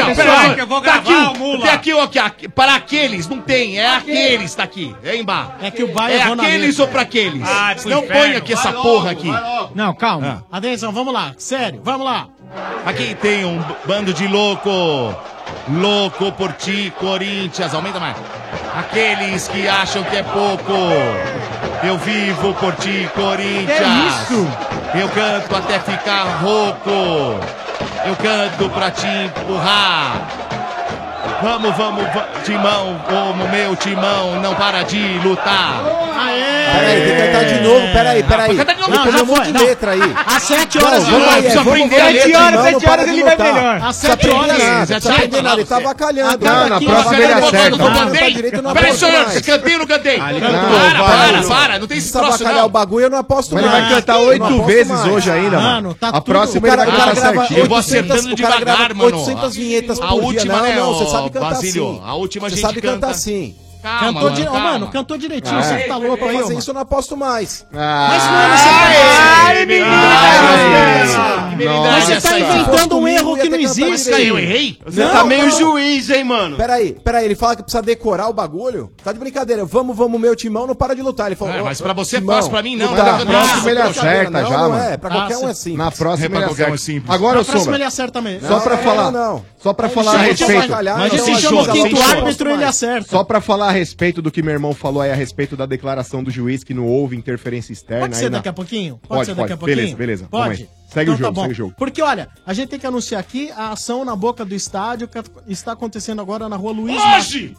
ó,
pessoal,
peraí,
que eu vou
Tá
gravar,
aqui,
ô,
ó,
mula.
tem aqui, ó, aqui, aqui, para aqueles, não tem, é aqueles, tá aqui, é embaixo.
É que o Baio
É
errou na
aqueles
letra.
ou pra aqueles?
Ai, pro
Não
inferno.
põe aqui essa
Vai logo,
porra aqui.
vai Não, calma. Atenção, vamos lá. Sério, vamos lá.
Ah. Aqui tem um bando de louco. Louco por ti, Corinthians. Aumenta mais. Aqueles que acham que é pouco. Eu vivo por ti, Corinthians.
Que isso?
Eu canto até ficar rouco. Eu canto pra te empurrar. Vamos, vamos, va- timão, como meu timão, não para de lutar.
Peraí, tem que cantar de novo, peraí, peraí.
Ah, É. canta de novo,
Não,
já
tem um monte
foi,
de
não.
letra aí.
Às sete horas de
vamos
novo,
aí,
precisa
vamos-
aprender a
vamos-
letra,
vamos-
irmão,
vamos-
para de
vamos-
tá.
lutar.
vamos- vamos-
Às
precisa
sete
aprender nada,
horas, já
precisa
tá
aprender
aí,
nada,
ó.
ele tá avacalhando.
Não, na próxima
ele
ele acerta.
acerta.
Não
Tá
cantei?
direito, não
Peraí,
aposto
senhor,
mais.
você cantei ou não cantei? Para,
cantou,
para,
vai.
para, não tem esse
Precisa
troço
avacalhar o
não.
bagulho, eu não aposto
Mas ele vai cantar
Eu
oito
não aposto
vezes
mais.
hoje ainda, mano.
Mano, tá
A
tudo-
próxima
o cara-
ele
o
vai
cara
cantar
grava
certinho.
Eu vou
800,
acertando
o cara
devagar,
grava
mano.
800 vinhetas
A
por dia.
última,
Não,
né,
não, você
ô,
sabe cantar
Basílio,
sim.
A última
Você
gente
sabe
canta.
cantar sim.
Calma,
cantou
mano,
di- Ô,
calma.
mano, cantou direitinho,
Ah.
você tá louco
Pra
aí, ô,
fazer
mano.
isso eu não aposto mais.
Ah.
Mas não é
tá
você. Ai, menino!
Ah,
é
Mas você tá inventando um erro que não
tá
existe.
um
aí.
Você tá meio
juiz, hein, mano? Peraí, peraí, ele fala que precisa decorar o bagulho? Tá de brincadeira. Vamos, vamos, meu timão, não para de lutar. Ele falou.
É,
ó,
mas pra você é
timão,
fácil, pra mim não.
lutar.
Tá cantando.
próxima ele acerta
não,
já,
não
mano.
é, pra qualquer um é simples.
Na próxima
É, pra
ele
qualquer
acerta.
um é simples.
Agora
Na
eu
próxima
sombra.
Tá
ele acerta mesmo.
Só pra
Não,
falar.
não.
Só pra
Ele
falar a
chama-
respeito.
chama-
Mas esse chama o quinto árbitro, ele acerta.
Só pra falar a respeito do que meu irmão falou aí a respeito da declaração do juiz que não houve interferência externa.
Pode ser
aí na-
daqui a pouquinho? Pode,
Pode,
ser
pode.
daqui a pouquinho?
Beleza, beleza. Calma
Pode. Então tá
aí. Segue o jogo,
bom.
segue o jogo.
Porque, olha, a gente tem que anunciar aqui a ação na boca do estádio que está acontecendo agora na rua Luiz.
Hoje!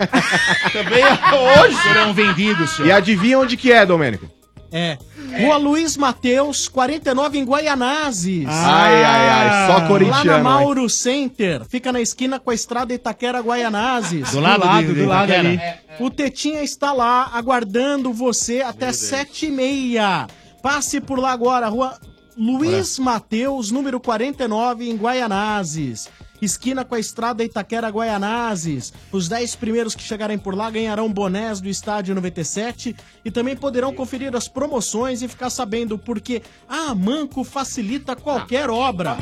é
Também
hoje! Serão vendidos, senhor.
E adivinha onde que é, Domênico?
É. Rua Luiz Mateus, 49 em Guaianazes.
Ai, ai, ai, só
Lá
corintiano,
na
hein?
Mauro Center. Fica na esquina com a estrada Itaquera Guaianazes.
Do lado Do lado, de- de do lado Itaquera. ali.
O Tetinha está lá aguardando você até sete e meia. Passe por lá agora, Rua Luiz Mateus, número 49 em Guaianazes. esquina com a estrada Itaquera Guaianazes. Os 10 primeiros que chegarem por lá ganharão bonés do Estádio 97 e também poderão conferir as promoções e ficar sabendo porque a Manco facilita qualquer obra.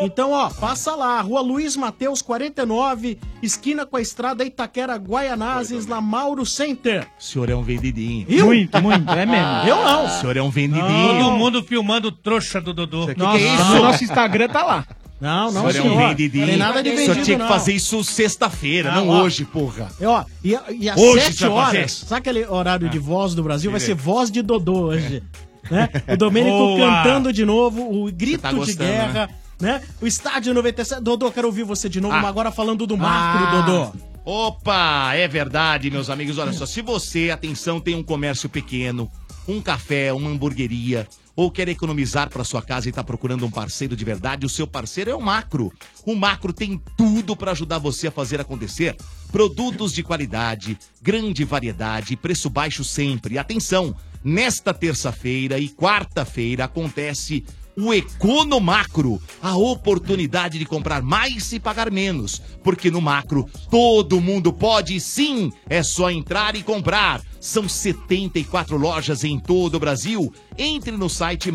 Então, ó, passa lá, Rua Luiz Mateus 49, esquina com a estrada Itaquera Guaianazes, na Mauro Center.
O senhor é um vendidinho.
Viu? Muito, muito, é mesmo. Eu não.
O senhor é um vendidinho.
Todo mundo filmando trouxa do Dodô.
que Nossa, é isso?
nosso Instagram tá lá. Não, não,
o senhor é um
senhor.
vendidinho.
Não tem nada de
O senhor
vendido,
tinha que
não.
fazer isso sexta-feira,
Não,
não,
ó.
hoje, porra.
É, ó, e, a- e às
Hoje É.
7
você vai fazer.
horas, sabe aquele horário de voz do Brasil? Vai ser
Direito.
voz de Dodô hoje. Né? O Domênico
Boa.
cantando de novo, o grito
É. tá
de
gostando,
guerra, né? O estádio 97. Dodô, quero ouvir você de novo,
Ah.
mas agora falando do macro,
Ah.
Dodô.
Opa, é verdade, meus amigos. Olha só, se você, atenção, tem um comércio pequeno, um café, uma hamburgueria, ou quer economizar para sua casa e está procurando um parceiro de verdade, o seu parceiro é o Macro. O Macro tem tudo para ajudar você a fazer acontecer. Produtos de qualidade, grande variedade, preço baixo sempre. Atenção, nesta terça-feira e quarta-feira acontece o Econo Macro, a oportunidade de comprar mais e pagar menos. Porque no Macro, todo mundo pode sim, é só entrar e comprar. São 74 lojas em todo o Brasil. Entre no site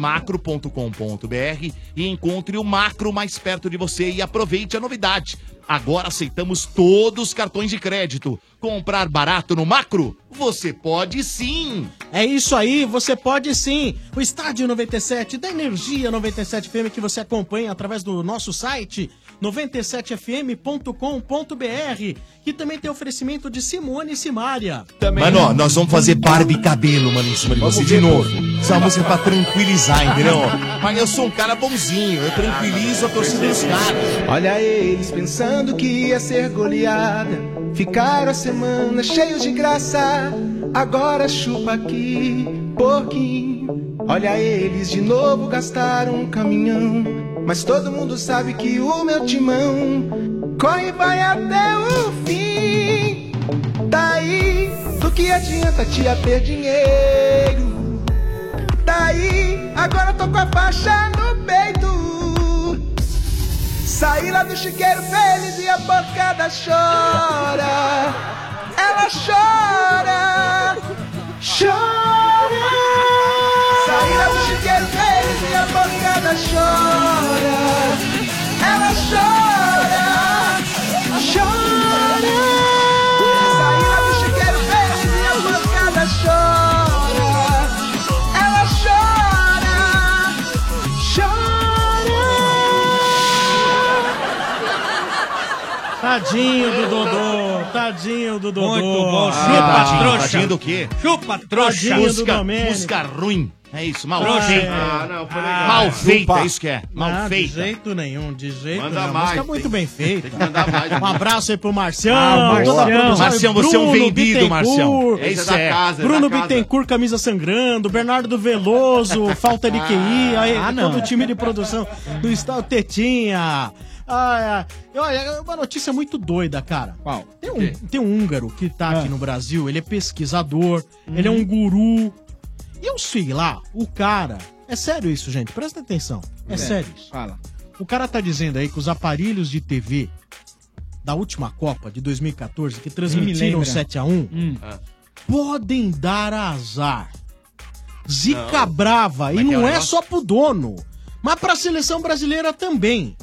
macro.com.br e encontre o Macro mais perto de você e aproveite a novidade. Agora aceitamos todos os cartões de crédito. Comprar barato no Macro? Você pode sim!
É isso aí, você pode sim. O Estádio 97 da Energia 97 FM que você acompanha através do nosso site 97fm.com.br, que também tem oferecimento de Simone e Simária.
Mano, ó, nós vamos fazer barba e cabelo, mano, em cima de você de novo. Essa música é pra tranquilizar, entendeu? Mas eu sou um cara bonzinho, eu tranquilizo a torcida dos caras.
Olha eles pensando que ia ser goleada. Ficaram a semana cheios de graça. Agora chupa aqui, porquinho. Olha eles de novo gastaram um caminhão. Mas todo mundo sabe que o meu timão corre e vai até o fim. Daí, do que adianta tia ter dinheiro? Daí, agora eu tô com a faixa no peito. Saí lá do chiqueiro feliz e a bancada chora. Ela chora. Chora. Saí lá do chiqueiro feliz e a bancada chora. Ela chora. Chora. Saí lá do chiqueiro feliz e a bancada chora. Ela chora. Chora.
Tadinho do Dodô, tadinho do Dodô. Ah,
Muito bom, chupa
tadinho,
trouxa.
tadinho do quê?
Chupa trouxa.
Tadinho do
Música-
Domênico.
música ruim.
É isso, mal
Trouxa.
feito.
Ah, não, foi legal.
Mal feito,
Chupa.
é isso que é. Mal
Ah, De
feito.
jeito nenhum, de jeito
Manda
nenhum.
mais,
Música
tem-
muito bem feita.
mais. né?
Um abraço aí pro Marcião.
Ah, o
toda
Marcião.
a produção.
Marcião, você é um
Bruno
vendido,
Bittencourt,
Marcião. É isso, é.
Bruno
É da casa.
Bittencourt, camisa sangrando. Bernardo Veloso, falta de
Ah,
QI. Aí, todo o time de produção do Estado Tetinha. Ah, é. Olha, é uma notícia muito doida, cara. Tem um, tem um húngaro que tá
Ah.
aqui no Brasil, ele é pesquisador, ele é
Hum.
um guru. E eu sei lá, o cara. É sério isso, gente, presta atenção. É,
É,
sério isso. Fala. O cara tá dizendo aí que os aparelhos de TV da última Copa de 2014, que transmitiram
lembra.
7x1,
Ah.
podem dar azar. Zica brava, e
Como é que é
não
o
é
negócio?
só pro dono, mas pra seleção brasileira também.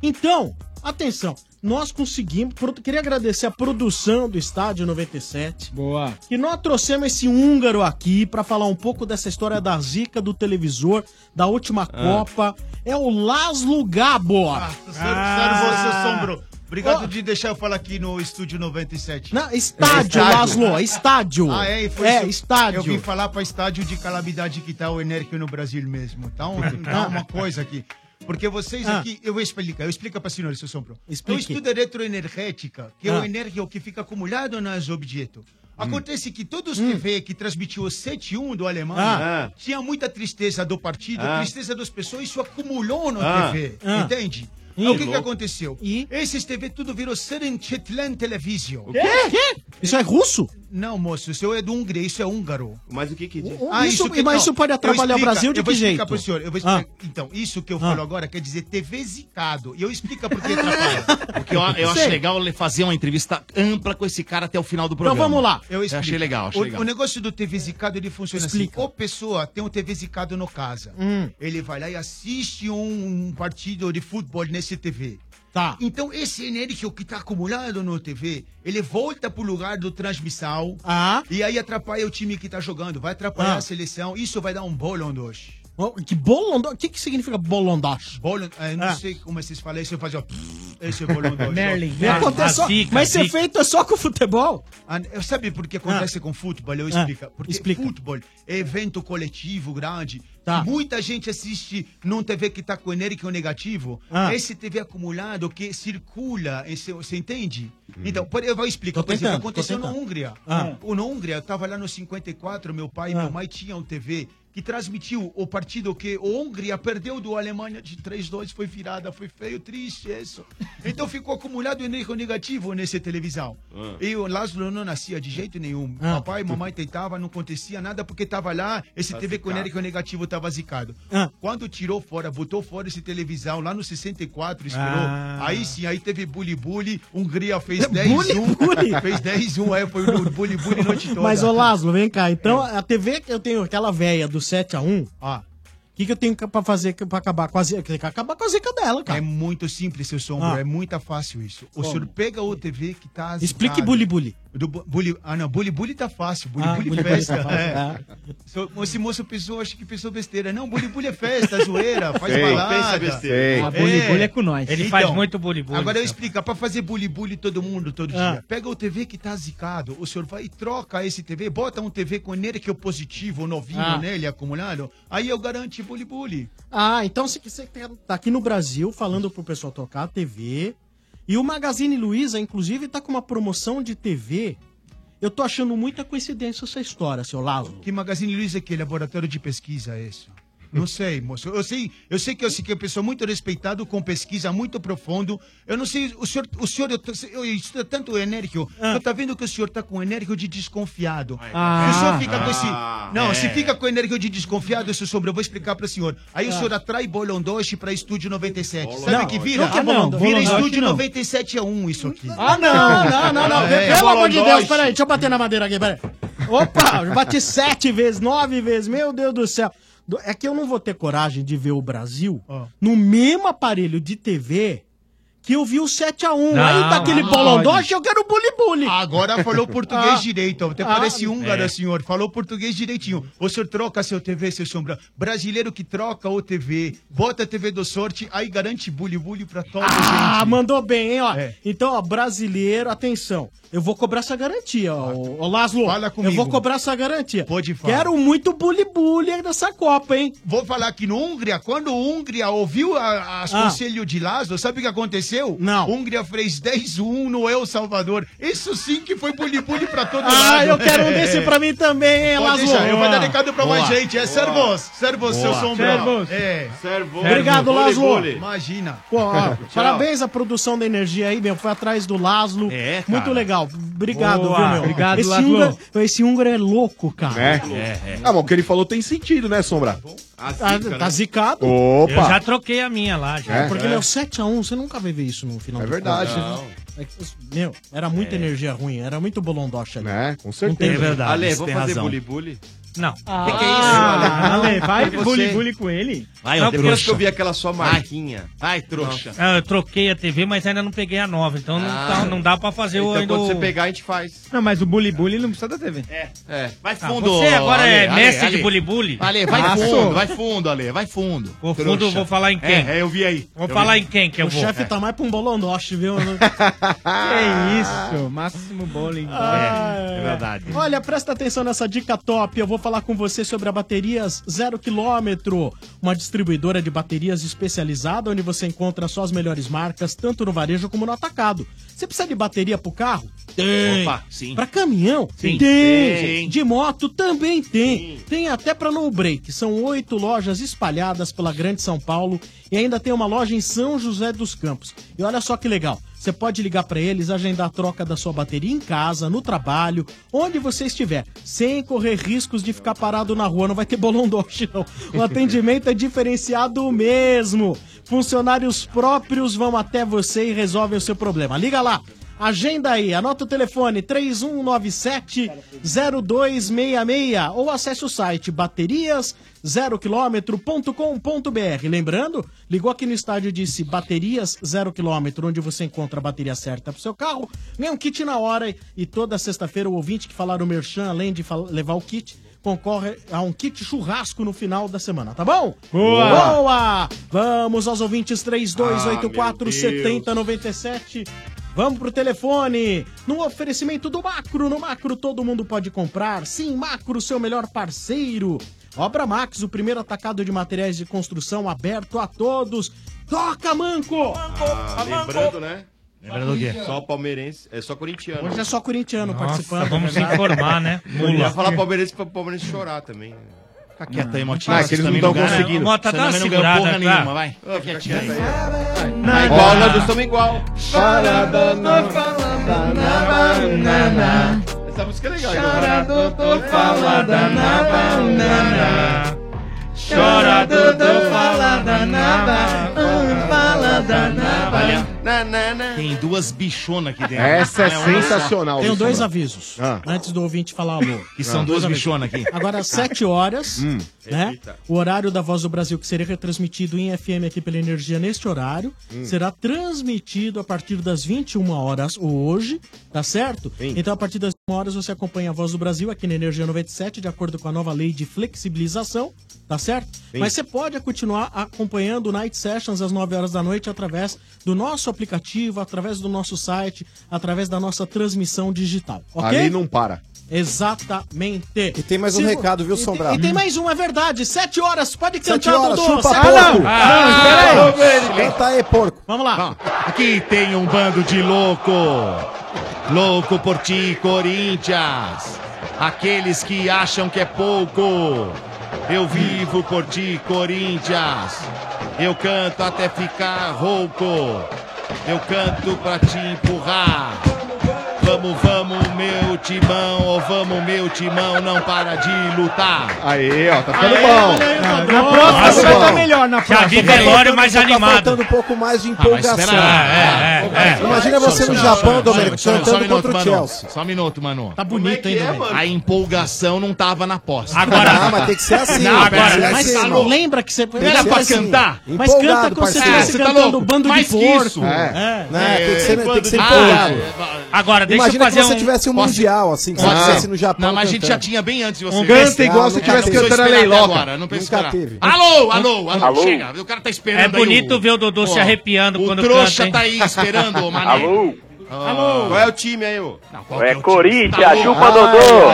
Então, atenção, nós conseguimos. pro- Queria agradecer a produção do Estádio 97. Boa. Que nós trouxemos esse húngaro aqui pra falar um pouco dessa história da zica do televisor,
Ah.
da última Copa. É o Laszlo Gabor.
Sério, sério, você, Sombro. Obrigado de deixar eu falar aqui no Estúdio 97.
Não, estádio, Laszlo, estádio.
Ah, é? Foi
É,
isso.
estádio.
Eu vim falar para estádio de calamidade que tá o Enerque no Brasil mesmo. Tá, um, tá uma coisa aqui. Porque vocês
Ah.
aqui, eu vou explicar, eu explico para senhora, seu Sombro. Eu
Explique.
estudo eletroenergética, que é
Ah.
o energia que fica acumulado nos objetos. Acontece que todos os TV que transmitiu o 7-1 do Alemanha
Ah.
tinha muita tristeza do partido,
Ah.
tristeza das pessoas, isso acumulou no
Ah.
TV,
Ah.
entende?
Ih,
Aí o que, que
louco.
aconteceu? Esses TV tudo virou Serenchetlan Television. O
Quê? Isso é russo?
Não, moço, o seu é do húngaro, isso é húngaro.
Mas o que que diz?
Ah,
isso- mas isso pode
eu
atrapalhar o Brasil de
eu vou
que
explicar
jeito?
Pro senhor, eu vou explicar.
Ah.
Então, isso que eu
Ah.
falo agora quer dizer TV zicado. E eu explico por que atrapalha.
Porque eu, eu acho legal ele fazer uma entrevista ampla com esse cara até o final do programa.
Então
Eu,
Eu explico.
achei legal, achei
o,
legal.
o negócio do TV zicado, ele funciona assim. Ou pessoa tem um TV zicado no casa.
Hum.
Ele vai lá e assiste um, um partido de futebol nesse TV.
Tá.
Então, esse enérgico que tá acumulado no TV, ele volta pro lugar do transmissão.
Ah.
E aí atrapalha o time que tá jogando. Vai atrapalhar
Ah.
a seleção. Isso vai dar um bolondos.
Oh, Que bolondó? O que, que significa bolondache?
Bolon, é, eu não sei como vocês falam isso, eu fazia ó, esse é bolondos.
Ah. Merlin,
Ó. Ah,
Merlin, Acontece só- a zica, mas a ser zica. feito é só com futebol?
eu sabe por que acontece com futebol? Eu
Ah,
explico. Porque futebol é evento coletivo grande.
Tá.
Muita gente assiste num TV que tá com enérgico negativo.
Ah.
Esse TV acumulado que circula, esse- você entende? Então, por- eu vou explicar.
Tô
Por exemplo,
tentando, tô
aconteceu na
tentando.
Hungria.
Ah.
O Na Hungria, eu tava lá no 54, meu pai e
Ah.
meu mãe tinham TV que transmitiu o partido que a Hungria perdeu do Alemanha de 3-2, foi virada, foi feio, triste isso. Então ficou acumulado energia negativo nessa televisão.
Ah.
E o Laszlo não nascia de jeito nenhum. Papai e mamãe tentavam, não acontecia nada porque tava lá, esse
Tá
TV com
zicado.
energia negativo tava zicado. Quando tirou fora, botou fora esse televisão lá no 64, esperou.
Ah.
Aí sim, aí teve bully bully, Hungria fez
Bully,
10-1.
bully?
Fez 10-1, aí foi o bully bully noite toda.
Mas, ô Laszlo, vem cá. Então, a TV que eu tenho, aquela velha do 7x1,
o
que, que eu tenho pra fazer que- pra acabar com a zica? Tem que Acabar com a zica dela, cara. Ah.
É muito simples, seu sombra. É muito fácil isso. O
Como?
senhor pega o TV que tá. zicado.
Explique bully bully.
Do bu- bully. Ah, não, bully bully tá fácil. Bully
Ah,
bully,
bully bully
festa.
tá
Ah.
fácil,
é. Só- Esse moço pensou, acho que pensou besteira. Não, bully bully é festa, zoeira, faz
Sei,
balada.
pensa besteira. Ah, bully bully é com nós. Ele faz muito então. bully bully,
então.
Agora eu
seu.
explico, pra fazer bully bully todo mundo, todo
Ah.
dia. Pega o TV que tá zicado, o senhor vai e troca esse TV, bota um TV com energia positivo, novinho
Ah.
nele, acumulado. Aí eu garanto bully bully.
Ah, então se você tá aqui no Brasil falando pro pessoal tocar a TV. E o Magazine Luiza, inclusive, tá com uma promoção de TV. Eu tô achando muita coincidência essa história, seu Laszlo.
Que Magazine Luiza é que laboratório de pesquisa é isso? Não sei, moço. Eu sei, eu sei que eu sei que é uma pessoa muito respeitado com pesquisa muito profundo. Eu não sei, o senhor, o senhor eu, tô- eu estou tanto enérgico.
Ah.
Eu tá vendo que o senhor tá com enérgico de desconfiado.
Ah.
o senhor fica com esse
Ah,
Não,
é.
se fica com enérgico de desconfiado, seu sobre, eu vou explicar para o senhor. Aí o
Ah.
senhor atrai Bolondoche para Estúdio 97. Sabe
Não,
que vira? Ah,
não que é Bolondoche.
vira
Bolondoche
Estúdio
não.
97 a 1 isso aqui.
Ah, não, não, não, não.
É,
Pelo amor de Deus,
Bolondoche.
peraí, deixa eu bater na madeira aqui, peraí. Opa, eu bati sete vezes, nove vezes, meu Deus do céu. Do- É que eu não vou ter coragem de ver o Brasil
Ah.
no mesmo aparelho de TV que eu vi o 7x1. Aí tá
Não,
daquele
não pode.
bolondoche eu quero bully-bully.
Agora falou português
Ah.
direito. Até
Ah.
parece húngaro, assim,
É.
senhor. Falou português direitinho. O senhor troca seu TV, seu sombra. Brasileiro que troca o TV, bota a TV do sorte, aí garante bully-bully pra toda
Ah,
gente.
mandou bem, hein, ó.
É.
Então, ó, brasileiro, atenção. Eu vou cobrar essa garantia, ó. Ô, Laszlo, Fala
comigo.
eu vou cobrar essa garantia. Pode
falar.
Quero muito bully-bully dessa Copa, hein?
Vou falar que no Hungria, quando a Hungria ouviu a- as
Ah.
conselho de Laszlo, sabe o que aconteceu? Não. Hungria fez 10-1 no El Salvador. Isso sim que foi bully-bully pra todo mundo.
Ah, eu quero um desse pra mim também, hein, Laszlo?
Eu vou dar recado pra mais
Boa.
gente.
assim.
É servos. Servos, seu
Boa.
sombra.
Servos.
É.
Servos. Obrigado, Laszlo.
Imagina.
Pô, ó,
Tchau.
parabéns à produção da energia aí, meu. Foi atrás do Laszlo. É,
cara.
Muito legal. Obrigado,
Boa.
viu, meu?
Obrigado,
esse
Laszlo.
húngaro, esse húngaro é louco, cara. É,
Né? Ah, mas o que ele falou tem sentido, né, Sombra?
Tá, tá zicado.
Opa. Eu já
troquei a minha lá,
já.
Porque,
É.
meu, 7x1, você nunca vai ver isso no final
É
do
verdade.
programa. É que, Meu, era muita
É.
energia ruim, era muito bolondocha ali.
É, com
Não tem
certeza.
jeito.
Ale, vamos fazer bully-bully?
Não.
Que que é
Ah,
isso, Ale?
Ale,
é
vai
E você?
bully bully com ele?
Vai,
Não,
não,
trouxa.
que eu vi aquela sua marquinha. Ai, trouxa. Ah.
Ah, eu troquei a TV, mas ainda não peguei a nova, então não, tá- não dá pra fazer o.
Então
ainda
quando você
o-
pegar, a gente faz.
Não, mas o bully bully não precisa da TV.
É. é. Vai
Ah,
fundo,
você agora
Ale,
é
Ale,
mestre
Ale.
de bully-bully?
Ale, vai
Ah,
fundo,
sou.
vai fundo, Ale, vai fundo.
Vou fundo,
Trouxa.
vou falar em quem?
É, é, eu vi aí.
Vou
Eu
falar
vi.
em quem que eu
o
vou.
chefe
É.
tá mais pra um bolondoche, viu?
Que isso, máximo bowling.
Ah,
É, Olha, presta atenção nessa dica top. Eu vou falar com você sobre a Baterias Zero Quilômetro, uma distribuidora de baterias especializada onde você encontra só as melhores marcas, tanto no varejo como no atacado. Você precisa de bateria pro carro? Tem.
Opa, sim.
Pra caminhão?
Sim.
Tem.
Tem.
De moto também tem. Tem até pra no break. São oito lojas espalhadas pela Grande São Paulo e ainda tem uma loja em São José dos Campos. E olha só que legal. Você pode ligar para eles, agendar a troca da sua bateria em casa, no trabalho, onde você estiver, sem correr riscos de ficar parado na rua. Não vai ter bolão do hoje, não. O atendimento é diferenciado mesmo. Funcionários próprios vão até você e resolvem o seu problema. Liga lá. Agenda aí, anota o telefone 3197-0266 ou acesse o site baterias0km.com.br. Lembrando, ligou aqui no estádio e disse baterias 0km, onde você encontra a bateria certa pro seu carro, ganha um kit na hora e toda sexta-feira o ouvinte que falar o merchan, além de fal- levar o kit, concorre a um kit churrasco no final da semana, tá bom?
Boa!
Boa! Vamos aos ouvintes 3284 7097. Vamos pro telefone, no oferecimento do Macro. No Macro todo mundo pode comprar. Sim, Macro, seu melhor parceiro. Obra Max, o primeiro atacado de materiais de construção aberto a todos. Toca, Manco!
Ah, lembrando, né?
Lembrando o quê?
Só palmeirense, é só corintiano.
Hoje é só corintiano
Nossa,
participando.
vamos
é verdade.
informar, né? Eu ia falar palmeirense pra palmeirense chorar também. né? Fica
É. quieto aí,
Motinha.
Motinha. Vocês também não ganham. Mota,
Você
dá
também não
uma
ganhou
segurada,
porra
tá?
nenhuma, vai.
Ô,
Fica
fica
quieto
quieto
aí.
Nada.
Tá igual, nós dois estamos igual. Essa música é legal.
Chora, doutor,
fala da
Chora, Dodô, fala danada, fala
Olha,
danada.
tem duas bichonas aqui dentro.
Essa é
Não uma só.
sensacional.
Ah, Tenho
isso,
dois
né?
avisos. Antes do ouvinte falar alô.
Que são
Ah.
duas
avisos.
bichonas aqui.
Agora, às 7 horas,
Hum.
né?
Repita.
O horário da Voz do Brasil, que seria retransmitido em FM aqui pela Energia neste horário,
Hum.
será transmitido a partir das 21 horas hoje, tá certo? Então, a partir das 21 horas, você acompanha a Voz do Brasil aqui na Energia 97, de acordo com a nova lei de flexibilização, tá certo?
Sim.
Mas você pode continuar acompanhando o Night Sessions às 9 horas da noite através do nosso aplicativo, através do nosso site, através da nossa transmissão digital, ok?
Ali não para.
Exatamente. E tem
mais um recado, viu, Sombra?
E tem mais um, é verdade. Sete horas, pode cantar,
Sete horas,
Dodô.
chupa
Sete-
porco.
Ah, não. Ah, não, peraí.
Canta tá aí, é porco.
Vamos lá.
Aqui tem um bando de louco. Louco por ti, Corinthians. Aqueles que acham que é pouco. Eu vivo por ti, Corinthians. Eu canto até ficar rouco. Eu canto pra te empurrar. Vamos, vamos, meu timão. Ou vamos, meu timão. Não para de lutar.
Aê, ó, tá ficando
Aê,
bom.
olha aí,
Tá
tá
ficando
bom.
bom.
Nossa,
Tá
vai
bom.
tá melhor na próxima. Já vi velório mais
Tá
animado.
faltando um pouco mais de
Ah, mas
empolgação.
espera lá, é, é, é.
Imagina
Só-
você
só-
no
só-
Japão,
só-
Domênico,
só- só- só um
cantando
minuto,
contra o
Manu.
Chelsea.
Só um minuto, Mano.
Tá bonito, hein, Domênico?
é, A empolgação não tava na posse.
Agora,
Não,
mas tem que ser assim,
Não,
tem que
agora,
ser
mas
assim,
tá
mano.
louco.
Lembra que você-
Não
Tem
Dá
que
pra
ser assim.
cantar?
Mas canta Empolgado, como se parceiro. fosse cantando Bando de
Mais que
Porco.
isso.
É.
Né, tem que ser- tem que ser
Ah,
empolgado.
Agora, deixa
Imagina
eu fazer
que você
um-
tivesse um
Posso-
mundial, assim, que você
Posso-
estivesse no Japão
Não, mas a gente
cantando.
já tinha bem antes de você.
Um canta igual se tivesse
Não
cantando Hum? a
precisa esperar
Leiloca.
até agora, Não precisa
Nunca
esperar.
teve.
Alô, alô, alô,
Alô?
Chega, o cara tá esperando
É
aí
bonito
o-
ver o Dodô se
Ó,
arrepiando
o
quando
trouxa
canta, hein?
tá aí esperando, ô mané.
Alô?
Ah,
Alô?
Qual é o time aí, ô?
é
Corinthians,
Tá
chupa
Dodô.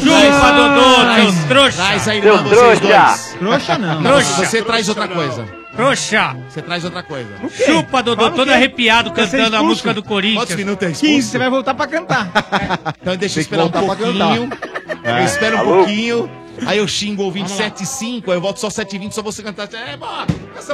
Chupa Dodô,
é
seus
trouxa. Traz aí
Seus
pra vocês
trouxa.
dois.
Trouxa não.
Trouxa. Você
Trouxa
traz outra coisa.
Trouxa.
Você traz outra coisa.
Chupa, Dodô, todo arrepiado cantando a música do Corinthians.
Quantos minutos é expulso? 15, você vai
voltar pra cantar.
Então deixa eu
Tem que
esperar um
voltar pra
pouquinho.
É.
Eu espero um
Alô?
pouquinho. Aí eu xingo o ouvinte 7 e 5, aí eu volto só 7 e 20, só você cantar. É, bora.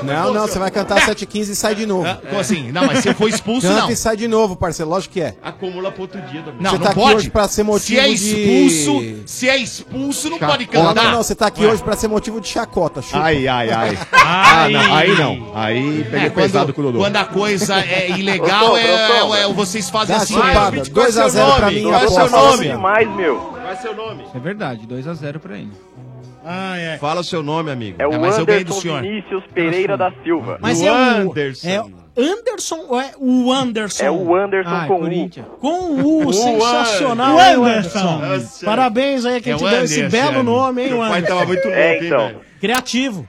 Não, não, você vai cantar
É,
7h15 e sai de novo.
Como assim? Não, mas se eu for expulso,
Canta
não.
e sai de novo, parceiro, lógico que é.
Acumula pro outro dia também.
Você
Não,
tá
não
aqui
pode.
hoje pra ser
se é
motivo de-
expulso, se é expulso, não pode
Não,
cantar.
não, não, você tá aqui
Ué.
hoje pra ser motivo de chacota, chupa.
Ai, ai, ai.
Ah,
não, aí não. Aí peguei
É, quando-
pesado com o Dodô.
Quando a coisa é ilegal,
Ô, Tom,
é,
ô, Tom.
é- é- vocês fazem
Dá
assim.
chupada,
Vai, Smith, qual é
2 a
seu
0 pra
nome?
mim,
Qual é
aposta,
seu
fala
nome?
assim, ó.
Mais, meu.
Qual é seu nome?
É verdade, 2x0 pra ele.
Ah, é.
Fala o seu nome, amigo.
É o Anderson
Vinícius
Pereira
da
Silva.
Mas
o
é o
Anderson.
É Anderson ou é o Anderson?
É o Anderson com U.
U. Com U,
O
sensacional,
Anderson.
hein, o Anderson.
Nossa.
Parabéns aí a quem
É
te
o
deu esse
Anderson.
belo nome, hein,
Meu
o
pai
Anderson.
tava muito louco, É, hein, então. velho?
Criativo,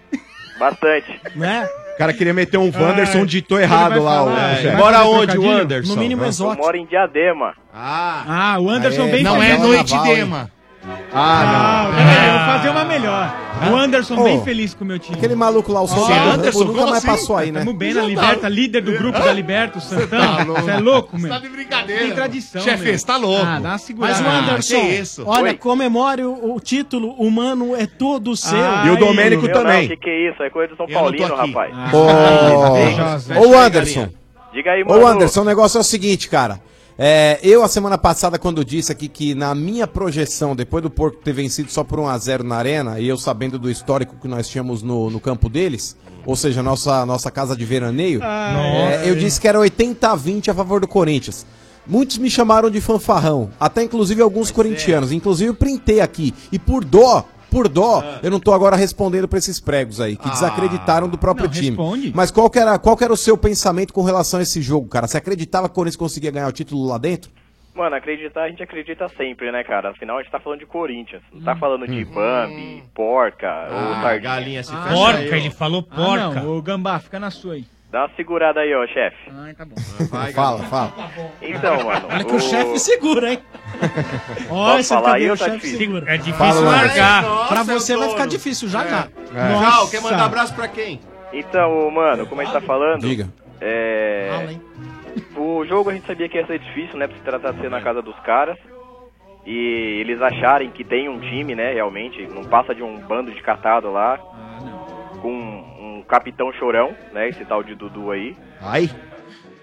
Bastante.
né?
O cara queria meter um Wanderson,
Ai,
ditou
ele
errado
vai
lá.
falar,
o
é.
chefe.
Vai
Mora
fazer
onde o
trocadilho?
Anderson?
Eu moro em Diadema.
Ah,
o
Anderson
bem
vem
não
com
é
ela na
noite
vala, hein?
dema.
Ah,
não. peraí, É, eu vou fazer uma melhor. O Anderson
Ô,
bem feliz com o meu time.
Aquele maluco lá, o Soldado, Anderson, nunca mais passou aí, né?
assim? Tamo bem na Liberta, líder do grupo da Liberta, o Santana. Você é louco, meu?
de brincadeira.
Tem tradição,
Chefe,
meu.
você tá louco.
Ah, dá uma segurada. Ah,
Mas o Anderson,
que isso?
olha,
Oi.
comemore o, o título, o mano é todo seu.
Ah, aí,
Ah, tá
meu, Não, que que é isso? É coisa do São Paulino, rapaz.
Ô, ô Anderson,
Diga aí,
Ô Anderson, o negócio é o seguinte, cara. É, eu, a semana passada, quando disse aqui que na minha projeção, depois do Porto ter vencido só por 1x0 na Arena, e eu sabendo do histórico que nós tínhamos no, no campo deles, ou seja, nossa, nossa casa de veraneio, é, eu disse que era 80 a 20 a favor do Corinthians. Muitos me chamaram de fanfarrão, até inclusive alguns corintianos. Inclusive eu printei aqui. E por dó, por dó, eu não tô agora respondendo pra esses pregos aí, que desacreditaram do próprio time. Mas qual que, era, qual que era o seu pensamento com relação a esse jogo, cara? Você acreditava que o Corinthians conseguia ganhar o título lá dentro?
Mano, acreditar a gente acredita sempre, né, cara? Afinal, a gente tá falando de Corinthians. Não
Hum.
tá falando de Bambi, porca ou sardinha.
Hum. Ah, galinha se
Ah,
fecha
porca,
aí, ó.
ele falou
Ah,
porca.
não, ô Gambá, fica na sua aí.
Dá uma segurada aí, ó, chefe.
Ah, tá bom.
fala, fala.
Então, mano.
Olha que o chefe segura, hein? Olha
Posso
essa
falar
cadeira,
aí
o
ou tá
chefe
difícil?
segura.
É difícil Fala, largar. Anderson.
pra
Nossa,
você vai
Antônio.
ficar difícil, já já.
É. Tchau, quer mandar abraço
pra quem?
Então, mano, como a gente tá falando.
Diga.
É. O jogo a gente sabia que ia ser difícil, né? Pra se tratar de ser na casa dos caras. E eles acharem que tem um time, né? Realmente, não passa de um bando de catado lá. Com um capitão chorão, né? Esse tal de Dudu aí.
Ai.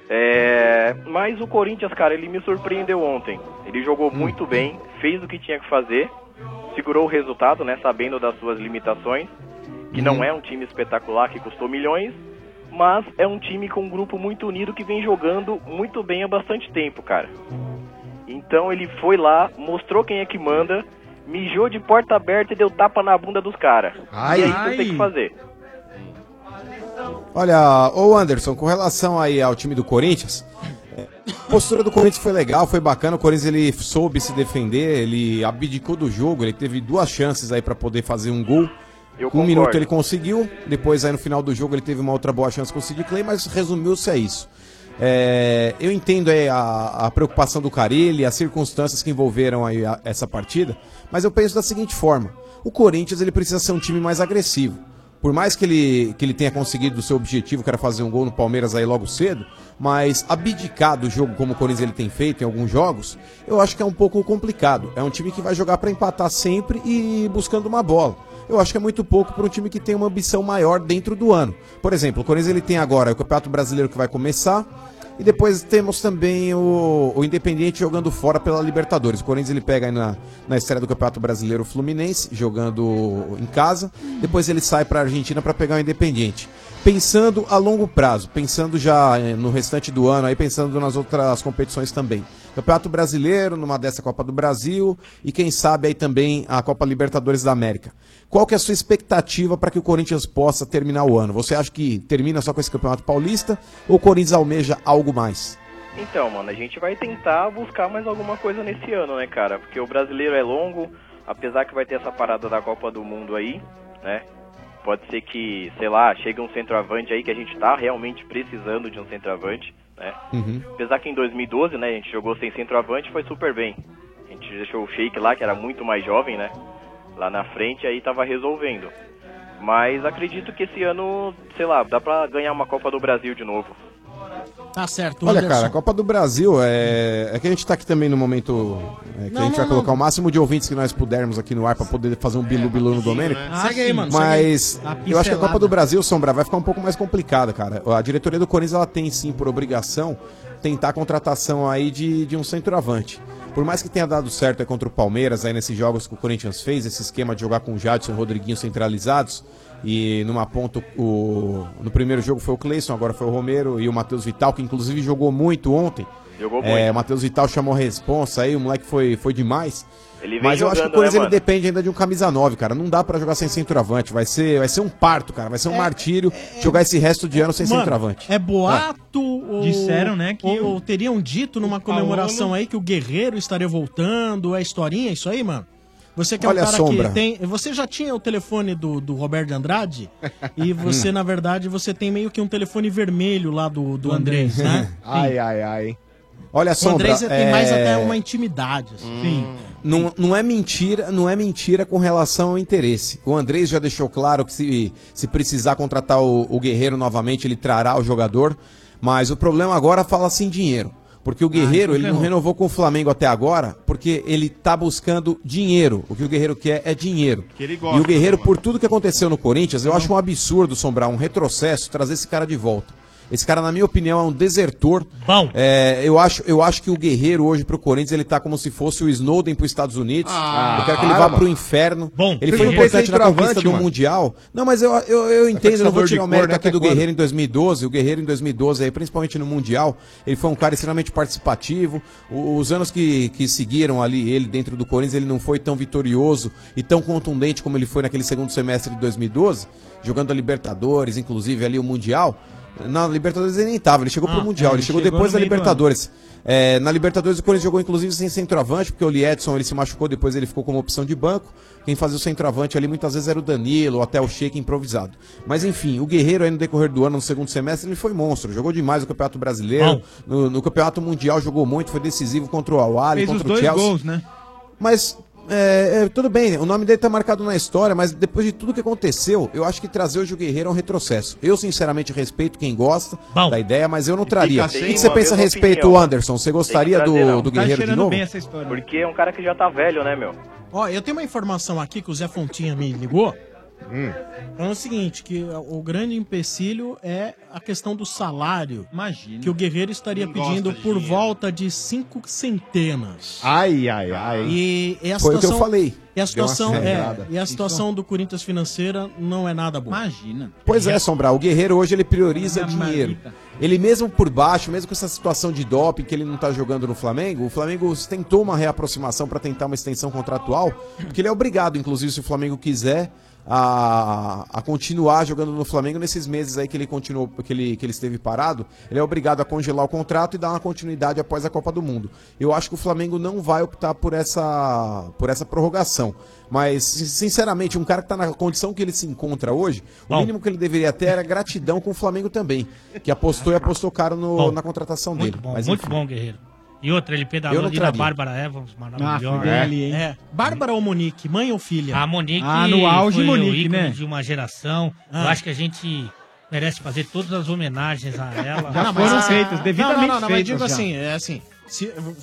É, mas o Corinthians, cara, ele me surpreendeu ontem. Ele jogou muito bem, fez o que tinha que fazer, segurou o resultado, né, sabendo das suas limitações, que
Uhum.
não é um time espetacular que custou milhões, mas é um time com um grupo muito unido que vem jogando muito bem há bastante tempo, cara. Então ele foi lá, mostrou quem é que manda, mijou de porta aberta e deu tapa na bunda dos caras.
Ai.
E é isso que tem que fazer.
Olha, ô Anderson, com relação aí ao time do Corinthians, é, a postura do Corinthians foi legal, foi bacana. O Corinthians ele soube se defender, ele abdicou do jogo, ele teve duas chances aí pra poder fazer um gol.
Eu
Com um
concordo.
minuto ele conseguiu, depois aí no final do jogo ele teve uma outra boa chance com o Sid Clay, mas resumiu-se a isso. É, eu entendo aí a, a preocupação do Carilli, as circunstâncias que envolveram aí a- essa partida, mas eu penso da seguinte forma: o Corinthians ele precisa ser um time mais agressivo. Por mais que ele, que ele tenha conseguido o seu objetivo, que era fazer um gol no Palmeiras aí logo cedo, mas abdicar do jogo como o Corinthians ele tem feito em alguns jogos, eu acho que é um pouco complicado. É um time que vai jogar pra empatar sempre e buscando uma bola. Eu acho que é muito pouco para um time que tem uma ambição maior dentro do ano. Por exemplo, o Corinthians ele tem agora o Campeonato Brasileiro que vai começar, e depois temos também o, o Independiente jogando fora pela Libertadores. O Corinthians ele pega aí na, na estreia do Campeonato Brasileiro o Fluminense, jogando em casa. Depois ele sai para a Argentina para pegar o Independiente. Pensando a longo prazo, pensando já eh, no restante do ano, aí pensando nas outras competições também. Campeonato Brasileiro, numa dessa Copa do Brasil e quem sabe aí também a Copa Libertadores da América. Qual que é a sua expectativa para que o Corinthians possa terminar o ano? Você acha que termina só com esse Campeonato Paulista ou o Corinthians almeja algo mais?
Então, mano, a gente vai tentar buscar mais alguma coisa nesse ano, né, cara? Porque o brasileiro é longo, apesar que vai ter essa parada da Copa do Mundo aí, né? Pode ser que, sei lá, chegue um centroavante aí que a gente tá realmente precisando de um centroavante, né?
Uhum.
Apesar que em 2012, né, a gente jogou sem centroavante e foi super bem. A gente deixou o Sheik lá, que era muito mais jovem, né? Lá na frente, aí tava resolvendo. Mas acredito que esse ano, sei lá, dá pra ganhar uma Copa do Brasil de novo.
Tá certo,
Olha,
Anderson.
cara, a Copa do Brasil é. É que a gente tá aqui também no momento é, que
Não,
a gente vai
não, É,
colocar
não.
o máximo de ouvintes que nós pudermos aqui no ar pra poder fazer um bilu-bilu no Domênico.
né? Ah, Segue aí, sim. mano,
Mas
segue aí. A
eu acho que a Copa
pincelada.
do Brasil, Sombra, vai ficar um pouco mais complicada, cara. A diretoria do Corinthians, ela tem sim, por obrigação, tentar a contratação aí de, de um centroavante. Por mais que tenha dado certo aí contra o Palmeiras, aí nesses jogos que o Corinthians fez, esse esquema de jogar com o Jadson e o Rodriguinho centralizados, e numa ponta, o, no primeiro jogo foi o Cleison, agora foi o Romero e o Matheus Vital, que inclusive jogou muito ontem.
Jogou
É,
muito.
o Matheus Vital chamou a responsa aí, o moleque foi, foi demais.
Ele vem
Mas eu acho que o
jogando,
Corinthians ele
né, mano?
depende ainda de um camisa 9, cara. Não dá pra jogar sem centroavante. Vai ser, vai ser um parto, cara. Vai ser um martírio jogar esse resto de ano sem
Mano,
centroavante.
É boato ou...
Disseram, né, que
Ou,
o-
ou teriam dito numa comemoração aí que o Guerreiro estaria voltando. É historinha isso aí, mano? Você que é
Olha
um
a
cara
sombra.
que tem... Você já tinha o telefone do, do Roberto de Andrade e você, na verdade, você tem meio que um telefone vermelho lá do, do Andrés, né?
Ai, ai, ai.
Olha
O
só,
Andrés tem mais até uma
Sim.
intimidade, assim.
Não, não é mentira, não é mentira com relação ao interesse. O Andrés já deixou claro que se, se precisar contratar o, o Guerreiro novamente, ele trará o jogador. Mas o problema agora fala-se em dinheiro. Porque o Guerreiro, ele não
ferrou.
renovou com o Flamengo até agora, porque ele tá buscando dinheiro. O que o Guerreiro quer é dinheiro.
Que ele gosta
e o Guerreiro, por tudo que aconteceu no Corinthians, eu acho um absurdo, Sombrar, um retrocesso, trazer esse cara de volta. Esse cara, na minha opinião, é um desertor. É,
Bom.
eu, acho, eu acho que o Guerreiro hoje pro Corinthians, ele tá como se fosse o Snowden pros Estados Unidos.
Ah,
eu quero que ele
para,
vá pro
mano.
inferno.
Bom,
ele
você
foi
não fez
importante na
centroavante,
conquista do
mano.
Mundial. Não, mas eu, eu, eu entendo, eu não
Atacador
vou
de
tirar o
cor,
mérito
né?
aqui do
Até quando?
Guerreiro em 2012. O Guerreiro em 2012, aí, principalmente no Mundial, ele foi um cara extremamente participativo. O- os anos que, que seguiram ali ele dentro do Corinthians, ele não foi tão vitorioso e tão contundente como ele foi naquele segundo semestre de 2012, jogando a Libertadores, inclusive ali o Mundial. Na Libertadores ele nem tava, ele chegou pro Mundial,
é,
ele
ele
chegou
chegou no
depois da
meio do ano.
Libertadores. Libertadores. É, na Libertadores o Corinthians jogou inclusive sem centroavante, porque o Liedson ele se machucou, depois ele ficou como opção de banco. Quem fazia o centroavante ali muitas vezes era o Danilo, ou até o Sheik improvisado. Mas enfim, o Guerreiro aí no decorrer do ano, no segundo semestre, ele foi monstro. Jogou demais no Campeonato Brasileiro, no, no Campeonato Mundial jogou muito, foi decisivo contra o Awali,
Fez os
contra o
dois
Chelsea.
gols, né?
Mas é, é, tudo bem, o nome dele tá marcado na história, mas depois de tudo que aconteceu, eu acho que trazer hoje o Guerreiro é um retrocesso. Eu, sinceramente, respeito quem gosta da ideia, mas eu não traria. O
sem
que, que você
uma
pensa a
mesma
respeito,
opinião.
Anderson? Você gostaria
Tem que trazer,
do,
não.
do Guerreiro de novo?
história. Porque é um cara que já tá velho, né, meu?
Ó, eu tenho uma informação aqui que o Zé Fontinha me ligou. Hum. Falando o seguinte, que o grande empecilho é a questão do salário. Imagina. Que o Guerreiro estaria
Não gosta
pedindo
de
por volta de cinco centenas.
Ai, ai, ai.
E, e a
Foi o que eu
situação-
falei.
E
Deu
a
uma
situação, é,
acelerada.
e a situação do Corinthians financeira não é nada boa. Imagina.
Pois é, Sombra, o Guerreiro hoje ele prioriza dinheiro. Ele mesmo por baixo, mesmo com essa situação de doping que ele não tá jogando no Flamengo, o Flamengo tentou uma reaproximação para tentar uma extensão contratual, porque ele é obrigado, inclusive, se o Flamengo quiser, a, a continuar jogando no Flamengo nesses meses aí que ele continuou, que ele, que ele esteve parado, ele é obrigado a congelar o contrato e dar uma continuidade após a Copa do Mundo. Eu acho que o Flamengo não vai optar por essa, por essa prorrogação. Mas, sin- sinceramente, um cara que tá na condição que ele se encontra hoje, o mínimo que ele deveria ter era gratidão com o Flamengo também, que apostou e apostou caro no-
Bom.
na contratação
Muito
dele.
bom,
Mas,
muito
enfim.
bom, Guerreiro. E outra, ele
Eu
pedalou
não
ali na
traria.
Bárbara Evans, maravilhosa.
Ah, foi bem
É.
ali, hein?
É.
Bárbara ou Monique? Mãe ou filha?
A Monique
Ah, no auge,
foi o
Monique,
ícone
né?
de uma geração.
Ah.
Eu acho que a gente merece fazer todas as homenagens a ela.
Já foram feitas, devidamente Não, não, não, não, mas feitas digo já. assim, é assim.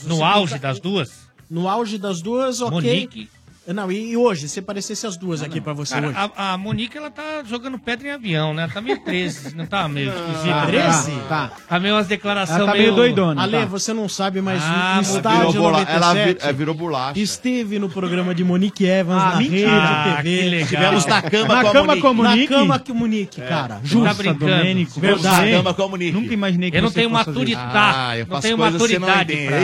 no
você
auge
pensar-
das duas?
No auge das duas, ok.
Monique. Ah,
Não, e, e hoje? Se aparecesse as duas aqui pra você
Cara,
hoje.
a, a Monique, ela tá jogando pedra em avião, né? Ela tá meio 13, não tá meio esquisita?
tá, 13?
Tá. Tá meio tá. umas declarações
Ale, você não sabe, mas
Ah,
no
ela
estádio
virou bola-
97...
ela vir- é, virou
bolacha. Esteve no programa de Monique Evans
Ah,
na
mentira.
rede
Ah,
TV.
que legal. Tivemos na cama
na
com a
cama
Monique.
com a
Na
Monique. cama
cama
com a Monique, cara.
Justa, É. Domênico, verdade. Nunca imaginei que
Tá Eu não
você
tenho
fosse fazer
maturidade.
isso.
Ah, eu Não faço tenho coisas que você não maturidade entende.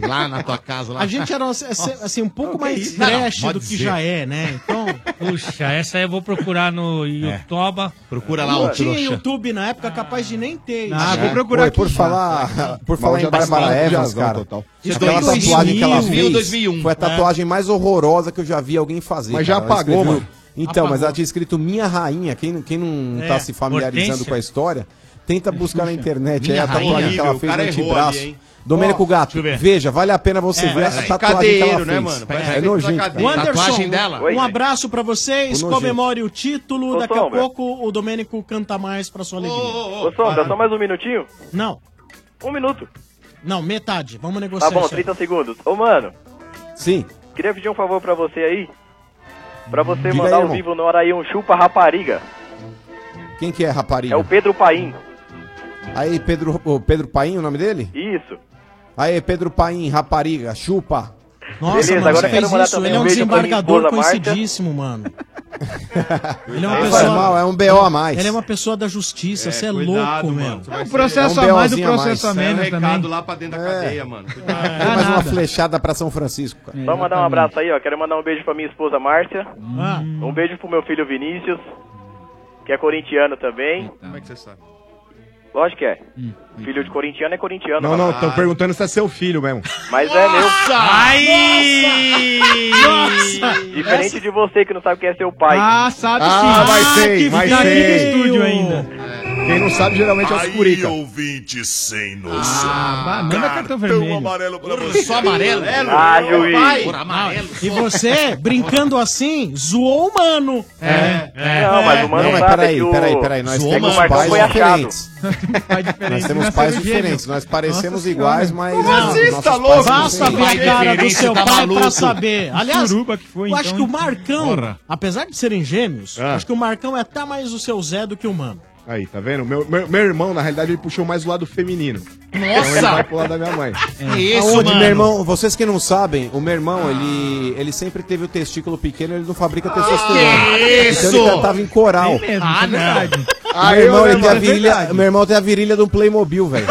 pra-
Ih, Lá na tua casa, lá.
A gente era assim, assim, um pouco mais
isso? Não, não,
trash
pode
do que
dizer.
já é, né? Então...
Puxa, essa eu vou procurar no Yotoba.
Procura
não tinha YouTube na época, capaz de nem ter.
Ah,
isso. né?
vou procurar
Pô, por
aqui
falar, por falar em
já tá
Bárbara
estourado,
Evans,
já,
cara.
total.
Isso é
Isso
aquela
foi em
tatuagem que ela
2000,
fez
2001,
foi a tatuagem mais horrorosa que eu já vi alguém fazer.
né? Mas já
cara. Ela
apagou,
escreveu-
mano.
Então, mas ela tinha escrito Minha Rainha. Quem, não- quem não
É,
tá se familiarizando
Hortência.
com a história, tenta buscar na internet aí
Minha
a tatuagem
Rainha.
que ela
O
fez no
cara errou
antebraço.
ali, hein?
Domênico
Ó,
Gato,
deixa eu ver.
veja, vale a pena você
É,
ver essa
parece
tatuagem que ela
cadeiro,
fez.
né, mano? Parece
É
feito
nojento.
na
cara.
O Anderson, um
Oi,
abraço pra vocês,
Ô, nojento.
comemore o título,
Ô,
daqui a
Sombra.
pouco o Domênico canta mais pra sua alegria.
Ô, Sombra, só mais um minutinho?
Não.
Um minuto.
Não, metade, vamos negociar
Tá bom,
isso aí.
30 segundos. Ô, mano,
Sim.
queria pedir um favor pra você aí. Pra você
Diga
mandar
aí,
ao
irmão.
vivo no hora aí um chupa rapariga.
Quem que é, rapariga?
É o Pedro Paim.
Aí, Pedro, o Pedro Paim, o nome dele?
Isso.
Aí, Pedro Paim, rapariga, chupa.
Nossa, mano, você fez isso, ele é um desembargador conhecidíssimo, mano. Ele é uma
Faz
pessoa...
mal, é um BO a mais.
Ele é uma pessoa da justiça, você é,
cuidado,
louco,
mano.
mano.
É um processo a mais do processo a menos
Saiu um
também. Ah,
recado lá pra dentro
É.
da cadeia, mano.
Ah,
Tem É. mais uma flechada pra São Francisco, cara.
É,
Só mandar um abraço aí, ó. Quero mandar um beijo pra minha esposa Márcia.
Ah.
Hum.
Um beijo pro meu filho Vinícius, que é corintiano também.
Então.
Como é que você sabe?
Lógico que é.
Hum,
Filho de corintiano é corintiano.
Não, não,
rapaz.
Ah.
Ah.
estão perguntando se é seu filho mesmo.
Mas é meu.
Ai!
Nossa! Diferente de você que não sabe quem é seu pai.
Ah, sabe sim.
vai
Ah,
ser,
que
vai
tá aqui no
ser.
estúdio ainda.
É.
Quem não sabe geralmente é os curica.
ouvinte sem noção.
Ah, manda cartão vermelho.
amarelo pra
Porra, Só amarelo?
Ah, juiz.
Pai.
Por
amarelo.
E você, brincando assim, zoou o mano.
É,
é. Não, mas o mano
é,
sabe que o- Zoou, mas o Marcão foi achado. Nós temos
é
pais diferentes, nós parecemos iguais, mas.
Como
não,
assim,
nossos
tá
pais
louco?
são
Basta ver a
diferentes.
cara do seu
Tá
pai
maluco?
pra saber. Aliás,
Suruba que foi,
eu acho
então,
que o
hein?
Marcão,
Porra.
apesar de serem gêmeos,
Ah.
acho que o Marcão é até mais o seu Zé do que o Mano.
Aí, tá vendo? Meu, meu, meu irmão, na realidade, ele puxou mais o lado feminino. Então ele vai pro lado da minha mãe.
É Aonde, meu irmão, vocês que não sabem, o meu irmão, ele, ele sempre teve o testículo pequeno, ele não fabrica testosterona.
que isso?
Então ele cantava em coral.
Tem mesmo, Ah, isso é não. verdade.
meu,
Aí eu
irmão, ele
lembro,
tem a
é
virilha,
verdade.
meu irmão tem a virilha de um Playmobil, velho.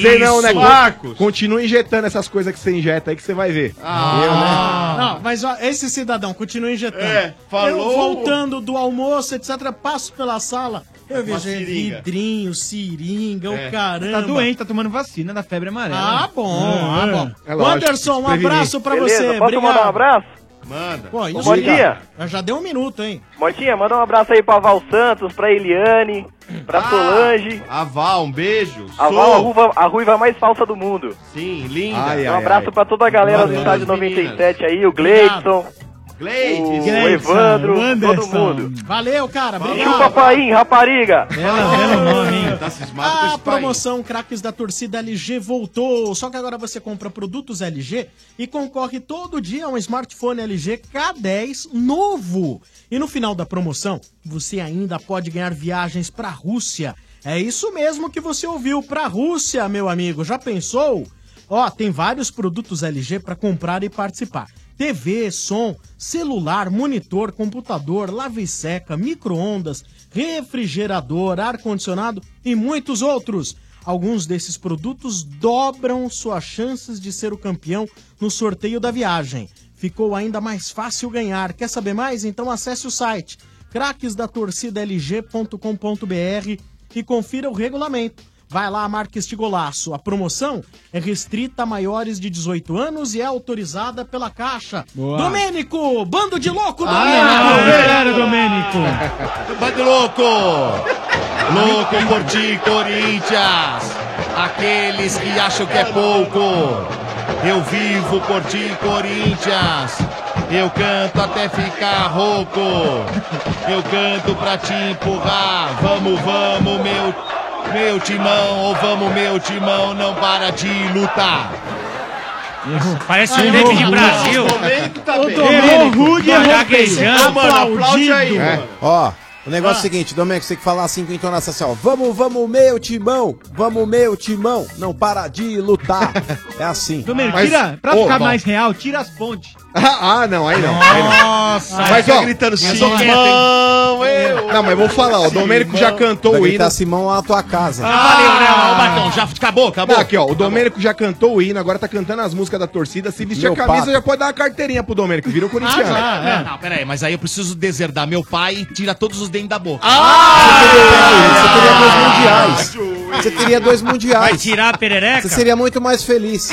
Sei não, né,
isso?
Marcos? Continua injetando essas coisas que você injeta aí que você vai ver. né?
Não, mas ó, esse cidadão continua injetando.
É, falou.
Eu voltando do almoço, etc, passo pela sala, eu
Tá Uma
vejo
seringa.
vidrinho, seringa,
É.
o caramba.
Tá doente, tá tomando vacina da febre amarela.
Ah, bom, ah, bom.
É lógico,
Anderson, um
prevenir.
abraço pra
Beleza,
você.
posso
obrigado.
mandar um abraço?
Manda.
Pô, isso,
Bom dia.
Já- Já deu um minuto, hein?
Motinha, manda um abraço aí pra Val Santos, pra Eliane, pra Solange.
A Val, um beijo.
A Val, a ruiva, a ruiva mais falsa do mundo.
Sim, linda.
um abraço pra toda a galera do
Mandou
estádio
as meninas.
97 aí, o Gleidson, o
Gleidson,
Evandro, todo
Anderson.
mundo.
Valeu, cara.
Chupa papaim, rapariga.
Tá
A promoção Craques da Torcida LG voltou. Só que agora você compra produtos LG e concorre todo dia a um smartphone LG K10 novo. E no final da promoção, você ainda pode ganhar viagens para a Rússia. É isso mesmo que você ouviu, para a Rússia, meu amigo. Já pensou? Ó, tem vários produtos LG para comprar e participar. TV, som, celular, monitor, computador, lave e seca, micro-ondas, refrigerador, ar-condicionado e muitos outros. Alguns desses produtos dobram suas chances de ser o campeão no sorteio da viagem. Ficou ainda mais fácil ganhar. Quer saber mais? Então acesse o site craquesdatorcidalg.com.br e confira o regulamento. Vai lá, marca este golaço. A promoção é restrita a maiores de 18 anos e é autorizada pela Caixa.
Boa.
Domênico! Bando de louco,
Ah, não,
Domênico!
velho, Domênico!
Bate louco! Louco por ti, Corinthians! Aqueles que acham que é pouco, eu vivo por ti, Corinthians! Eu canto até ficar rouco, eu canto pra te empurrar. Vamos, vamos, meu, meu timão, ou vamos, meu timão, não para de lutar.
Parece
Ah,
um
errou
time de
o Hulk.
Brasil.
O Domênico tá bem.
Errou o
tá
Hulk, errou
gaguejando.
É. Ó, o negócio é o seguinte, Domênico, você tem que falar assim com entonação assim, ó. Vamos, vamos, meu timão! Vamos, meu timão! Não para de lutar! é assim.
Domênico, tira, pra ficar mais real, tira as pontes.
Ah, não, aí não. aí não.
Nossa, aí
mas
fica
ó,
gritando,
mas, ó,
Simão,
Não, mas vou falar, ó, o Domênico já cantou
Vai
o
gritar
hino. Ah,
Simão à tua casa.
Não, Batão, já acabou, acabou.
Não, aqui, ó, o Domênico já cantou o hino, agora tá cantando as músicas da torcida. Se vestir
Meu
a camisa,
pato.
já pode dar uma carteirinha pro Domênico, virou corintiano.
Ah, já, é. Não, peraí, mas aí eu preciso deserdar meu pai e tirar todos os dentes da boca.
Ah!
Ah!
Você teria dois mundiais. Você teria dois mundiais.
Vai tirar a perereca?
Você seria muito mais feliz.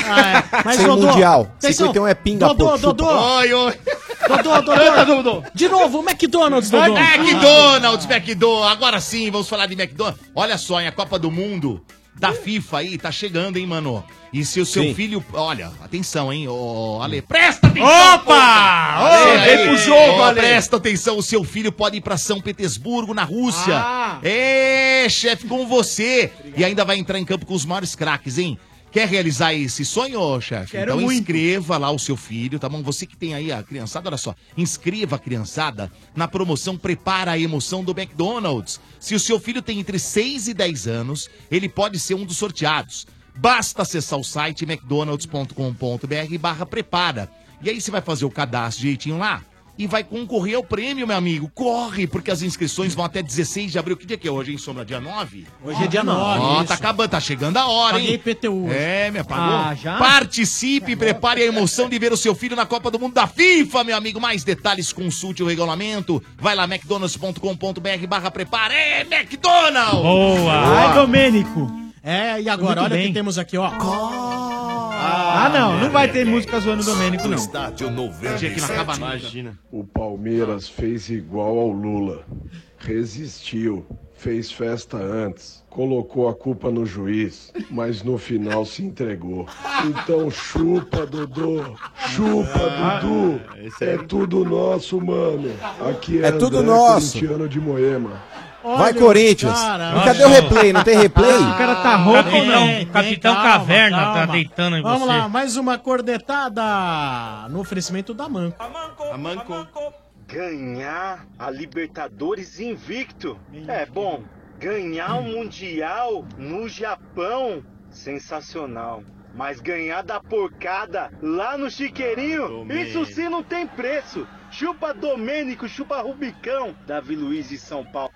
Mas,
Sem
Dodô,
mundial.
vocês são-
51 é pinga,
Dodô,
pô, chupa.
Dodô.
Oi, oi.
Dodô,
Canta,
Dodô, Dodô. De novo, o McDonald's, Dodô.
É, McDonald's, McDonald's, agora sim, vamos falar de McDonald's. Olha só, hein, a Copa do Mundo da FIFA aí tá chegando, hein, mano? E se o seu
Sim.
filho. Olha, atenção, hein, ô, Ale. Presta atenção!
Opa!
porra!
Ô,
Ale,
vem
Ale,
pro jogo,
ô,
Ale.
Presta atenção, o seu filho pode ir pra São Petersburgo, na Rússia.
Ah.
É, chefe, com você. E ainda vai entrar em campo com os maiores craques, hein? Quer realizar esse sonho, ô, chefe?
Quero
então
muito.
inscreva lá o seu filho, tá bom? Você que tem aí a criançada, olha só, inscreva a criançada na promoção Prepara a Emoção do McDonald's. Se o seu filho tem entre 6 e 10 anos, ele pode ser um dos sorteados. Basta acessar o site mcdonalds.com.br barra prepara. E aí você vai fazer o cadastro direitinho lá e vai concorrer ao prêmio, meu amigo. Corre, porque as inscrições vão até 16 de abril. Que dia que é hoje, hein, Sombra? Dia 9?
Hoje é dia nove,
Ó,
isso.
tá acabando, tá chegando a hora,
Paguei
hein?
IPTU.
É, minha pagou.
Ah, já?
Participe e prepare a emoção de ver o seu filho na Copa do Mundo da FIFA, meu amigo. Mais detalhes, consulte o regulamento. Vai lá, mcdonalds.com.br barra prepara. É, McDonald's!
Ai, Domênico!
É, e agora,
Muito
olha o
bem.
que temos aqui, ó.
Ah, não, não vai ter música zoando o Domênico, não.
Estádio
Dia que não acaba nunca.
Imagina. O Palmeiras fez igual ao Lula. Resistiu, fez festa antes, colocou a culpa no juiz, mas no final se entregou. Então chupa, Dodô, chupa,
Ah.
Ah,
Dudu. É tudo nosso, mano. Aqui é,
É tudo
André,
nosso.
corintiano de Moema.
Vai, Corinthians. E cadê o replay? Não tem replay?
O cara tá
rouco, Capitão- né? Capitão Caverna tá deitando em
Vamos
você.
lá, mais uma cornetada no oferecimento da Manco.
A Manco.
ganhar a Libertadores invicto. É bom, ganhar o Mundial no Japão, sensacional. Mas ganhar da porcada lá no
Ah,
Chiqueirinho, isso sim não tem preço. Chupa Domênico, chupa Rubicão, Davi Luiz de São Paulo.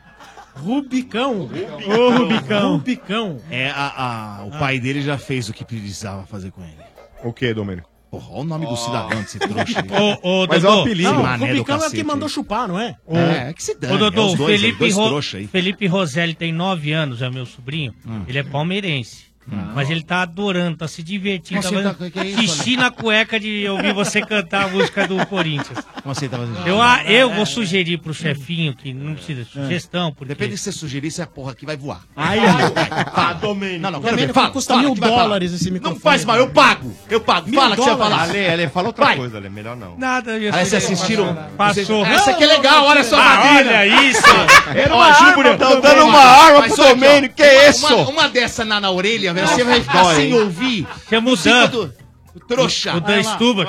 Rubicão.
Rubicão.
Ô, Rubicão. Rubicão. Ah.
É, a, a- o pai dele já fez o que precisava fazer com ele.
O que, Domênico?
Porra, olha o nome do cidadão desse trouxa.
Ô, ô,
Mas é
Dodô.
um apelido.
Não,
Mané do
Rubicão é o que
cacete.
mandou chupar, não é?
É, que se dane,
Ô, Dodô,
é os dois aí,
Felipe,
dois
Ro-
trouxa aí.
Felipe Roselli tem 9 anos, é meu sobrinho. Ele é palmeirense. Mas ele tá adorando, tá se divertindo.
Mas
tá
ele tá-
fazendo
que que é isso,
xixi na cueca de ouvir você cantar a música do Corinthians.
Como assim, tava assistindo?
Eu, ah, eu vou sugerir pro chefinho que não precisa de sugestão, porque...
É. Depende se você sugerir, se a porra aqui vai voar.
Ai,
ai, Fala. Não, não, quero ver.
Domênico,
Fala.
custa
fala
mil
que vai falar.
dólares esse microfone.
Não faz mal, eu pago. Eu pago.
Mil
fala que você vai falar.
dólares?
Ale, Ale, fala outra
Vai.
coisa, Ale. Melhor não.
Nada, eu ia
Aí vocês
sugerir.
assistiram?
é Passou.
Vocês-
Não,
Essa aqui é
não,
legal,
não,
olha só a
ah,
madeira.
olha isso. tá
Era
Uma
uma
arma
arma. tá
pro
tão
Domênico. Mas olha aqui, ó.
Uma,
Uma-
uma dessa na, orelha, é
velho,
você vai ficar sem ouvir.
Chama o Dan. Trouxa. O Dan
Vai lá.
Stuba.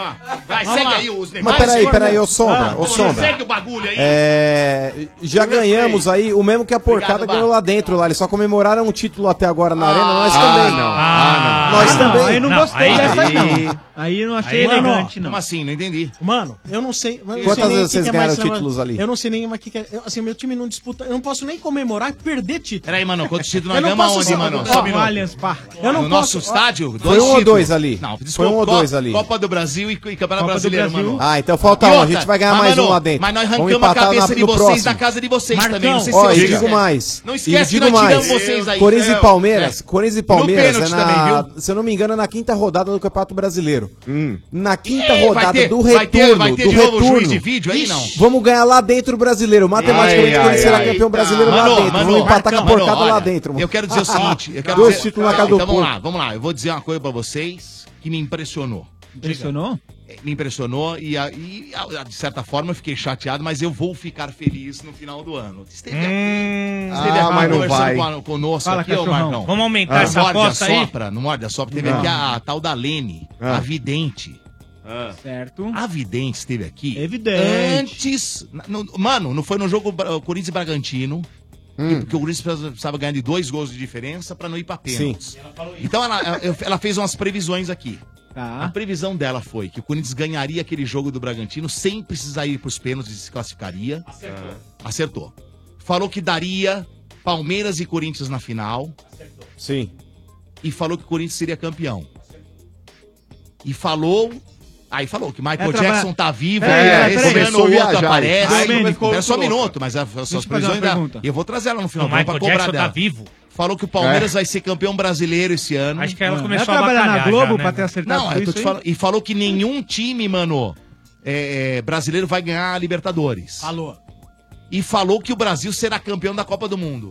Vai,
Vamos
segue
lá.
aí os Ah, então
Mas peraí, peraí, ô Sombra, ô Sombra.
Segue o bagulho aí.
É, já ganhamos aí o mesmo que a porcada ganhou lá dentro, lá. Eles só comemoraram um título até agora na arena, nós também.
não.
Ah, Nós também.
Aí não gostei
aí-
dessa aí,
aí-
não. Aí eu não achei
Aí, mano,
elegante, não.
Como assim? Não entendi.
Mano, eu não sei. mas eu
Quantas
sei nem
vezes
o que
vocês
que é
ganharam
mais-
títulos ali?
Eu não sei nem o que, que é. Eu, assim, meu time não disputa. Eu não posso nem comemorar e perder título.
Peraí, mano, quantos títulos
Eu
nós
não
ganhamos
posso
aonde,
só-
mano?
Ó,
Sobe no-
Allianz Parque. Eu não
no nosso
posso-
estádio,
Foi
dois
um ou
títulos.
dois ali?
Não,
Foi
desculpa,
um ou
Co-
dois ali?
Copa do Brasil e, e Campeonato
Copa do
Brasileiro,
Brasil.
mano.
Ah, então falta
E
um, a
outra,
gente vai ganhar
mas,
mais
mano,
um lá dentro.
Mas nós
Vamos
arrancamos a
empatar
cabeça
na-
de
no
vocês
próximo.
da casa de vocês também. Não sei se
Ó,
vocês
e digo
esquecem.
mais.
Não
e
esquece que
digo
nós
mais.
tiramos vocês aí.
Corinthians
É,
e Palmeiras.
é.
Corinthians e
No
Palmeiras.
pênalti
é na-
também, viu?
Se eu não me engano, é na quinta rodada do Campeonato Brasileiro.
Hum.
Na quinta
Ih, É, vai
rodada
ter-
do retorno.
vai ter- vai ter
do
de novo
retorno.
juiz de vídeo aí, não?
Ixi, Vamos ganhar lá dentro o brasileiro. Matematicamente,
Ai,
o Corinthians
ai,
será
ai.
campeão brasileiro lá
Mano,
dentro.
mano,
Vamos empatar com a
Marcão, mano,
porcada lá
olha,
dentro. Ah,
Eu quero dizer o seguinte. Eu quero
Dois
dizer-
títulos na casa do
Então vamos
porco.
lá, vamos lá. Eu vou dizer uma coisa pra vocês que me impressionou.
Impressionou?
É, Me impressionou e, a- e a- de certa forma eu fiquei chateado, mas eu vou ficar feliz no final do ano. Esteve
Hum.
aqui.
Hum.
Esteve
Ah,
aqui
mas não
conversando
vai.
com a- conosco
Fala,
aqui, ô
cachorrão.
Marcão.
Vamos aumentar
Ah.
essa
Morde a
aposta aí?
Sopra, não morde a sopra. Teve
Não.
aqui a, tal da Lene,
Ah.
a vidente.
Certo.
A vidente esteve aqui.
Evidente.
Antes. na- no- mano, não foi no jogo Bra- Corinthians e Bragantino. que- Porque o Corinthians precisava- precisava ganhar de dois gols de diferença pra não ir pra pênaltis. Então ela, ela- eu- ela fez umas previsões aqui. A previsão dela foi que o Corinthians ganharia aquele jogo do Bragantino sem precisar ir pros pênaltis e se classificaria.
Acertou.
Acertou. Falou que daria Palmeiras e Corinthians na final. Acertou.
Sim.
E falou que o Corinthians seria campeão. E falou. Aí falou que Michael
É, traba-
Jackson tá vivo,
É,
é,
é,
esse
peraí,
ano
começou
o
a
outro
viajar,
aparece.
aí. Domênico,
Espera só um
louco.
minuto, mas as as suas
eu fazer uma
previsões da...
pergunta.
Eu vou trazer ela no final,
O
pra
Michael
cobrar
Jackson tá
dela.
vivo?
Falou que o
É.
Palmeiras vai ser campeão brasileiro esse ano. Acho
que ela Não.
Ela
começou
a trabalha na avacalhar Globo já, né, pra ter mano? acertado
Não,
tudo
eu tô
isso
te
aí?
falando. E falou que nenhum time, mano, é, é, brasileiro vai ganhar a Libertadores. Falou. E falou que o Brasil será campeão da Copa do Mundo.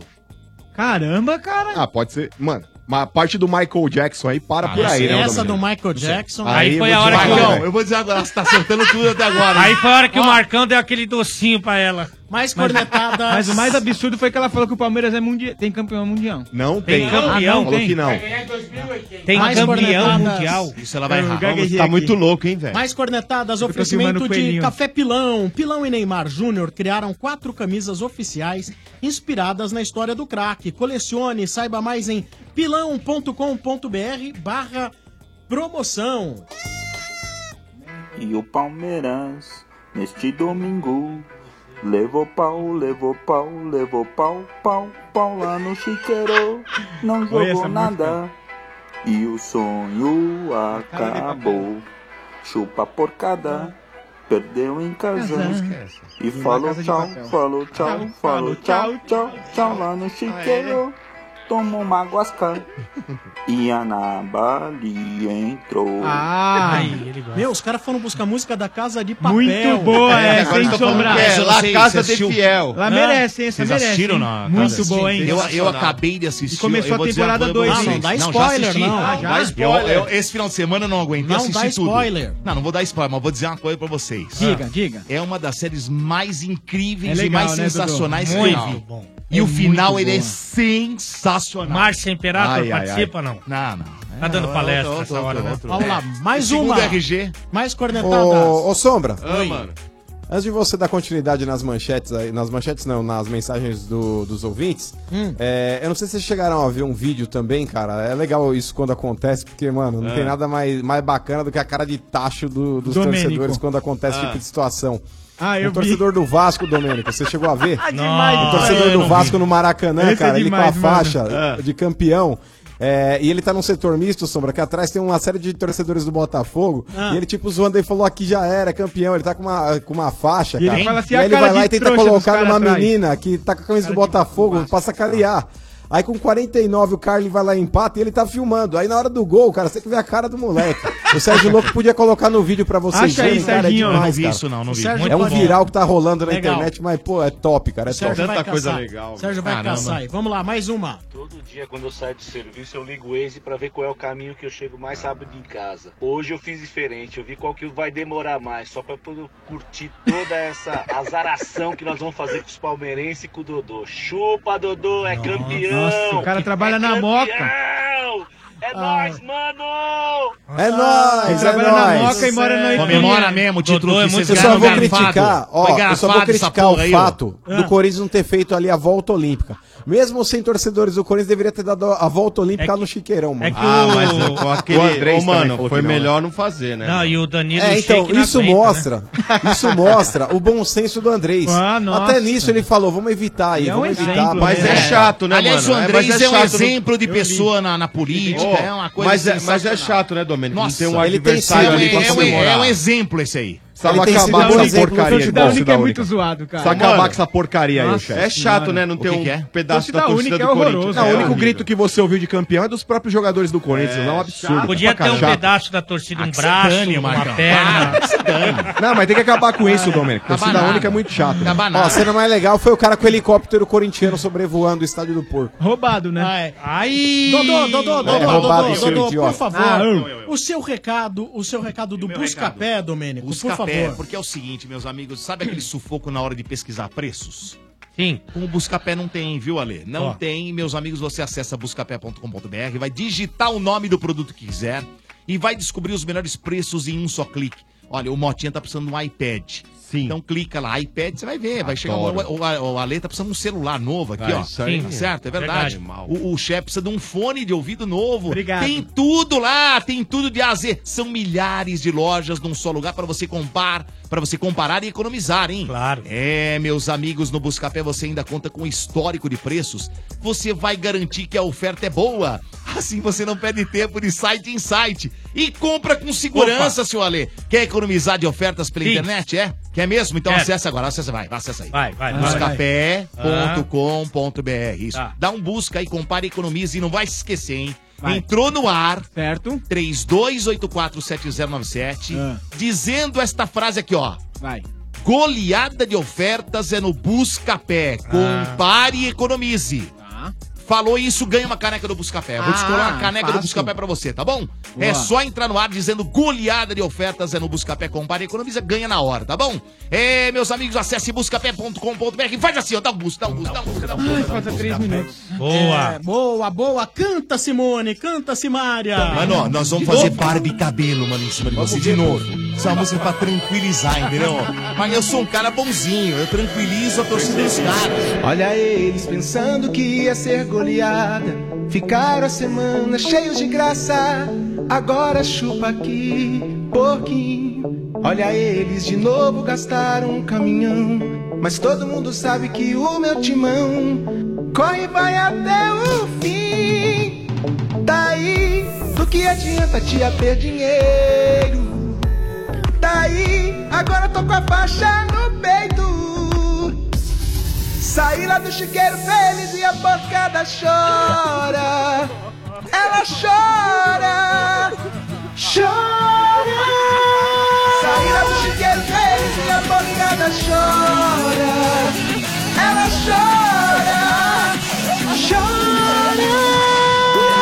Caramba, cara. Ah, pode ser. Mano, mas a parte do Michael Jackson aí para por aí, né?
essa tá do
Domênico?
Michael
Não sei.
Jackson.
Aí foi a hora que
Marcão,
eu-
eu vou dizer agora, você tá acertando tudo até agora.
Aí foi a hora que
Ó,
o Marcão deu aquele docinho pra ela.
Mais
Mas, mas o mais absurdo foi que ela falou que o Palmeiras é mundi- tem campeão mundial.
Não
Tem
tem.
Ah,
campeão?
Falou
Tem.
que não.
Tem
Mais
campeão
cornetadas.
mundial.
Isso ela
vai
errar.
gaguejei
Tá
aqui.
muito louco, hein, velho?
Mais cornetadas,
Eu tô filmando
oferecimento
o
de
coelhinho.
Café Pilão. Pilão e Neymar Júnior criaram quatro camisas oficiais inspiradas na história do craque. Colecione, saiba mais em pilão.com.br barra promoção.
E o Palmeiras, neste domingo, levou pau, levou pau, levou pau, pau, pau lá no chiqueiro, não jogou
essa
nada. E o sonho acabou. Chupa porcada, perdeu em casa. E falou
Casa de
tchau,
Papel.
falou tchau, falou tchau, tchau, tchau lá no chiqueiro. Tomou uma guasca. E a Nabali entrou.
Ah,
Meu, os caras foram buscar música da Casa de Papel.
Muito boa
É, agora eu tô falando que é La Casa de Fiel.
Lá
Ah.
Hã?
merece, hein? Essa
Vocês
merece,
assistiram
hein?
na
Muito
Casa de
boa,
Fiel?
hein?
Eu, eu acabei de assistir.
E começou
eu vou
a
dizer uma
temporada
coisa pra vocês.
dois, hein? Não dá
já
spoiler,
assisti.
não. Ah, já?
Dá spoiler. Eu- esse final de semana eu não aguentei
Não
assistir
dá
tudo.
spoiler.
Não, não vou dar spoiler, mas vou dizer uma coisa pra vocês.
Diga,
Ah.
diga.
É uma das séries mais incríveis
É legal,
e mais
né,
sensacionais
Dudu?
que eu
Muito
vi.
bom.
E
É
o final,
muito
ele é
boa.
sensacional.
Márcia Imperator
Ai, ai, ai.
participa ou não?
Não, não.
Tá dando
É,
palestra
outro,
essa
outro,
hora, né?
outro.
Vamos lá, mais
Segundo
uma.
RG.
Mais cornetadas.
Ah.
Ô, ô, Sombra.
Oi.
É, Antes de você dar continuidade nas manchetes aí, nas manchetes não, nas mensagens do- dos ouvintes, é, eu não sei se vocês chegaram a ver um vídeo também, cara. É legal isso quando acontece, porque, mano, não
É.
tem nada mais, mais bacana do que a cara de tacho do- dos
Domênico.
torcedores quando acontece esse
Ah.
tipo de situação.
Ah, eu
um
vi.
torcedor do Vasco, Domênico, você chegou a ver?
Demais.
Um torcedor
Ah, eu
do
não
Vasco
vi.
no Maracanã,
Esse é
cara, ele com a
demais, mano.
faixa
Ah.
de campeão. É, e ele tá num setor misto, Sombra, que atrás tem uma série de torcedores do Botafogo.
Ah.
E ele, tipo, zoando aí, falou: aqui já era, campeão. Ele tá com uma, com uma faixa,
E ele
cara.
fala assim,
e
"A
aí ele
cara
vai lá
de
e tenta
trouxa dos
colocar
caras
numa
atrás."
menina que tá com a camisa do Botafogo pra sacanear. Aí com 49 o Carly vai lá e empata e ele tá filmando. Aí na hora do gol, cara, você que vê a cara do moleque. O Sérgio Louco podia colocar no vídeo pra vocês
Acha aí,
verem, cara,
Serginho.
é demais,
Não vi
cara.
isso, não, não vi.
É um
Muito bom.
viral que tá rolando na
Legal.
internet, mas, pô, é top, cara. É top.
Sérgio vai caçar aí. Vamos lá, mais uma.
Todo dia quando eu saio do serviço eu ligo o Waze pra ver qual é o caminho que eu chego mais rápido em casa. Hoje eu fiz diferente, eu vi qual que vai demorar mais, só pra poder curtir toda essa azaração que nós vamos fazer com os palmeirenses e com o Dodô. Chupa, Dodô, é campeão!
Nossa, o cara trabalha na moca. Ah.
Campeão! É nóis, mano!
É nóis,
Ele trabalha
é
na
nóis.
Moca e mora na Ipanema.
Comemora mesmo o título
é
que vocês
Eu só
ganharam
vou
garfado.
criticar,
Foi
ó, eu só vou
garfado essa
criticar o
porra aí, ó.
fato
Ah.
do Corinthians não ter feito ali a volta olímpica. Mesmo sem torcedores, o Corinthians deveria ter dado a volta olímpica
É
lá no Chiqueirão, mano.
Ah, mas eu- com aquele.
O Andrés
Ô,
também
mano,
falou
foi
que não,
melhor
né?
não fazer, né?
Não, e o Danilo
É, então,
Sheik na
isso
né?
frente,
mostra, isso mostra o bom senso do Andrés.
Ah, nossa.
Até nisso ele falou, vamos evitar aí,
É um
vamos
exemplo,
evitar.
né? Mas é chato, né, Aliás, mano? o É, Andrés mas é é um chato no- exemplo de Eu li. pessoa na- na política,
Ó,
é uma coisa
mas, é, mas é
sensacional.
chato, né, Domênico? Não
Nossa,
tem um
ele tem
adversário
sido-
ali pra
é, é um-
comemorar.
é um exemplo esse aí.
Precisava
Ele tem sido
acabar
um
com essa
exemplo.
porcaria de
Torcida
bola,
única é
Cidadão
muito
Única.
zoado, cara.
Precisa acabar
Mano.
com essa porcaria aí,
Nossa
chefe. É chato,
senhora.
né? Não ter
O que
um
que é?
pedaço da
Torcida
torcida
única
do
é
Corinthians.
horroroso,
Não,
é
o único
horrível.
grito que você ouviu de campeão é dos próprios jogadores do Corinthians. não é um absurdo.
Podia
pra
ter um
caralho.
pedaço da torcida,
Ah,
um
que se
braço,
dane,
uma
Marcão.
perna.
Não, mas tem que acabar com isso, Domênico.
Torcida
nada.
única é muito chato. Ó,
nada.
a cena mais legal foi o cara com o helicóptero corintiano sobrevoando o estádio do porco.
Roubado, né? Aí! Dodô, Dodô, Dodô,
É, roubado
Dodô,
isso,
Dodô,
idiota.
por favor.
Ah, eu,
O seu recado, o seu recado do Buscapé, Domênico,
Busca
por
pé,
favor.
porque é o seguinte, meus amigos, sabe aquele sufoco na hora de pesquisar preços?
Sim.
Com o Buscapé não tem, viu, Ale? Não
Ó.
tem. Meus amigos, você acessa buscapé.com.br, vai digitar o nome do produto que quiser e vai descobrir os melhores preços em um só clique. Olha, o Motinha tá precisando de um iPad. Sim. Então clica lá, iPad, você vai ver. Vai chegar uma,
Adoro.
o, o, o Ale tá precisando de um celular novo aqui,
Ah,
ó.
isso aí.
Tá certo, é verdade.
Verdade.
O, o chefe precisa de um fone de ouvido novo. Obrigado. Tem tudo lá, tem tudo de AZ. São milhares de lojas num só lugar para você comprar, para você comparar e economizar, hein? Claro. É, meus amigos, no Buscapé você ainda conta com histórico de preços. Você vai garantir que a oferta é boa. Assim você não perde tempo de site em site. E compra com segurança, seu Ale. Quer economizar de ofertas pela
Sim.
internet, é? Quer mesmo? Então
Quero.
acessa agora, acessa, vai, acessa aí.
Vai, vai, vai.
É,
Buscapé.com com.br. Isso.
Tá.
Ah.
Dá um busca aí, compara, economiza e não vai se esquecer, hein? Entrou no ar. Certo. 32847097.
Ah.
Dizendo esta frase aqui, ó. Vai. Goleada de ofertas é no Buscapé.
Ah.
Compare e economize. Falou isso, ganha uma caneca do Buscapé. Eu vou descolar
Ah,
a caneca do
fácil.
Buscapé pra você, tá bom?
Boa.
É só entrar no ar dizendo goleada de ofertas é no Buscapé. Compare, economiza, ganha na hora, tá bom? É, meus amigos, acesse buscapé.com.br. Faz assim, ó, dá um busca, dá um busca, dá um busca, dá um busca. dá um busca, dá um busca.
É, boa, boa. Canta, Simone, canta, Simária.
Mano, Tá, ó, nós vamos
De
fazer
novo?
Barbie cabelo, mano, em cima de você de novo. Isso é uma música pra tranquilizar, entendeu? Mas eu sou um cara bonzinho, eu tranquilizo a torcida dos caras.
Olha eles pensando que ia ser goleada. Ficaram a semana cheios de graça. Agora chupa aqui, porquinho. Olha eles de novo gastaram um caminhão. Mas todo mundo sabe que o meu timão corre e vai até o fim. Tá Daí, do que adianta te haver dinheiro? Daí, agora tô com a faixa no peito. Saí lá do chiqueiro feliz e a bancada chora. Ela chora. Chora. Saí lá do chiqueiro feliz e a bancada chora. Ela chora. Chora.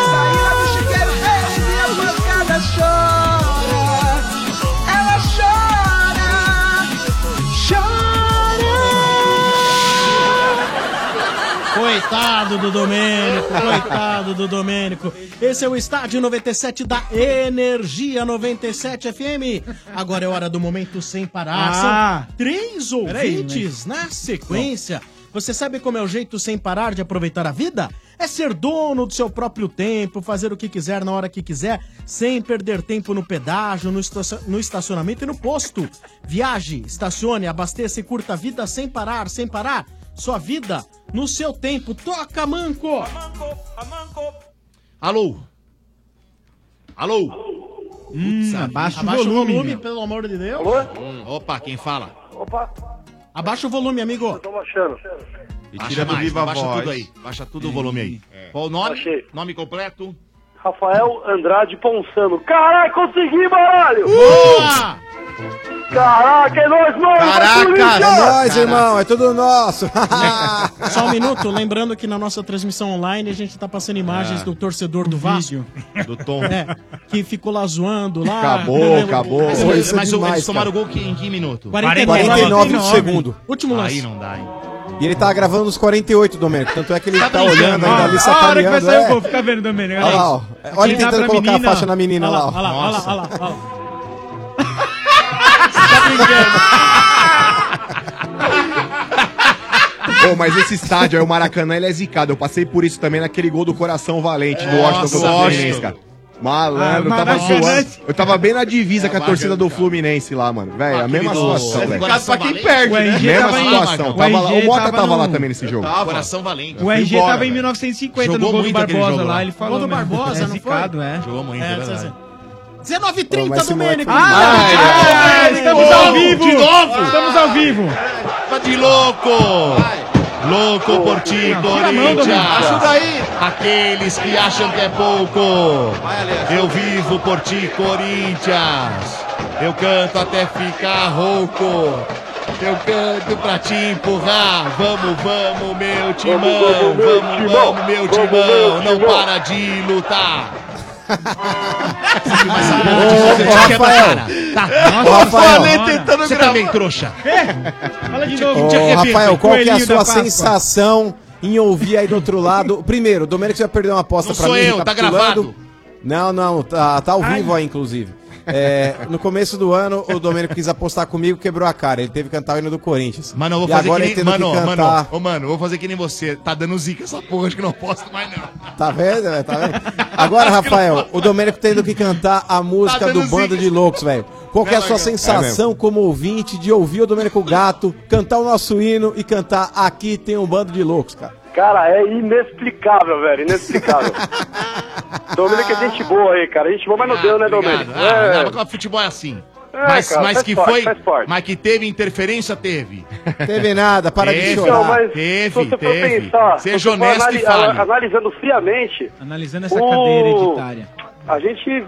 Saí lá do chiqueiro feliz e a bancada chora. Ela chora. Chora.
Coitado. Coitado do Domênico, coitado do Domênico. Esse é o Estádio 97 da Energia 97 FM. Agora é hora do momento sem parar.
Ah.
São três ouvintes na sequência. Você sabe como é o jeito sem parar de aproveitar a vida? É ser dono do seu próprio tempo, fazer o que quiser na hora que quiser, sem perder tempo no pedágio, no, estacio- no estacionamento e no posto. Viaje, estacione, abasteça e curta a vida sem parar, sem parar. Sua vida no seu tempo. Toca, Manco!
Alô? Alô? Hum,
abaixa, o volume, pelo amor de Deus.
Hum, Opa, quem fala?
Opa! Abaixa o volume, amigo. Eu tô baixando.
E
Baixa
tira do
mais,
viva
abaixa
voz.
tudo
aí. Baixa tudo o volume aí. Qual o nome? Nome completo?
Rafael Andrade Ponsano. Caralho, consegui, baralho!
Boa!
Caraca, é nóis, mano!
Caraca, é nóis, irmão, é tudo nosso.
Só um minuto, lembrando que na nossa transmissão online a gente tá passando imagens
Ah.
do torcedor do Vasco.
É. Do Tom.
É, que ficou lá zoando lá.
Acabou,
Ah, Eu lembro-
acabou.
Mas,
Pô,
mas,
isso é
mas o-
demais,
eles tomaram
cara. gol que- em que minuto?
49,
49 do segundo.
Último lance.
Aí não dá, hein?
E ele tá gravando os 48, Domênico. Tanto é que ele tá,
brincando,
olhando
ó.
ainda ali,
A hora que vai
sacaneando.
sair o
é.
gol,
Fica vendo,
né,
Domênico.
Olha lá, ó. Olha ele tentando colocar a faixa na menina, olha lá. ó.
Olha lá, olha lá, olha lá, olha lá.
tá
Pô, mas esse estádio aí, o Maracanã, ele é zicado. Eu passei por isso também naquele gol do coração valente
É.
do Washington contra o
Nossa,
Fluminense, cara. Malandro,
Ah,
eu tava
Maracanã.
zoando. Eu tava bem na divisa com a torcida do Fluminense lá, mano. Velho, a mesma
do-
situação,
Esse
É
velho.
coração
Pra quem
valente.
perde,
O
né?
RG
Mesma
tava aí,
situação.
Marcão.
Tava lá-
O
o
RG
Mota
tava
tava lá
no-
também nesse jogo.
Coração valente.
O RG tava em 1950
Jogou
no gol do
muito aquele
Barbosa
jogo lá.
lá. Ele falou.
Gol do
mas
Barbosa,
é
não
zicado,
foi?
É.
Jogou muito,
É,
é
essa-
verdade.
19 h 30
mas esse moleque-
Domênico.
Ai, ai, ai, Ah, é, estamos ao vivo.
De novo?
Estamos ao vivo.
Tá de louco! Louco por ti,
Tira a mão,
Corinthians!
Domênico. Ajuda
aí! Aqueles que acham que é pouco! Eu vivo por ti, Corinthians! Eu canto até ficar rouco! Eu canto pra te empurrar! Vamos, vamos, meu timão!
vamos, meu
Vamos,
timão.
vamos, meu
Vamos,
timão!
meu
Não
timão.
para de lutar!
Ô, ô, Rafael. Ô, Rafael.
Você também, trouxa!
Fala de
Ô, Rafael, qual que é a sua sensação em ouvir aí do outro lado? Primeiro, o Domênico já perdeu uma aposta
Não
pra
sou
mim.
eu, tá
recapitulando.
gravado.
Não, não, tá, tá ao vivo aí, inclusive. É, no começo do ano, o Domênico quis apostar comigo, quebrou a cara. Ele teve que cantar o hino do Corinthians.
Mano, eu vou
e
fazer
agora
é que nem...
ele tendo
Mano,
que
mano,
cantar.
ô, mano, eu vou fazer que nem você. Tá dando zica essa porra, acho que não posso mais não.
Tá vendo, velho? Tá vendo? Agora, Rafael, o Domênico tendo que cantar a música
Tá dando
do Bando de Loucos, velho. Qual que é a sua sensação como ouvinte de ouvir o Domênico Gato cantar o nosso hino e cantar Aqui tem um Bando de Loucos, cara?
Cara, é inexplicável, velho, inexplicável. Domênico é gente boa aí, cara. Gente boa, mas não deu, né, Domênico?
Ah,
É.
não, mas futebol é assim.
É,
mas
cara,
mas
faz
que
parte,
foi.
faz parte.
Mas que teve interferência, teve.
Teve nada, para de
Teve,
chorar.
não, mas Teve,
Então, se você for
teve.
pensar,
Seja
se você for
honesto e fale.
a- analisando friamente,
Analisando essa
O-
cadeira hereditária.
a gente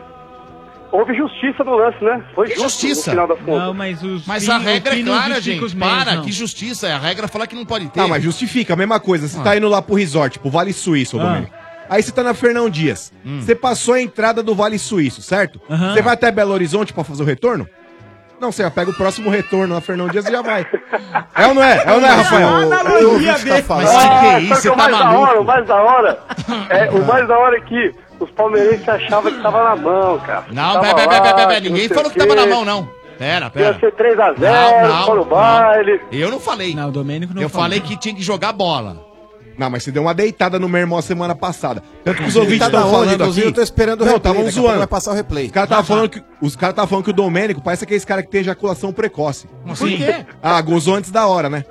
houve justiça no lance, né? Foi justo no final das contas.
Não, mas os.
Mas
fim-
a regra
o
é
fim não
clara,
justifica os
gente.
meios,
Para,
não.
que justiça. é A regra fala que não pode ter.
Tá, mas justifica a mesma coisa. Você tá indo lá pro resort, pro Vale Suíço, ô
Ah. Hum.
Domênico. Aí você tá na Fernão Dias. Você passou a entrada do Vale Suíço, certo?
Aham.
Você vai até Belo Horizonte pra fazer o retorno? Não, você já pega o próximo retorno na Fernão Dias e já vai. É ou não é? É ou não é, Rafael? Eu ouvi o que você tá falando.
Ah, sabe
tá
o que é o mais da hora, o mais da hora, é, o mais da hora é que os palmeirenses achavam que tava na mão, cara.
Não,
Tava
pera, pera, pera,
lá,
pera, pera,
não
Ninguém
sei
falou
o
que tava na
quê.
mão, não. Pera, pera.
Ia ser 3x0,
Não, não,
só no
não.
baile.
Eu não falei.
Não, o Domênico
não Eu falei que tinha que jogar bola.
Não, mas você deu uma deitada no meu irmão a semana passada. Tanto que os
Deitada
ouvintes estão
tá onde?
falando aqui.
Inclusive, eu tô esperando o
Não,
replay,
estavam
daqui a pouco
zoando.
vai passar o replay.
Os caras estavam falando, que- os caras estavam falando que o Domênico parece aqueles caras que tem ejaculação precoce.
Como assim? Por quê?
Ah, gozou antes da hora, né?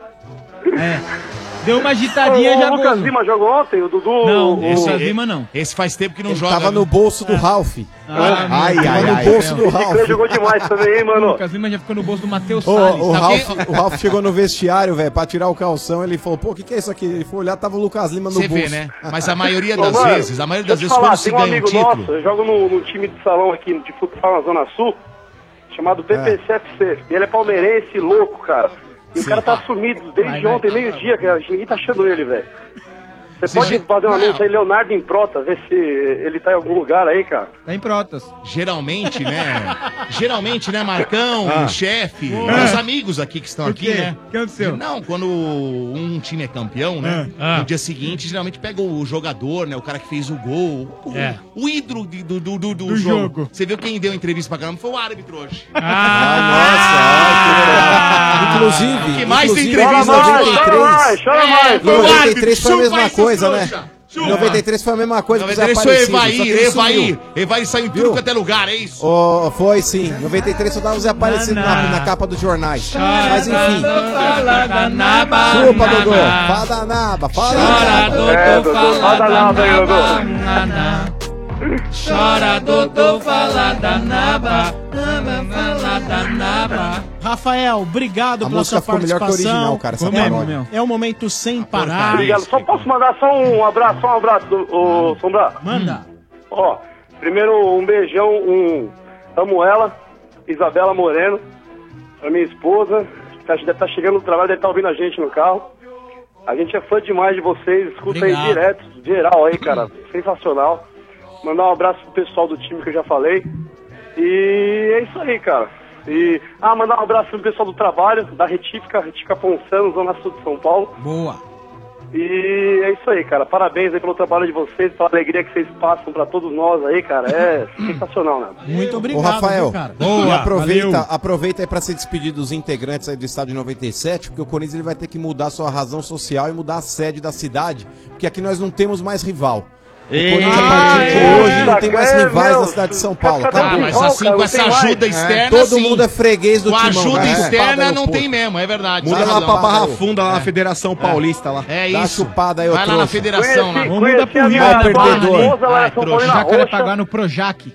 Deu uma agitadinha
o,
já
O Lucas
gozou.
Lima jogou ontem, o Dudu. o, o-
não.
Esse faz tempo que não
Ele
joga.
tava no bolso
É.
do Ralph.
Ah,
ai,
meu
ai,
Deus.
ai. No bolso do Ralph.
demais também, hein,
O Lucas Lima já ficou no bolso do Matheus
Ô,
Salles.
o,
Tá
Ralph,
bem?
o Ralph chegou no vestiário, velho, pra tirar o calção. Ele falou, pô, o que, que é isso aqui? Ele foi olhar, tava o Lucas Lima no
Você
bolso.
vê, né? Mas a maioria
Ô,
das
mano,
vezes, a maioria
deixa eu
das vezes,
te falar,
quando se
tem um
ganha um
amigo
título.
Nosso, eu jogo no, no time de salão aqui de futsal na Zona Sul, chamado BPCFC. E ele é palmeirense, louco, cara. E o cara tá sumido desde ontem, meio-dia, cara. Ninguém tá achando ele, velho. Você pode fazer uma mente aí, Leonardo em Protas, ver se ele tá em algum lugar aí, cara.
Tá em Protas. Geralmente, né? geralmente, né, Marcão,
Ah.
o chefe,
Ué.
os amigos aqui que estão
Por
aqui,
quê?
né?
O que aconteceu?
Não, quando um time é campeão, né?
É.
Ah. Ah.
Um
No dia seguinte, geralmente pega o jogador, né? O cara que fez o gol. O,
É.
o ídolo de- do, do, do, do
Do
jogo.
jogo.
Você viu quem deu entrevista pra caramba? Foi o árbitro hoje.
Ah,
Ah,
Inclusive.
O que mais tem
inclusive,
entrevista
em
hoje?
93,
É, foi o
Em
árbitro.
93 foi a
Chupa
mesma
isso,
coisa, né?
trouxa.
Em 93 foi a mesma coisa que os
93 foi
aparecidos. só
Evaí,
que ele sumiu.
Evaí. Evaí saiu em tudo até lugar, é isso?
Oh, foi sim. 93 só tava os aparecidos na, na capa dos jornais. Mas enfim.
tá
Chupa, Dodô. Fala da naba, fala da naba.
É, Dodô, fala da naba aí, Dodô.
Chora, Dodô, fala da naba. Naba, fala da naba.
Rafael, obrigado
A
pela
música
sua
ficou melhor que
participação.
a original, cara, essa
é,
paródia.
meu. é um momento sem parar.
Obrigado. Só posso mandar só um abraço, só um abraço, do, ô, Sombra?
Manda.
Ó, primeiro um beijão, um amo ela, Isabela Moreno, pra minha esposa, que tá, deve estar chegando do trabalho, deve estar ouvindo a gente no carro. A gente é fã demais de vocês, escuta aí
Obrigado.
direto, geral aí, cara, sensacional. Mandar um abraço pro pessoal do time que eu já falei. E é isso aí, cara. E, ah, mandar um abraço pro pessoal do trabalho, da Retífica, Retífica Ponsano, Zona Sul de São Paulo.
Boa.
E é isso aí, cara. Parabéns aí pelo trabalho de vocês, pela alegria que vocês passam pra todos nós aí, cara. É sensacional, né?
Muito
Ô,
obrigado,
Rafael,
viu, cara.
e aproveita,
valeu.
aproveita aí pra se despedir dos integrantes aí do estádio 97, porque o Corinthians ele vai ter que mudar sua razão social e mudar a sede da cidade, porque aqui nós não temos mais rival. O Corinthians, a partir de
Eita,
hoje, não tem mais
é,
rivais
meu,
na cidade de São Paulo.
Tá
cada
acabou.
rival, Ah, mas assim, cara, com não essa tem mais. ajuda
É,
externa,
Todo
sim.
mundo é freguês do
Com a
timão.
ajuda
cara.
externa
Chupada no
não
porco.
tem mesmo, é verdade.
Muda
Tem
lá
razão.
pra Barra Funda,
lá na Federação Paulista lá.
É
Dá
isso.
Chupada aí, ô
Vai lá na
trouxa.
federação, lá.
Vamos mudar pro
é
Rio,
Vai,
né?
perdedor.
Esposa, ela é São Paulina
Jacaré
Roxa.
pagar no Projac.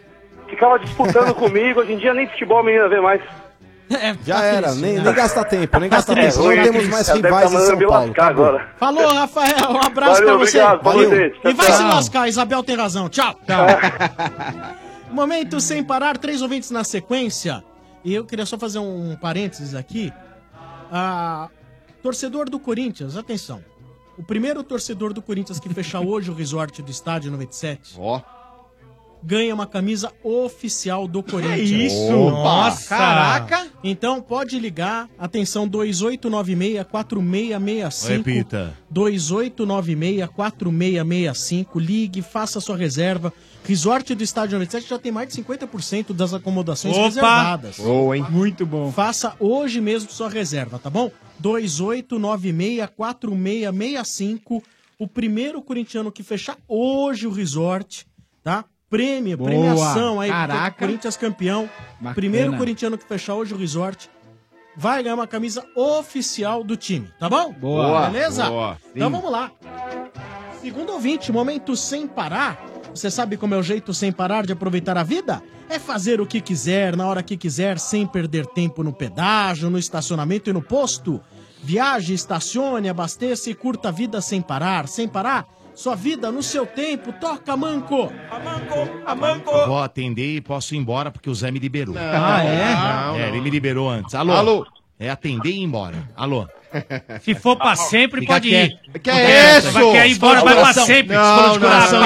Ficava disputando comigo, hoje em dia nem futebol a menina vê mais.
Já era, nem, nem gasta tempo, nem gasta
É,
tempo. Não
hoje
temos mais
ela deve
rivais
tá
em São
mandando me
Paulo.
lascar
acabou.
agora.
Falou, Rafael. Um abraço
Valeu,
pra você.
obrigado, falou, gente. Tchau,
E vai
tchau.
se lascar, Isabel tem razão. Tchau. Momento sem parar, três ouvintes na sequência. E eu queria só fazer um parênteses aqui. Ah, torcedor do Corinthians, atenção. O primeiro torcedor do Corinthians que fechar hoje o resort do estádio 97 ganha uma camisa oficial do Corinthians.
isso? Opa! Nossa! Caraca!
Então pode ligar, atenção, 2896-4665.
Repita.
2896-4665. Ligue, faça sua reserva. Resort do Estádio 97 já tem mais de 50% das acomodações
Opa!
reservadas.
Boa, hein?
Muito bom. Faça hoje mesmo sua reserva, tá bom? 2896-4665. O primeiro corintiano que fechar hoje o resort, tá? Prêmio,
Boa!
premiação aí.
Caraca!
Corinthians campeão.
Bacana.
Primeiro corintiano que fechar hoje o resort vai ganhar uma camisa oficial do time, tá bom?
Boa.
Beleza?
Boa.
Então
Sim.
vamos lá. Segundo ouvinte, momento sem parar. Você sabe como é o jeito sem parar de aproveitar a vida? É fazer o que quiser, na hora que quiser, sem perder tempo no pedágio, no estacionamento e no posto. Viaje, estacione, abasteça e curta a vida sem parar, sem parar. Sua vida no seu tempo, toca manco.
Vou atender e posso ir embora porque o Zé me liberou.
Ah, é?
Não, é, ele me liberou antes. Alô?
Alô?
É atender e ir embora. Alô?
Se for pra sempre,
Fica
pode
quieto.
ir.
é
Vai quer ir embora, vai pra sempre. se for de coração.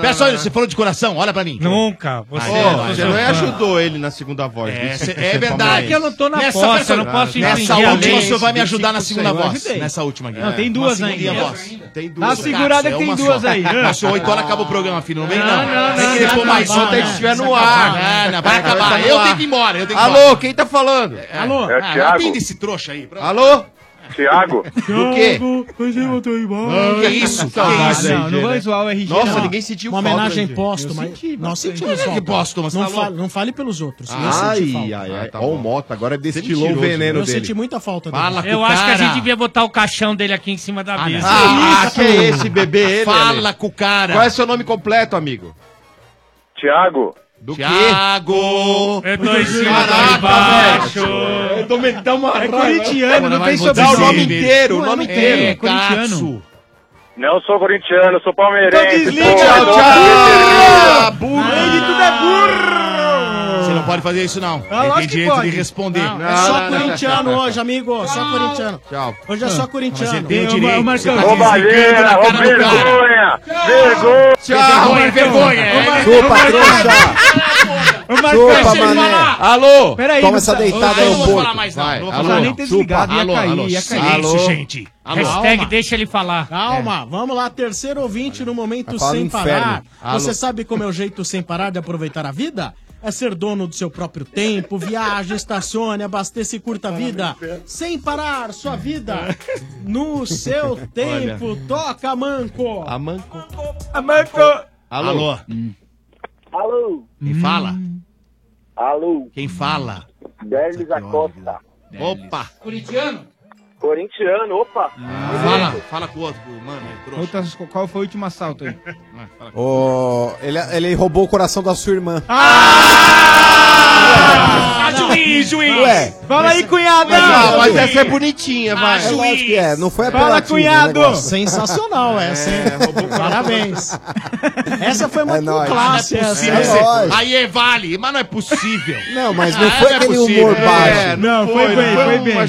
Pera só, você falou de coração, olha pra mim.
Nunca.
Você, um
Ô, você não é ajudou ele na segunda voz.
É,
Isso
cê-
foi
é verdade.
palmeirense.
que eu não tô na
Nessa-
posse,
nessa-
eu não posso infringir
Nessa
a
última,
lei.
você vai me ajudar na
25%,
segunda
eu
voz.
ajudei.
Nessa última aqui.
Não, tem
Uma
duas
segundinha
ainda.
voz. Tem duas.
Dá uma segurada que
É
tem
uma
duas
só.
aí.
Nossa, oito horas acabou
o programa, filho. Não vem, não.
não,
Tem que
não, não,
pôr mais
não,
um.
não,
Tem que
não,
estiver
não,
no
não, não,
ar. Não, não, vai
não,
acabar.
não,
Eu
não,
tenho que ir embora. Eu tenho que ir
Alô,
embora.
quem tá falando?
Alô?
É o
Ah,
Thiago.
atende esse trouxa aí. pronto.
Alô?
Tiago?
Do quê?
Mas eu tô
Ah, que isso? Saudade do
não,
RG,
não
né?
vai zoar o RG.
Nossa,
não.
ninguém sentiu
Uma
falta,
homenagem
né,
póstuma.
gente? Eu senti
Nós
bastante.
sentimos
Mas é que
falta.
póstuma, você
não,
tá
fale-
louco?
não fale pelos outros. Eu senti
Ai,
falta.
ai,
Ah,
ai.
tá
Ó,
bom.
o Mota agora destilou
Mentiroso, né?
o veneno
eu
dele.
senti muita falta dele.
Eu acho que a gente devia botar o caixão dele aqui em cima da mesa.
Ah, que é esse bebê? Ele,
Fala
Ale?
com o cara.
Qual é seu nome completo, amigo?
Tiago.
Do quê?
Thiago!
Eu tô em cima
Caraca,
do baixo.
velho. Eu tô metendo uma
É
raiva.
corintiano, não
Vai
tem
mudar
sobrenome.
o nome inteiro, o
Não,
nome
não
inteiro.
tem, é corintiano.
Não sou corintiano, sou palmeirense.
Ah,
é
Então desliga, tchau, tchau.
burro.
Você Você não pode fazer isso, não.
Ah,
Ele
lógico
tem
que
direito de
pode.
responder.
Não,
Ah,
é só corintiano hoje, amigo. Só corintiano.
Tchau.
Hoje é só corintiano.
Mas ele tem o
Ô,
direito.
Mar- Marcão,
Você tá
desligando
desligando na
na
cara
cara do cara.
do cara.
Vergonha.
Tchau,
Vergonha,
vergonha.
vergonha.
É,
Chupa,
vergonha.
Ô, Marcão,
Chupa,
deixa ele
mané.
falar.
Alô?
É
Peraí,
Toma
não
essa
tá-
deitada
Ô,
no
eu não vou
porco.
falar mais, não.
Vai,
Não vou
alô,
falar nem ter
chupa.
desligado, ia
Alô,
cair,
alô.
ia cair.
Silêncio,
Alô.
gente. Alô.
Hashtag deixa ele falar.
Calma, vamos lá, terceiro ouvinte no momento
É. Vai falar
sem
do inferno.
parar.
Alô.
Você sabe como é o jeito sem parar de aproveitar a vida? É ser dono do seu próprio tempo, viaje, estacione, abasteça e curta a vida. Sem parar sua vida no seu tempo. Toca, Manco.
A Manco.
A Manco.
Alô? Alô?
Alô?
Quem fala?
Alô?
Quem fala?
Derlis Acosta.
É.
Ah,
Opa!
Corintiano? Corintiano, opa.
Fala, fala com o outro, com o mano. é trouxa.
Outras- qual foi o último assalto aí?
Ô, ele, ele roubou o coração da sua irmã.
Ah, juiz, juiz!
Ué.
Fala aí, cunhada!
Mas, ah, mas
Juiz.
essa é bonitinha, vai.
É lógico que é, não foi
Fala,
apelativo o
né,
cunhado!
negócio.
Sensacional essa, hein? Parabéns. Essa foi muito
nóis.
clássica.
Não é
essa.
possível, É você- lógico.
Aí é vale, mas não é possível. é
Não,
Ah,
mas não foi aquele humor baixo.
Não, foi bem, foi bem.
Não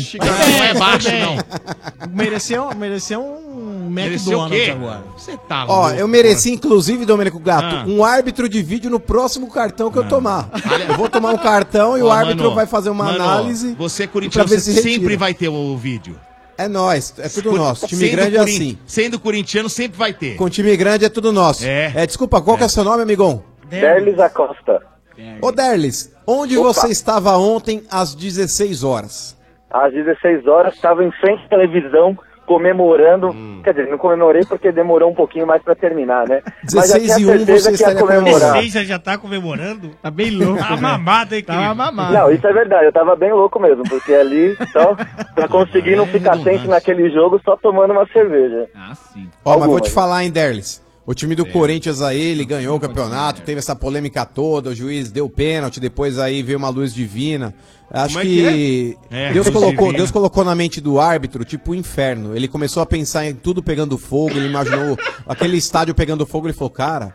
é baixo, não.
Mereceu, mereceu um
Mereceu o quê?
McDonald's agora.
Você tá
Ó,
louco.
eu mereci, inclusive, Domênico Gato,
Ah.
um árbitro de vídeo no próximo cartão que eu tomar. Eu vou tomar um cartão e
Ó,
o árbitro
mano,
vai fazer uma
mano,
análise.
Você é
pra
corintiano,
ver
você
se
sempre
retira.
vai ter o vídeo.
É nós, é tudo
Cor-
nosso. Time
sendo
grande é
corin-
assim.
Sendo corintiano, sempre vai ter.
Com time grande é tudo nosso. É. desculpa, qual que é seu nome, amigão?
Derlis Acosta.
Ô, Derlis, onde
Opa.
você estava ontem às 16 horas?
Às 16 horas, estava em frente à televisão comemorando.
Hum.
Quer dizer, não comemorei porque demorou um pouquinho mais pra terminar, né?
É.
Mas
é
já tinha
um,
um,
certeza que ia comemorar.
16 já- já tá comemorando? Tá bem louco. Tá mamado, hein, querido? Tá mamado.
Não, isso é verdade, eu tava bem louco mesmo, porque ali só pra conseguir não ficar atento naquele jogo só tomando uma cerveja. Ah, sim.
Ó, mas vou te falar, hein, Derlis. O time do Corinthians aí, ele ganhou o campeonato, teve essa polêmica toda, o juiz deu pênalti, depois aí veio uma luz divina. Acho
Como é
que,
que é? É,
Deus,
luz
colocou,
divina.
Deus colocou na mente do árbitro, tipo, o inferno. Ele começou a pensar em tudo pegando fogo, ele imaginou aquele estádio pegando fogo, ele falou, cara,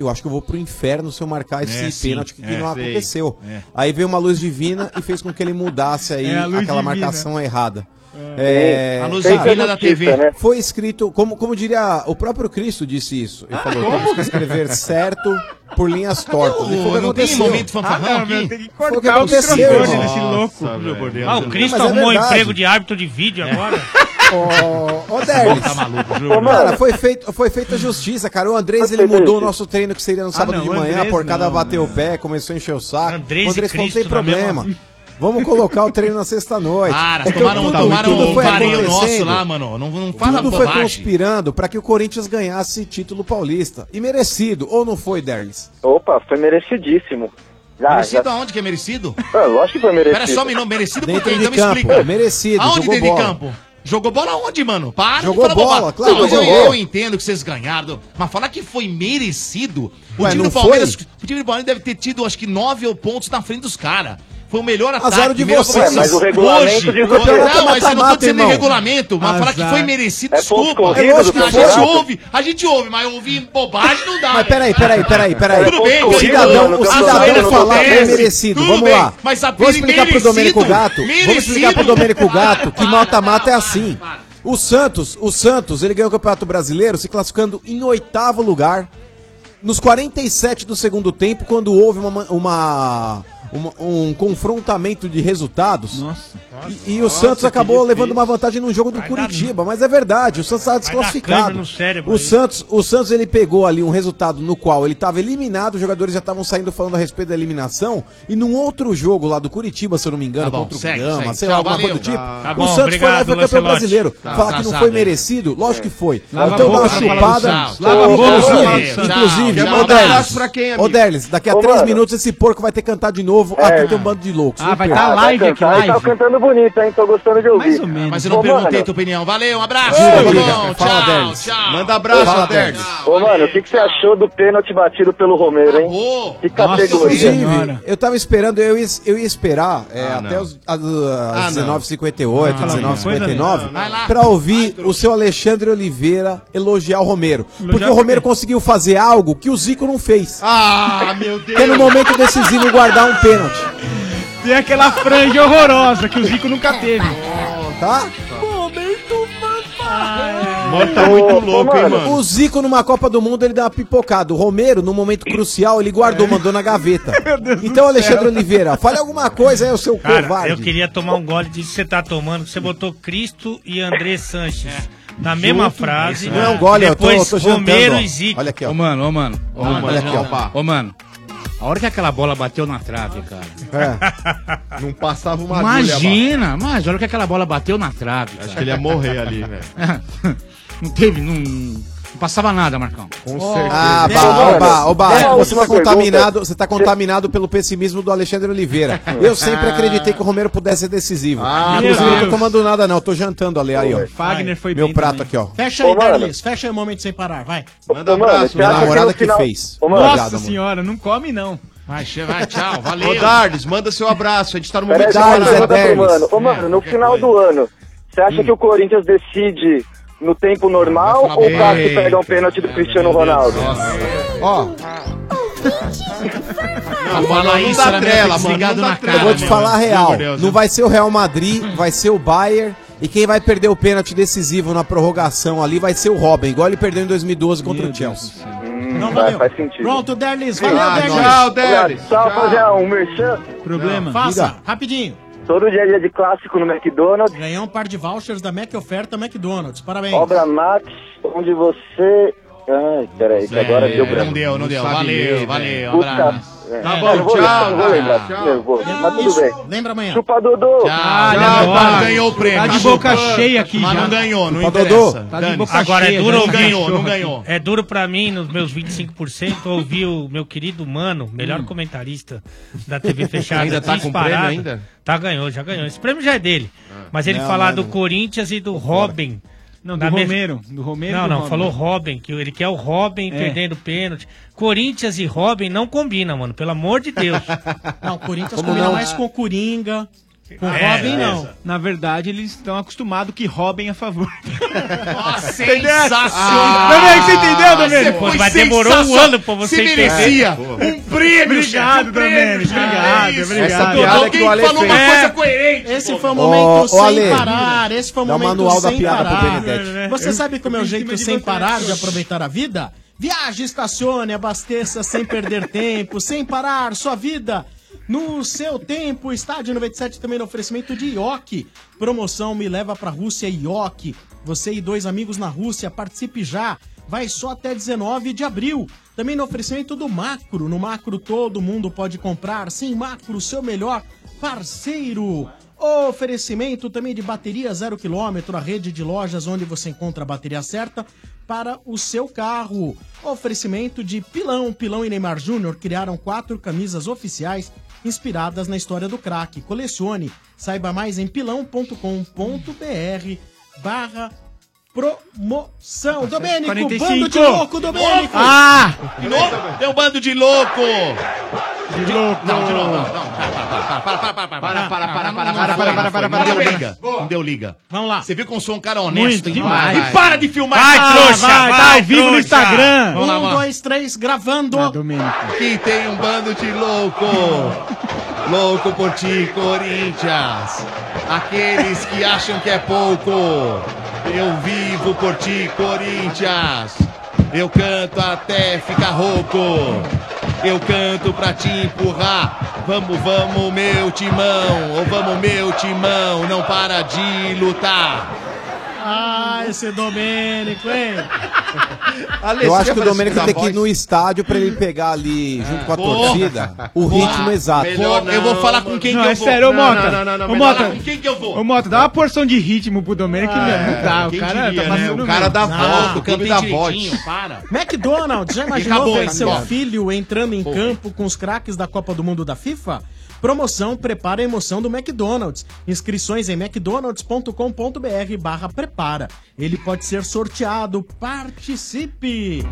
eu acho que eu vou pro inferno se eu marcar esse
É, sim.
pênalti que
É,
não
sei.
aconteceu.
É.
Aí veio uma luz divina e fez com que ele mudasse aí
É, a luz divina.
aquela marcação errada.
É. A luz divina da TV.
né? Foi escrito, como, como diria, o próprio Cristo disse isso. Ele falou,
como?
temos que escrever certo por linhas tortas. E foi o que
não tem
aconteceu.
momento fanfarrão Ah, não, aqui? meu, tem que
Foi o que
cortar o
aconteceu.
microfone
irmão.
desse louco.
Nossa,
Meu
velho.
Deus.
Ah, o Cristo
Mas é
arrumou
verdade. É.
emprego de árbitro de vídeo agora.
Ô, ô Derlis.
Tá maluco, juro.
Ô, mano, foi, feito, foi feita a justiça, cara. O Andrés, ele mudou o nosso treino que seria no sábado
não,
de
o
manhã.
Andrés
a porcada
não,
bateu o pé, começou a encher o saco.
Andrés e
o Andrés falou, não tem
Cristo na
problema.
mesma-
Vamos colocar o treino na sexta-noite.
Para,
Então,
tomaram, um
tudo-
tomaram
tudo
o
foi
vareio nosso
acontecendo.
lá, mano. Não, não fala
Tudo foi
bobagem.
conspirando pra que o Corinthians ganhasse título paulista. E merecido, ou não foi, Derlis?
Opa, foi merecidíssimo.
Ah,
Já,
merecido
já-
aonde que é merecido?
Ah, lógico que foi merecido.
Pera só um minuto, merecido por
Dentro
quem?
de
Então me
campo,
explica.
merecido,
Aonde
jogou
dentro de
bola.
campo? Jogou bola aonde, mano? Para
Jogou
de falar
bola,
bobagem.
claro,
Não, mas
jogou
eu,
bola.
eu entendo que vocês ganharam, mas falar que foi merecido. O,
Ué,
time do
não
Palmeiras,
foi?
o time do Palmeiras deve ter tido, acho que, nove pontos na frente dos caras. Foi o melhor ataque.
Azar de
melhor
vocês.
começo.
Mas o regulamento
Hoje-
diz o
hoje-
campeonato
Não, mas eu não tô
mata-mata,
dizendo em
irmão. Ah,
regulamento, mas falar que
Azar.
foi merecido,
É ponto
desculpa.
corrido
lógico
do
que a gente
campeonato.
ouve, a gente ouve, mas ouvir bobagem não dá.
Mas
né?
peraí, peraí, peraí, peraí.
Tudo bem,
o
corrido,
cidadão,
mano,
o
campeonato
cidadão falar que é
acontece.
merecido.
Tudo
Vamos
bem,
lá.
mas a
Vamos
pele
explicar pro
merecido,
Domênico Gato. Vamos explicar pro
merecido.
Domênico Gato que mata-mata é assim. O Santos, o Santos, ele ganhou o Campeonato Brasileiro se classificando em oitavo lugar. Nos 47 do segundo tempo, quando houve uma, uma- uma- um confrontamento de resultados. E, e o Santos acabou levando uma vantagem no jogo do Curitiba, mas é verdade, o Santos estava
câmera
desclassificado.
no cérebro
O
aí.
Santos, o Santos ele pegou ali um resultado no qual ele estava eliminado, os jogadores já estavam saindo falando a respeito da eliminação, e num outro jogo lá do Curitiba, se eu não me engano,
Tá bom,
contra o
segue,
Gama,
segue.
sei lá,
Tchau,
alguma coisa
valeu.
do tipo,
Tá. Tá
o
bom,
Santos foi lá e
obrigado,
foi campeão
Lancelotti.
brasileiro.
Tá,
Falar
tá
que não
assado,
foi
hein?
merecido, lógico que foi.
Lava
então
a
dá uma
boca,
chupada.
Lancelotti. Lava a
Ô,
boca,
inclusive-
Lancelotti.
Inclusive,
Quer
ô
mandar
Derlis,
abraço pra quem,
ô
amigo?
Derlis, daqui a
Ô,
três
mano.
minutos esse porco vai ter que cantar de novo. Ah, tem um bando de loucos. não perca.
Tá cantando bonito, hein? Tô gostando de ouvir. Mais ou menos.
Mas eu não
Ô,
perguntei
mano.
tua opinião. Valeu, um abraço.
Ô,
tudo
Liga, fala,
bom? Tchau,
Derlis.
tchau.
Manda
abraço,
Fala,
Derlis.
Ô, mano, o que, que você achou do pênalti batido pelo Romero, hein? que categoria.
Inclusive, eu tava esperando, eu ia, eu ia esperar é,
Ah,
até
não.
os, as, as 19h58,
Não, não, não,
19h59,
não, não.
pra ouvir o seu Alexandre Oliveira elogiar o Romero. Porque
por
o Romero conseguiu fazer algo que o Zico não fez.
Ah, meu Deus.
Que é no momento decisivo guardar um pênalti.
Tem aquela franja horrorosa que o Zico nunca teve.
Tá?
Um Momento fanfarrão.
tá
O Zico numa Copa do Mundo ele dá uma pipocada. O Romero, num momento crucial, ele guardou,
É.
mandou na gaveta. então, Alexandre Oliveira, fale alguma coisa aí, é o seu
Cara,
covarde.
eu queria tomar um gole disso que você tá tomando, que você botou Cristo e André Sanches na mesma frase.
Isso não é um gole, eu tô-
Depois
eu tô jantando,
Romero
ó.
e Zico.
Olha aqui, ó.
Ô, mano, ô, mano. Ô,
Ah,
mano,
olha aqui, ó.
Ô, mano. A hora que aquela bola bateu na trave, cara.
É.
Não passava uma
Imagina, mas a hora que aquela bola bateu na trave.
Acho que ele ia morrer ali, velho.
Não teve, não, não passava nada, Marcão. Com
Ah, oba, oba, oba. É que você tá contaminado, você tá contaminado pelo pessimismo do Alexandre Oliveira. Eu sempre
Ah.
acreditei que o Romero pudesse ser decisivo.
Ah,
Inclusive,
meu
não tô
Deus.
tomando nada, não. Eu tô jantando ali, aí, ó.
Fagner foi
Meu
bem
prato
também.
aqui, ó.
Fecha
Ô,
aí,
mano.
Carlinhos. Fecha aí o momento sem parar, vai.
Manda um abraço, minha namorada que fez.
Nossa
Obrigado, amor.
senhora, não come não. Vai, che- vai, tchau, valeu.
Ô, Dardes, manda seu abraço. A gente tá no
Peraí,
momento
deixa eu
separado.
fazer uma pergunta pro mano. Ô, mano, no final do ano, você acha que o Corinthians decide no tempo normal ou o Cássio pega um pênalti do Cristiano Ronaldo?
Ó.
Não,
não
fala isso,
é
dá
era
trela,
mesmo,
mano,
ligado
não dá
na
trela. Eu
cara,
vou te
meu
falar a
Deus,
real.
meu Deus.
Não vai ser o Real Madrid, vai ser o Bayern. E quem vai perder o pênalti decisivo na prorrogação ali vai ser o Robin, igual ele perdeu em 2012 contra o Chelsea.
Não,
vai,
valeu.
faz sentido.
Pronto, Derlis. Valeu,
Ah,
Derlis.
tchau, Derlis.
Só fazer um merchan.
Problema. Faça, rapidinho.
Todo dia a dia de clássico no McDonald's.
Ganhar um par de vouchers da Mac Oferta McDonald's. Parabéns.
Obra Max, onde você. Ai, peraí, que
É,
agora deu branco.
não deu, não né? deu.
sabe
Valeu,
ler,
valeu,
um
Puta-
abraço.
É,
Tá
eu
bom,
não vou
tchau,
lembrar, não vou
tá.
lembrar,
Tchau.
nervoso. Mas tudo
Isso,
bem.
Lembra amanhã.
Chupa Dodô!
Ah,
Tá, ganhou o prêmio. Tá de boca cheia aqui
Mas
já.
não ganhou, não
Ô,
interessa.
Dodô. Tá de
Dane-se.
boca
Agora é
cheia,
duro
já
ou
tá
ganhou? Não
cachorro
ganhou.
É duro pra mim, nos meus 25%, ouvir o meu querido Mano, melhor comentarista da TV fechada.
Ainda tá com o prêmio
disparado.
ainda? Ah.
Tá, ganhou, já ganhou. Esse prêmio já é dele. Mas ele
Não,
falar
não,
do
não.
Corinthians e do Robin.
Não, do
Na mes-
Romero. Do Romero
Não,
do
não,
Robin.
falou Robin, que ele quer o Robin
É.
perdendo pênalti. Corinthians e Robin não combina, mano, pelo amor de Deus.
Não, o Corinthians
Como
combina
não?
mais com o Coringa. Com o
É,
Robin, não.
beleza.
Na verdade, eles estão acostumados que roubem a favor.
Sensacional.
Domênico, você entendeu,
Você
Domênico?
foi Pô, mas demorou um sensacional. ano pra você Você entender. merecia. Um prêmio, chefe,
Obrigado,
um prêmio,
Domênico.
cara.
Obrigado,
É isso.
obrigado.
Essa piada Alguém que o Ale falou uma fez. coisa coerente,
É. Esse
pô.
foi o
Ô,
momento
ô,
sem
Ale,
parar. Esse foi o
dá o
momento
manual da
sem
piada pro
parar.
Benedetti.
Você
Eu-
sabe como é
eu
o
fiz em cima
jeito
de
sem
você.
parar de aproveitar a vida? Viaje, estacione, abasteça sem perder tempo, sem parar sua vida. No seu tempo, Estádio 97 também no oferecimento de Ioki. Promoção Me Leva pra Rússia Ioki. Você e dois amigos na Rússia, participe já. Vai só até 19 de abril. Também no oferecimento do Macro. No Macro todo mundo pode comprar. Sim, Macro, o seu melhor parceiro. Oferecimento também de bateria zero quilômetro, a rede de lojas onde você encontra a bateria certa para o seu carro. Oferecimento de Pilão. Pilão e Neymar Júnior criaram quatro camisas oficiais inspiradas na história do craque. Colecione. Saiba mais em pilão.com.br barra promoção. Domênico,
45.
bando de louco, Domênico!
Ah!
De novo? Tem um bando de louco! De louco! Não, de novo, não, não. Para, para, para, para, para, para, para, para, para, para, para, para, para, para, Não deu liga. Não deu liga.
Vamos lá.
Você viu que eu sou um cara honesto.
Muito demais.
E para de filmar.
Vai,
Ah,
trouxa, vai,
tá
ao vivo no
trouxa.
Instagram.
Vamos lá,
um,
vamos lá.
dois, três, gravando.
Que tem um bando de louco. Louco por ti, Corinthians. Aqueles que acham que é pouco. Eu vivo por ti, Corinthians. Eu canto até ficar rouco. Eu canto pra te empurrar. Vamos, vamos, meu timão. Ou vamos, meu timão. Não para de lutar.
Ah, esse Domênico, hein?
Eu acho que o Domênico tem que ir no estádio pra ele pegar ali, junto com a
Porra.
torcida, o ritmo é exato.
eu vou falar com quem
não,
que eu
é
vou.
sério, ô
Não,
Mota.
não, não, não, não,
ô,
mas
Mota.
falar com quem que eu vou?
Ô, Mota, dá uma porção de ritmo pro Domênico.
Ah,
meu, não dá. O
quem
cara
diria,
tá
né?
passando
O cara
mal.
dá
Não.
volta, o
Cantei
campeão da
direitinho.
voz. Para.
McDonald's, já imaginou
Acabou,
ver
hein,
seu
Bob?
filho entrando em campo com os craques da Copa do Mundo da FIFA? Promoção Prepara a Emoção do McDonald's. Inscrições em mcdonalds.com.br barra prepara. Ele pode ser sorteado. Participe!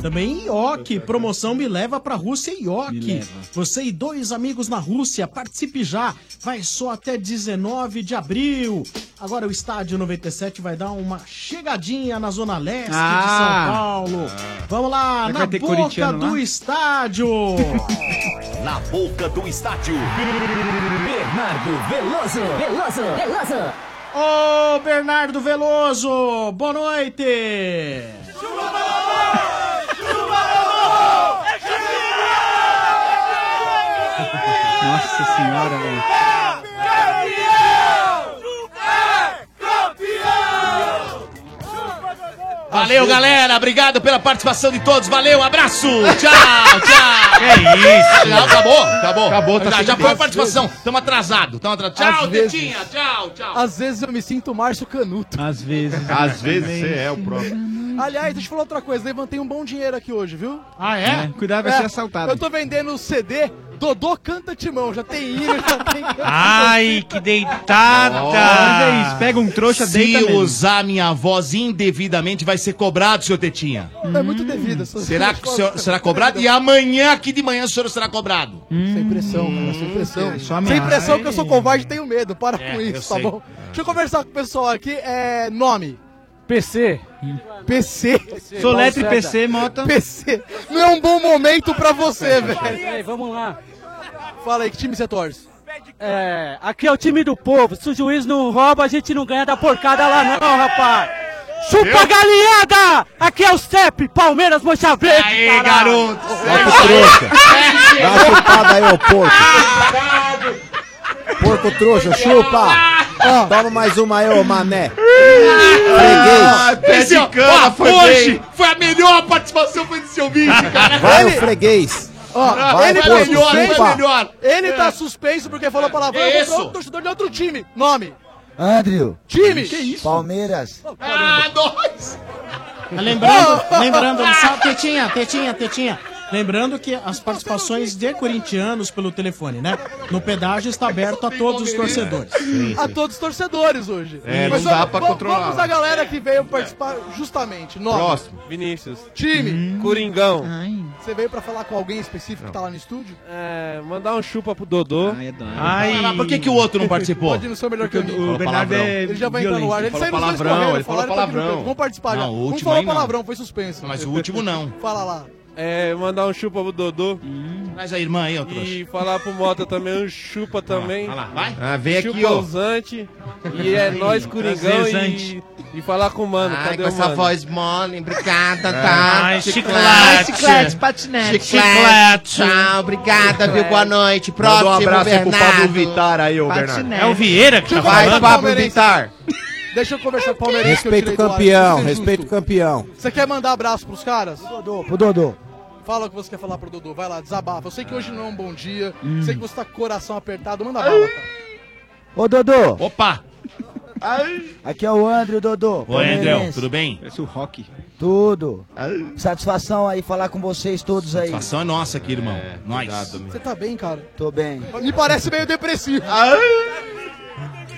Também IOC, promoção me leva pra Rússia IOC. Você e dois amigos na Rússia, participe já. Vai só até 19 de abril. Agora o estádio 97 vai dar uma chegadinha na zona leste
Ah.
de São Paulo. Vamos lá,
Será que
na
vai ter
boca
corintiano
do
lá?
estádio.
Na boca do estádio. Bernardo Veloso.
Veloso, Veloso. Ô, Bernardo Veloso, boa noite.
Nossa senhora, velho.
Valeu, galera. Obrigado pela participação de todos. Valeu, abraço. Tchau, tchau.
Que isso.
Tchau, acabou, acabou.
Acabou, tá
já,
sem
já
tempo.
foi a participação. Tamo atrasado. Tamo atrasado. Tchau,
Às vezes.
Tetinha. Tchau, tchau.
Às vezes eu me sinto Márcio Canuto.
Às vezes.
Às vezes você é o próprio.
Aliás, deixa eu falar outra coisa. Levantei um bom dinheiro aqui hoje, viu?
Ah, é? É, cuidado, vai ser assaltado.
Eu tô vendendo o CD Dodô Canta Timão. Já tem hino, já tem...
Ai, que deitada.
Olha isso,
pega um trouxa,
Se
deita mesmo.
usar minha voz indevidamente, vai ser cobrado, seu Tetinha. Hum.
É muito devido. essas
Será que o
coisas.
senhor será cobrado? E amanhã, aqui de manhã, o senhor será cobrado.
Sem
Hum.
pressão, cara, sem pressão.
É,
sem
ameaça.
pressão que eu sou covarde e tenho medo. Para
É, eu
com isso, tá
sei.
bom? Deixa eu conversar com o pessoal aqui. É, nome? PC. PC.
Soletre PC, Mota.
PC. Não é um bom momento pra você, velho.
Ei, vamos lá.
Fala aí, que time você torce?
É, aqui é o time do povo. Se o juiz não rouba, a gente não ganha da porcada lá não, rapaz. Chupa galinhada! Aqui é o CEP, Palmeiras, Mancha Verde, Aê,
garoto!
Vai,
Dá uma chupada aí, ô porco. Porco trouxa, chupa.
Ah.
Toma mais uma aí, ô mané.
Ah,
Freguês.
esse,
é
ó,
Mexicana,
ó,
foi
hoje
bem.
foi a melhor participação foi do seu vídeo, cara.
Vai, ô freguês.
Ah,
Ó,
Vai,
é
ele tá
porco,
suspenso.
chupa.
Ele tá suspenso porque falou palavrão.
É
Eu vou
isso.
pra outro torcedor de outro time. Nome?
Andrew.
Time.
Que isso? Palmeiras.
Ah, nós!
Tá Lembrando, lembrando, sabe, Tetinha, Tetinha, Tetinha. Lembrando que as participações de corintianos pelo telefone, né? No pedágio está aberto a todos os torcedores.
A todos os torcedores hoje.
É,
Mas
não dá
só-
pra
va-
controlar.
Vamos a galera que veio participar justamente. Nome.
Próximo. Vinícius.
Time.
Coringão.
Você veio pra falar com alguém específico que tá lá no estúdio?
É, mandar um chupa pro Dodô. Ai,
Ai.
Mas por que, que o outro não participou?
Pode não ser melhor que
Porque
eu.
o- o
Falou
Bernardo
palavrão.
é
Ele já vai entrar no ar. Ele
violento,
saiu
ele falou
nos dois
palavrão,
correndo,
ele falou
falaram que aqui no
palavrão.
canto. Vamos participar
Não,
já.
o
Um
último
falou
aí não.
palavrão, foi suspenso.
Mas o último não.
Fala lá.
É, mandar um chupa pro Dodô.
Traz a irmã aí, ó,
E falar pro Mota também, um chupa também.
vai lá, vai.
Chupa
Ah, vem aqui, ó.
usante. E é
Ai,
nós, Coringão.
zezante.
E, e falar com o Mano.
Ai,
cadê
com
o
essa
Mano?
voz
mole, obrigada,
tá? Ai, Chiclete. Ai, chiclete, patinete. Chiclete. Tchau, obrigada, viu? Boa noite.
Manda um
Próximo,
abraço aí pro Pablo
Bernardo.
Vittar aí, ô
Patinete.
Bernardo.
É o Vieira que tá
Vai,
falando?
Pablo Vittar.
Deixa eu conversar com o Palmeirense.
Respeita o
que eu tirei do ar,
campeão,
isso é justo.
respeita o campeão.
Você quer mandar abraço pros caras? Dodô.
Pro Dodô.
Fala o que você quer falar pro Dodô. Vai lá, desabafa. Eu sei que hoje não é um bom dia.
Hum.
Sei que você tá com o coração apertado. Manda bala, cara.
Ô, Dodô.
Opa.
Aqui é o Andrew, Dodô.
Oi, André,
palmeirense.
tudo bem?
Parece o Rock.
Tudo. Satisfação aí falar com vocês todos aí.
A ação é nossa aqui, irmão. Nós.
Você tá bem, cara?
Tô bem.
tá? Me parece meio depressivo.
Ah.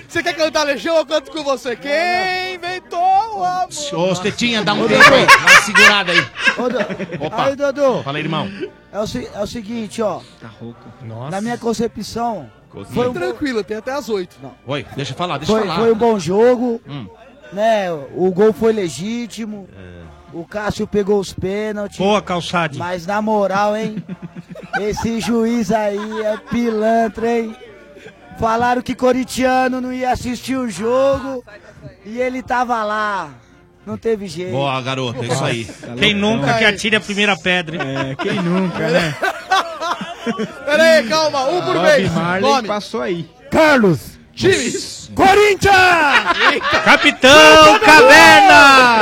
Você quer cantar Legião? Eu canto com você. Quem inventou o amor?
Ô, Tetinha, dá um tempo aí. Dá uma segurada aí. Opa.
Aí, Dodô.
Fala aí, irmão.
É o, se- é o seguinte, ó.
Tá rouco.
Na
Nossa.
minha concepção, foi um,
Tá Tranquilo, tem até as oito.
Oi, deixa eu falar, Ah, deixa eu
foi,
falar.
foi um bom jogo.
Hum.
Né, o gol foi legítimo.
É.
O Cássio pegou os pênaltis.
Boa, calçade.
Mas na moral, hein? Esse juiz aí é pilantra, hein? Falaram que corintiano não ia assistir o jogo e ele tava lá. Não teve jeito.
Boa, garoto, é isso aí.
Quem nunca que atire a primeira pedra, hein? É, quem nunca, né?
Pera aí, calma. Um por vez. Nome.
passou aí.
Carlos.
Times.
Corinthians!
Capitão Caverna!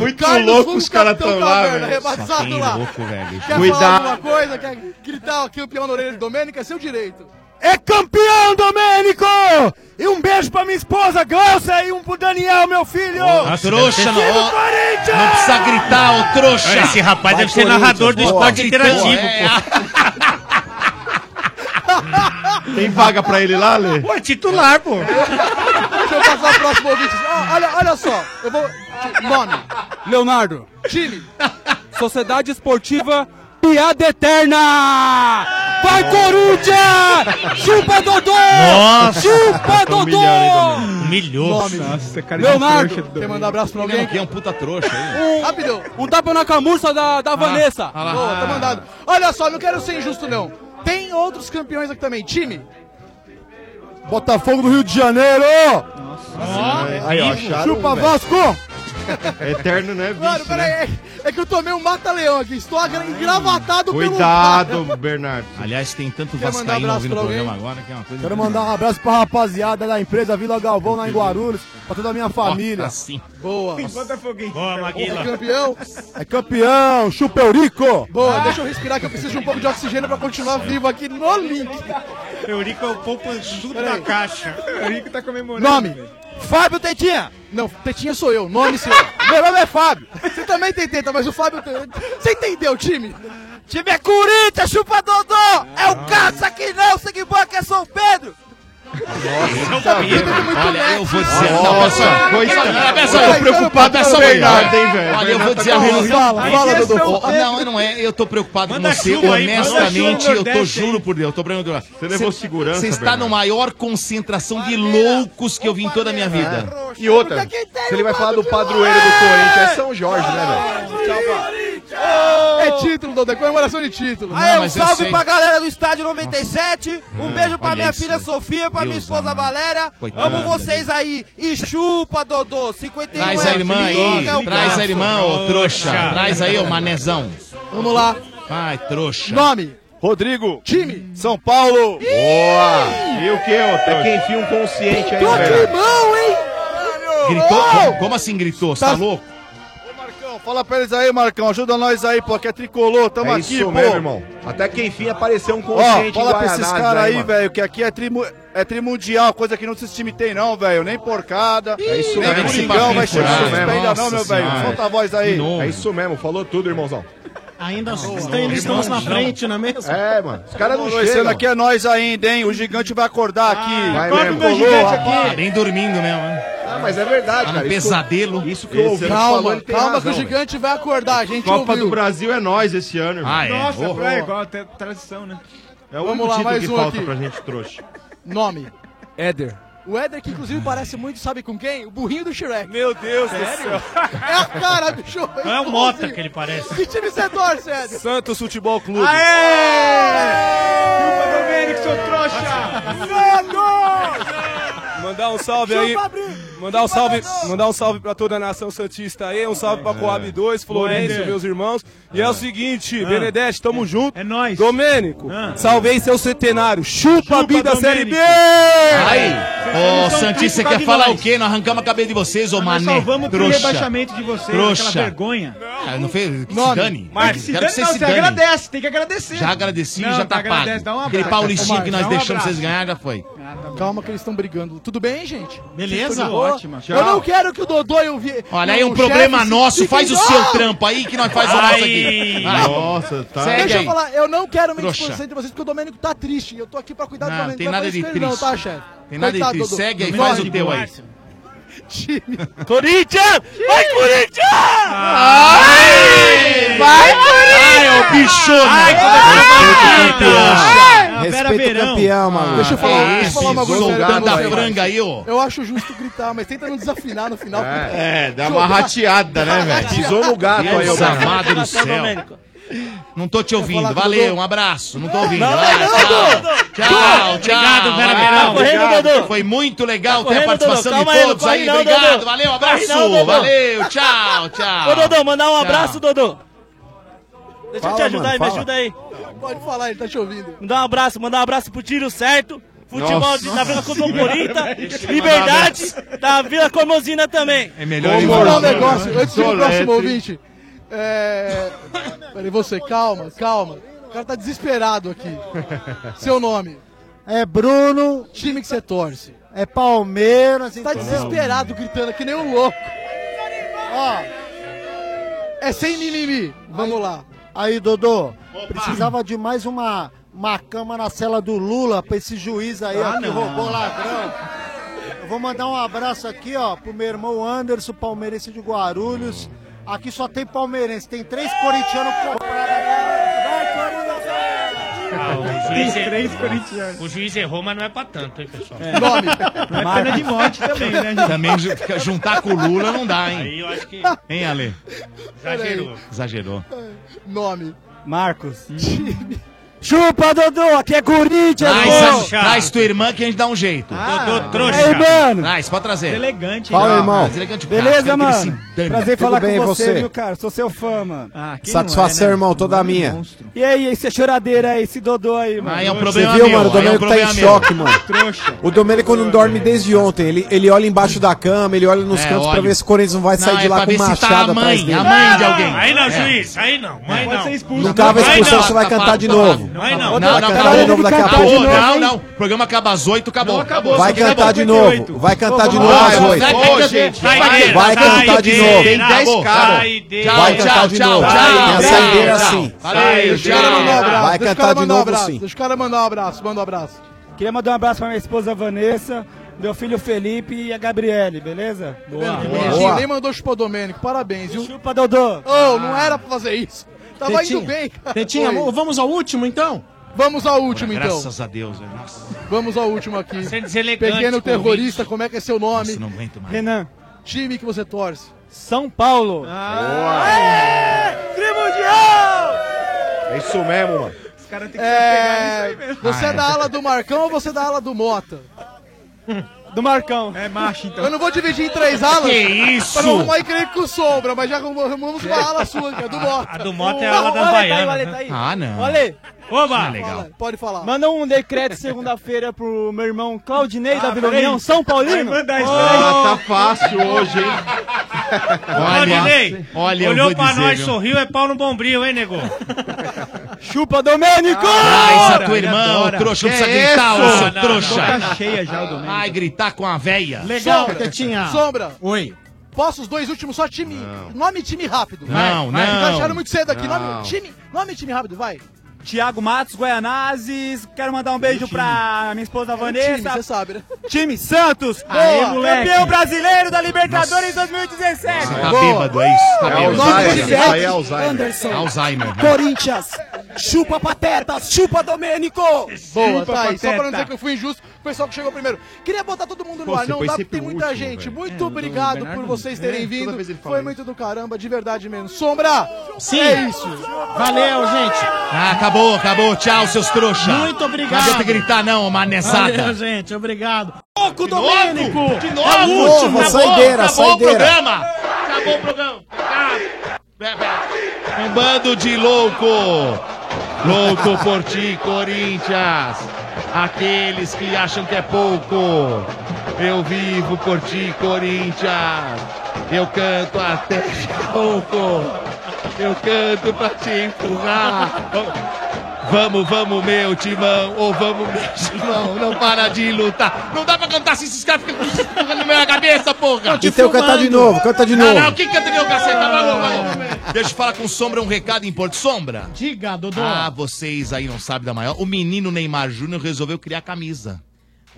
Muito
Carlos
louco
Fumo,
os caras
Capitão
tão lá,
Caverna,
velho.
rebaixado
Só tem
lá.
louco, velho.
Quer falar
Cuidado.
alguma coisa? Quer gritar o campeão na orelha de Domênico? É seu direito. É campeão, Domênico! E um beijo pra minha esposa, Glaucia, e um pro Daniel, meu filho!
Nossa, trouxa, não, ó, não precisa gritar, ô trouxa.
É, Esse rapaz deve ser narrador do esporte interativo,
É, Tem vaga pra ele lá, Lê?
Pô, é titular, pô.
Deixa eu passar o próximo ouvinte. Ó, olha, olha só, eu vou... Nome.
Leonardo.
Time.
Sociedade Esportiva Piada Eterna! Vai, Corinthians! Chupa, Dodô!
Nossa!
Chupa, Dodô!
Humilhou.
Nossa,
é
cara de Leonardo, trouxa
Quer mandar abraço pra alguém? Quem é um puta trouxa aí?
Um,
Rapidão.
um tapa na camurça da, da Vanessa.
ah lá.
Boa, tá mandado. Olha só, não quero ser injusto, não. Tem outros campeões aqui também. Time?
Botafogo do Rio de Janeiro!
Aí, ó, acharam um, velho.
Eterno, né, bicho?
Mano, peraí.
né?
é- É que eu tomei um mata-leão aqui. Estou agra-
é
engravatado pelo...
Cuidado, Bernardo. Aliás, tem tanto
Quer mandar
Vascaíno
abraço
ouvindo o
pra
programa
alguém?
agora que é uma coisa.
Quero mandar um abraço pra rapaziada da empresa Vila Galvão, lá em Guarulhos, pra toda a minha família.
sim.
Boa.
Botafoguinho. Boa,
É
Maguila.
campeão.
É campeão, chupa Eurico!
Boa, deixa eu respirar que eu preciso de um pouco de oxigênio pra continuar vivo aqui no link.
Eurico é o poupançudo da caixa.
Eurico tá comemorando.
Nome?
Nome? Fábio Tetinha. Não, Tetinha sou eu, nome seu. Meu nome é Fábio. Você também tem teta, mas o Fábio... tem- Você entendeu, time? Time é Corinthians, chupa Dodô. É
Ah.
o caça que não, Seguiboa que é São Pedro.
Olha, eu vou
Nossa,
dizer. não, pessoal,
coitado.
olha, pessoal, eu tô
Coitado
preocupado
do
essa
Bernardo,
mulher.
hein, velho?
Olha, eu
Bernardo
vou dizer
tá
a
maluco.
verdade.
Fala, fala, Dudu.
Oh, Não, não é. Eu tô preocupado
Manda
com você.
chuva aí, manda
honestamente,
chuva, né,
eu tô,
Nordeste aí.
juro por Deus, eu tô preocupado. Você
levou segurança,
Você está
Bernardo.
na maior concentração de loucos que eu vi em toda a minha vida.
E outra, se ele vai falar do padroeiro do Corinthians, é São Jorge, né,
É título, Dodô, é comemoração de título.
Aí,
Não,
um
mas eu
salve
sei.
pra galera do Estádio 97. Um
Hum,
beijo pra
olha
minha
isso,
filha
velho.
Sofia, pra minha
Deus
esposa Valéria.
Coitada
Amo vocês aí. E chupa, Dodô. 51
Traz a irmã aí,
né,
traz a irmã, ô trouxa. Traz aí, ô manezão.
Vamos lá.
Vai, trouxa.
Nome?
Rodrigo.
Time?
São Paulo. Boa.
E o que, ô? Até quem enfia um consciente aí,
Tô
velho.
Irmão, hein?
né? Gritou?
Ô!
Como, como assim gritou? Você tá louco?
Fala pra eles aí, Marcão. Ajuda nós aí, pô. Que é tricolor. Tamo
É
aqui,
isso
pô.
mesmo, irmão.
Até que enfim apareceu um
consciente
Ó, fala
em
pra esses
Guaianazes
caras
aí,
aí,
mano.
velho, que aqui é, trimu, é trimundial, coisa que não esses times tem não, velho. Nem porcada.
É isso
nem
mesmo.
Coringão vai
é
chegar
Isso
no
mesmo.
ainda não,
Nossa
meu velho.
Senhora.
Solta a voz aí.
É isso mesmo, falou tudo, irmãozão.
Ainda estamos, estamos na frente, não é mesmo?
É, mano. Os caras não
Demorou,
chegam.
esse ano
aqui é nós ainda, hein? O gigante vai acordar aqui.
Vai acorda mesmo. o meu gigante
aqui. Nem Tá dormindo mesmo, né?
Ah, mas é verdade,
Tá num pesadelo.
Isso
que eu ouvi, ele
Calma,
falou, ele tem
calma
razão,
que o gigante vai acordar, a gente
Copa
ouviu.
do Brasil é nós esse ano, irmão.
Ah, é?
Nossa,
Oh,
é
oh.
igual
até tradição, né?
É o
Vamos
único
lá,
título
mais
que
um
falta
aqui.
pra gente, trouxa.
Nome?
Éder.
O Éder, que inclusive parece muito, sabe com quem? O burrinho do Shrek.
Meu Deus
do
céu.
É a cara, bicho.
Não é o Mota que ele parece.
Que time você torce, Éder?
Santos Futebol Clube.
Aê!
Domênico, seu
Mandar um salve aí. Mandar um salve, mandar um salve pra toda a nação santista aí, um salve
É.
pra Coab 2, Florencio,
Éder.
meus irmãos. E é o
Ah.
seguinte, Benedetti, tamo junto. É
nóis.
Domênico,
Ah.
salvei seu centenário. Chupa, a vida Série B!
Aí, ô Santista, você quer falar o
quê?
quê? Nós arrancamos a cabeça de vocês, ô mané.
salvamos
pro rebaixamento de vocês, aquela vergonha.
Ah, não fez? Que se
Nome.
dane.
Mas que se
Quero
dane,
que vocês
não,
se
você
danem.
agradece, tem que agradecer.
Já agradeci,
Não,
já tá
que agradece, dá um
pago.
abraço.
Aquele paulistinho
Ô,
que
Marcos,
nós
dá um
deixamos
abraço.
vocês ganhar já foi.
Calma que eles estão brigando. Tudo bem, gente?
Beleza?
Tudo de boa?
Ótimo.
Eu
Tchau.
não quero que o Dodô e o Vi...
Olha,
não,
aí é um
o
problema
chefe se-
nosso,
fiquem-
faz o seu
Não!
trampo aí que nós faz o nosso aqui. Vai.
Nossa, tá.
Segue
Deixa
aí.
eu falar, eu não quero me
Trouxa.
dispensar de vocês porque o Domênico tá triste. Eu tô aqui pra cuidar do
Não,
Domênico.
tem
não é
nada
pra
de
isso que ele
triste.
Não, tá, chefe?
Tem nada de
Coitado,
triste.
Dodô.
Segue aí, faz o
Domênico.
teu aí.
Corinthians! Vai, Corinthians!
Ah. Ai!
Vai,
Corinthians! Ai, ô bichona! Ai,
Ah.
Respeita o campeão, maluco. Deixa eu falar- deixa eu falar uma coisa séria pra
Ah, é Soltando a
você, Marcos.
franga aí, ô.
Eu acho justo gritar, mas tenta não desafinar no final. porque-
É, dá uma rateada, né, velho?
Pisou no gato aí, ô,
Deus
Domênico.
amado do céu.
Domênico.
Não tô te ouvindo.
falar com o
Valeu,
Dudu?
um abraço. Não tô ouvindo.
Não,
Vai,
não,
tchau.
Dudu.
Tchau,
Dudu.
tchau.
Obrigado,
Vera
Vera Verão. Tá correndo, Dudu.
Foi muito legal ter a
correndo,
participação
Dudu.
de
Calma aí, não
todos
corre
aí.
não,
Obrigado.
Dudu.
Valeu, um
Corre não,
abraço.
Dudu.
Valeu, tchau, tchau.
Ô, Dodô, mandar um
Tchau.
abraço, Dodô. Deixa eu
Fala,
te ajudar
mano,
aí,
fala.
me ajuda aí.
Pode falar, ele tá te ouvindo.
Mandar um abraço, mandar um abraço pro Tiro Certo. Futebol
Nossa.
de- da Vila
Nossa
Cosmopolita.
Senhora,
um
velho.
Liberdade da Vila Comozina também.
É
Vamos falar um negócio, antes do
né? Solete.
próximo ouvinte. É... Peraí, você, calma, calma. O cara tá desesperado aqui. Seu nome?
É Bruno.
Time que você torce.
É Palmeiras.
Tá desesperado gritando, que nem um louco. Ó, é sem mimimi. Vamos lá.
Aí, Dodô, precisava de mais uma, uma cama na cela do Lula pra esse juiz aí ó,
Ah,
que
não.
roubou ladrão. Eu vou mandar um abraço aqui, ó, pro meu irmão Anderson, palmeirense de Guarulhos. Aqui só tem palmeirense, tem três corintianos. co-
Ah, o juiz
Tem
errou.
três corintianos.
O juiz errou, mas não é pra tanto, hein, pessoal?
É. Nome. Não é pena de morte também, né, gente?
Também ju- fica- juntar com o Lula não dá, hein?
Aí eu acho que.
Hein, Ale?
Exagerou.
Exagerou.
Tá
Nome.
Marcos. Hum. Chupa, Dodô, aqui é Corinthians,
Traz, traz tua irmã que a gente dá um jeito.
Ah.
Dodô, trouxa. Aí, mano.
Traz, pode trazer.
Elegante,
Fala, irmão.
elegante o cara,
Beleza,
quero que ele
mano?
se dane.
Prazer em
Tudo
falar
bem, e
com você,
você?
viu, cara? Sou seu fã, mano.
Ah,
é,
é, né,
Satisfação,
né?
irmão, toda a minha.
E aí, esse é choradeira aí, esse Dodô aí, mano.
Aí é um
Você
problema
viu,
meu.
mano? O
aí é um
Domênico tá em
problema meu.
choque, mano. O Domênico não dorme desde ontem. Ele, ele olha embaixo da cama, ele olha nos
É,
cantos pra
olha.
ver se o Corinthians não vai sair
Não, é
de lá
pra
com
ver se tá
machado
a mãe,
atrás dele.
a mãe de alguém.
Aí não,
É.
juiz, aí não. Aí não.
Não tava
Vai
expulsão,
não,
você vai
tá
cantar
parado,
de
tá
novo.
parado.
Vai
Vai não, não, não, Tá
cantar de novo daqui a
acabou,
pouco.
não, não. O programa acaba às 8, acabou. acabou.
Vai
Só que
cantar de
acabou.
novo. Vai cantar de novo às oito. Vai cantar de novo.
Tem 10 caras.
Vai cantar de novo. Tem a saideira assim.
Valeu,
Deixa o cara mandar um abraço. Vai
Deixa
cantar
o cara
de
mandar um
novo
abraço.
sim.
Deixa o cara mandar um abraço, manda um abraço.
Queria mandar um abraço pra minha esposa Vanessa, meu filho Felipe e a Gabriele, beleza?
Tá vendo que bonitinho? Nem mandou chupar o Domênico, parabéns, viu?
Chupa, Dodô. Ah.
Oh, não era pra fazer isso. Tava
Tetinha.
indo bem, cara.
Tetinha,
Foi.
vamos- vamos ao último, então?
Vamos ao último, então.
Graças a Deus, velho. Nossa,
Vamos ao último aqui.
Você é deselegante
Pequeno
com o
terrorista, como é que é seu nome?
não aguento mais.
Renan.
Time que você torce. Ah.
São Paulo.
É isso mesmo, mano.
É... Você
Ah,
é
é.
da ala do Marcão ou você é da ala do Mota?
Do Marcão.
É macho, então.
Eu não vou dividir em três alas.
Que isso?
Pra não arrumar encrenca com sombra, mas já arrumamos- arrumamos uma ala sua, que é do Mota.
A do Mota é a ala
tá
da Baiana. né?
Ah, não.
Olha
Oba!
Fala, Pode falar.
Manda um decreto segunda-feira pro meu irmão Claudinei da Vila
peraí.
União, São Paulino.
Vai mandar isso,
Ah, tá fácil hoje, hein?
Claudinei,
olha, eu
olhou
vou
pra
dizer,
nós,
viu?
sorriu, é pau no bombril, hein, nego?
Chupa, Domênico!
Traz a
Adora,
tua irmã, ô
adora.
trouxa. Não
Que
precisa gritar, ô
isso?
seu
Não, não,
trouxa.
tá
Boca cheia já o domingo.
Ai, gritar com a véia.
Legal,
Sombra.
Tetinha.
Sombra.
Oi.
Posso os dois últimos só time? Nome e time rápido.
Não,
Vai,
não.
Já acharam muito cedo aqui.
Não.
Nome, time, nome e time rápido, vai.
Tiago Matos, Goianazes. Quero mandar um beijo pra minha esposa
É um Time,
Vanessa.
você sabe, né?
Time Santos.
Aê,
Boa.
moleque.
Campeão brasileiro da Libertadores 2017.
Você tá bêbado, é isso? Tá
É
bêbado.
Nome do
Alzheimer. Isso aí é
Zé.
Alzheimer.
É Alzheimer. né?
Corinthians. Chupa patetas. Chupa Domênico.
Boa,
Chupa,
tá aí. Só pra não
pateta.
dizer que eu fui injusto, o pessoal que chegou primeiro. Queria botar todo mundo no
Pô,
ar,
você
não
foi
dá,
sempre
tem
o
muita
último,
gente.
velho. É,
Muito obrigado
Bernardo
por
não.
vocês
É,
terem
toda
vindo.
vez ele fala
Foi
isso.
muito do caramba, de verdade mesmo. Sombra!
Sim.
É isso.
Valeu, gente.
Ah, acabou, acabou. Tchau, seus trouxa.
Muito
Não
obrigado.
adianta gritar, não, ô
Valeu,
manezada.
gente. Obrigado. Pouco, Domênico.
De novo?
É o último.
Novo, saideira,
acabou o
saideira.
programa. Acabou o programa. Ah, é, é. Um bando de louco. Louco por ti, Corinthians. Aqueles que acham que é pouco. Eu vivo por ti, Corinthians. Eu canto até pouco. Eu canto pra te empurrar. Vamos, vamos, meu timão, ou vamos, meu timão, não para de lutar. Não dá pra cantar assim, esses caras ficam com na minha cabeça, porra. Ah,
Então canta de novo, canta de
Não, não,
novo.
quem canta meu cacete? Tá maluco, vai. Deixa eu falar com o Sombra um recado em Porto Sombra.
Diga, Dodô.
Ah, vocês aí não sabem da maior. O menino Neymar Júnior resolveu criar camisa.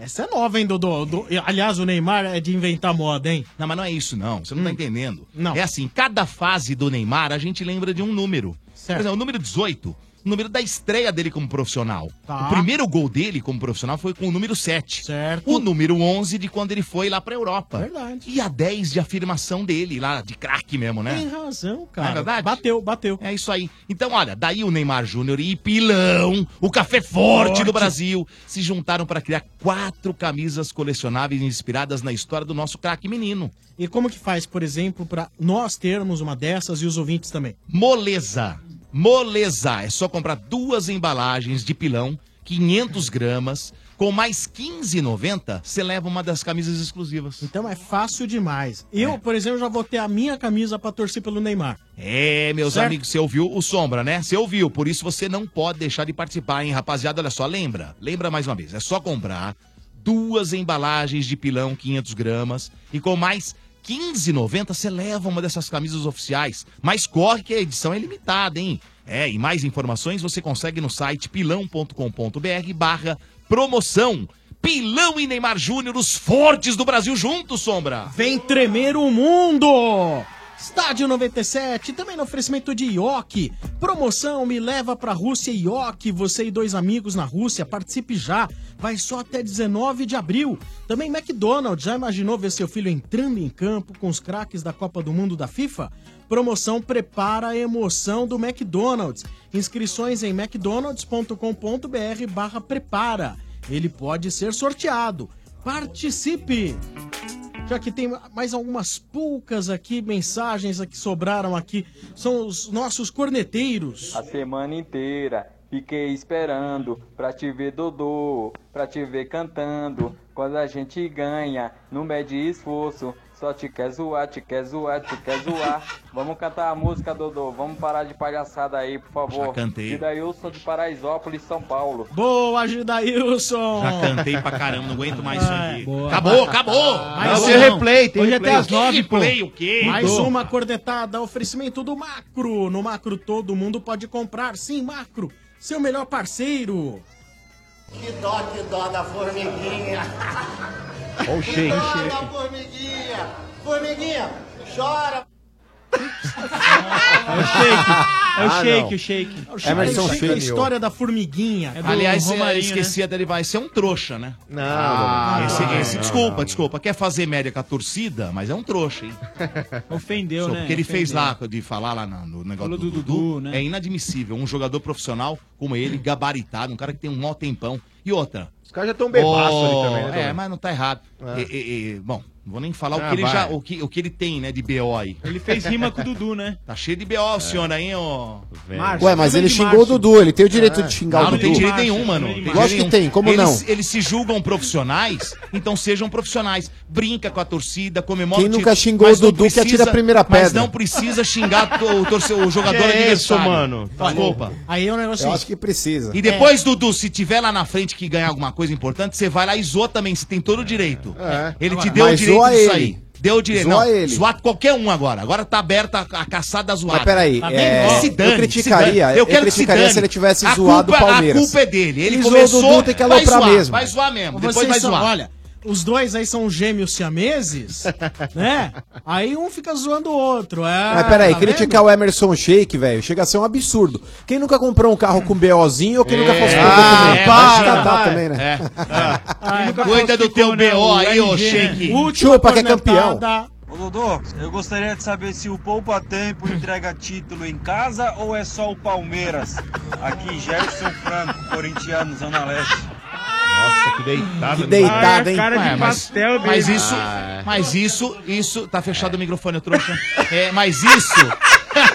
Essa é nova, hein, Dodô? Do- Aliás, o Neymar é de inventar moda, hein? Hum.
Não, mas não é isso, não. Você não tá entendendo.
Não.
É assim, cada fase do Neymar a gente lembra de um número.
Certo.
Por exemplo, o número 18, o número da estreia dele como profissional.
Tá.
O primeiro gol dele como profissional foi com o número 7.
Certo.
O número 11 de quando ele foi lá pra Europa.
Verdade.
E a 10 de afirmação dele, lá de craque mesmo, né?
Tem razão,
Não é
cara.
verdade?
bateu, bateu.
É isso aí. Então, olha, daí o Neymar Júnior e Pilão, o café forte, do Brasil, se juntaram para criar quatro camisas colecionáveis inspiradas na história do nosso craque menino.
E como que faz, por exemplo, pra nós termos uma dessas e os ouvintes também?
Moleza. Moleza. É só comprar duas embalagens de pilão, 500 gramas. Com mais 15,90, você leva uma das camisas exclusivas.
Então é fácil demais. Eu, por exemplo, já vou ter a minha camisa pra torcer pelo Neymar.
É, meus
Certo.
amigos, você ouviu o Sombra, né? Você ouviu, por isso você não pode deixar de participar, hein, rapaziada? Olha só, lembra, lembra mais uma vez, é só comprar duas embalagens de pilão 500 gramas e com mais 15,90 você leva uma dessas camisas oficiais. Mas corre que a edição é limitada, hein? É, e mais informações você consegue no site pilão.com.br barra promoção. Pilão e Neymar Júnior, os fortes do Brasil juntos, Sombra!
Vem tremer o mundo! Estádio 97, também no oferecimento de IOC. Promoção me leva pra Rússia IOC. Você e dois amigos na Rússia, participe já. Vai só até 19 de abril. Também McDonald's, já imaginou ver seu filho entrando em campo com os craques da Copa do Mundo da FIFA? Promoção Prepara a Emoção do McDonald's. Inscrições em mcdonalds.com.br barra prepara. Ele pode ser sorteado. Participe! Já que tem mais algumas poucas aqui, mensagens que sobraram aqui, são os nossos corneteiros.
A semana inteira fiquei esperando pra te ver Dodô, pra te ver cantando. Quando a gente ganha, não mede esforço. Só te quer zoar, te quer zoar, te quer zoar. Vamos cantar a música, Dodô. Vamos parar de palhaçada aí, por favor.
Já cantei.
E daí eu sou de Paraisópolis, São Paulo.
Boa, Gidailson!
Já cantei pra caramba, não aguento mais isso aqui.
Ah, é. Boa.
Acabou, acabou!
Mais
Não, tem
uma.
replay, tem
Hoje é
replay.
até as
Que
nove, pô.
replay, o quê?
Mais
Mudou.
uma cornetada, oferecimento do Macro. No Macro todo mundo pode comprar. Sim, Macro, seu melhor parceiro.
Que dó, que dó da formiguinha.
Ó o shake,
Que dó
shake.
da formiguinha. Formiguinha, chora.
É o shake. É o
Ah,
shake,
não.
o shake.
É o shake. Emerson
Shake,
Filho.
a história da formiguinha.
É
Aliás, eu
né?
Romarinho,
esqueci até ele vai ser um trouxa, né? Não,
não.
esse,
não,
esse-
não,
desculpa, desculpa. Quer fazer média com a torcida, mas é um trouxa, hein?
Ofendeu,
Só
né?
Porque ele fez
Ofendeu.
lá, de falar lá no, no negócio do, Dudu, né? É inadmissível. Um jogador profissional como ele, gabaritado, um cara que tem um mó tempão. E outra. Os
caras já estão bebaço ali também, né,
É,
Domingo?
mas não tá errado.
Ah.
É.
E- e- e- bom, não vou nem falar
Ah,
o, que ele
vai.
já, o, que, o que ele tem, né, de BO aí.
Ele fez rima com o Dudu, né?
Tá cheio de BO,
É.
o senhor aí, ô.
Ué, mas ele xingou o Dudu, ele tem o direito
É.
de xingar
não,
o Dudu.
É. Não tem direito nenhum, mano.
Lógico que tem, como
eles, é um
não?
Eles se julgam profissionais, então sejam profissionais. Brinca com a torcida, comemora
Quem
o título,
nunca xingou
mas
o
não
Dudu que atira a primeira
Mas
pedra.
não precisa xingar to- o, torce- o jogador
Que é isso,
adversário.
mano? Tá
Desculpa.
louco.
Aí é um negócio
assim.
Eu acho que precisa.
E depois, Dudu, se tiver lá na frente que ganhar alguma coisa importante, você vai lá e zoa também, você tem todo o direito.
É.
Ele te
Agora,
deu o
mas
direito
zoa
disso
ele.
aí. Deu o direito.
Zoa
Não,
ele.
zoar qualquer um agora. Agora tá aberta a, a caçada zoada.
Mas peraí,
tá
é,
Que se dane,
eu
que se
criticaria,
dane.
eu criticaria se ele tivesse zoado o
culpa-
Palmeiras.
A culpa é dele. Ele
Ele zoou o
começou,
Dudu, tem que aloprar
vai zoar,
mesmo.
Vai zoar mesmo,
Vocês
depois vai
são,
zoar.
olha, os dois aí são gêmeos siameses, né? Aí um fica zoando o outro. É,
Mas peraí,
tá
criticar o Emerson Shake, velho, chega a ser um absurdo. Quem nunca comprou um carro com BOzinho ou quem nunca um falsificou
Ah,
documento?
é,
Pode
imagina.
catar também, né?
É, Ah.
Ah.
Cuida do teu BO aí, ô Shake.
né?
Chupa que é campeão.
Ô Dodô, eu gostaria de saber se o Poupa Tempo entrega título em casa ou é só o Palmeiras? Aqui, Gerson Franco, corintiano, Zona Leste.
Nossa, que deitada.
Que deitada, hein?
Ué,
Ué,
mas-
mas-
Mas isso,
Ah, é.
mas isso, isso... Tá fechado o microfone, trouxa. É, mas isso...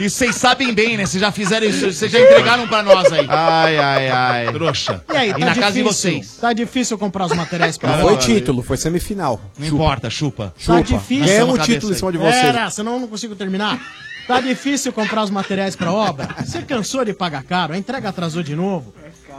Isso vocês sabem bem, né? Vocês já fizeram isso, vocês já entregaram pra nós aí. Ai, ai, ai. Trouxa.
E aí,
na
tá difícil,
casa de vocês.
Tá difícil comprar os materiais pra
Não
nós.
foi título, foi semifinal.
É, Não importa, chupa.
Tá
Chupa.
difícil.
Ganhamos o título em cima de vocês.
Pera, senão eu não consigo terminar. Tá difícil comprar os materiais pra obra? Você cansou de pagar caro? A entrega atrasou de novo?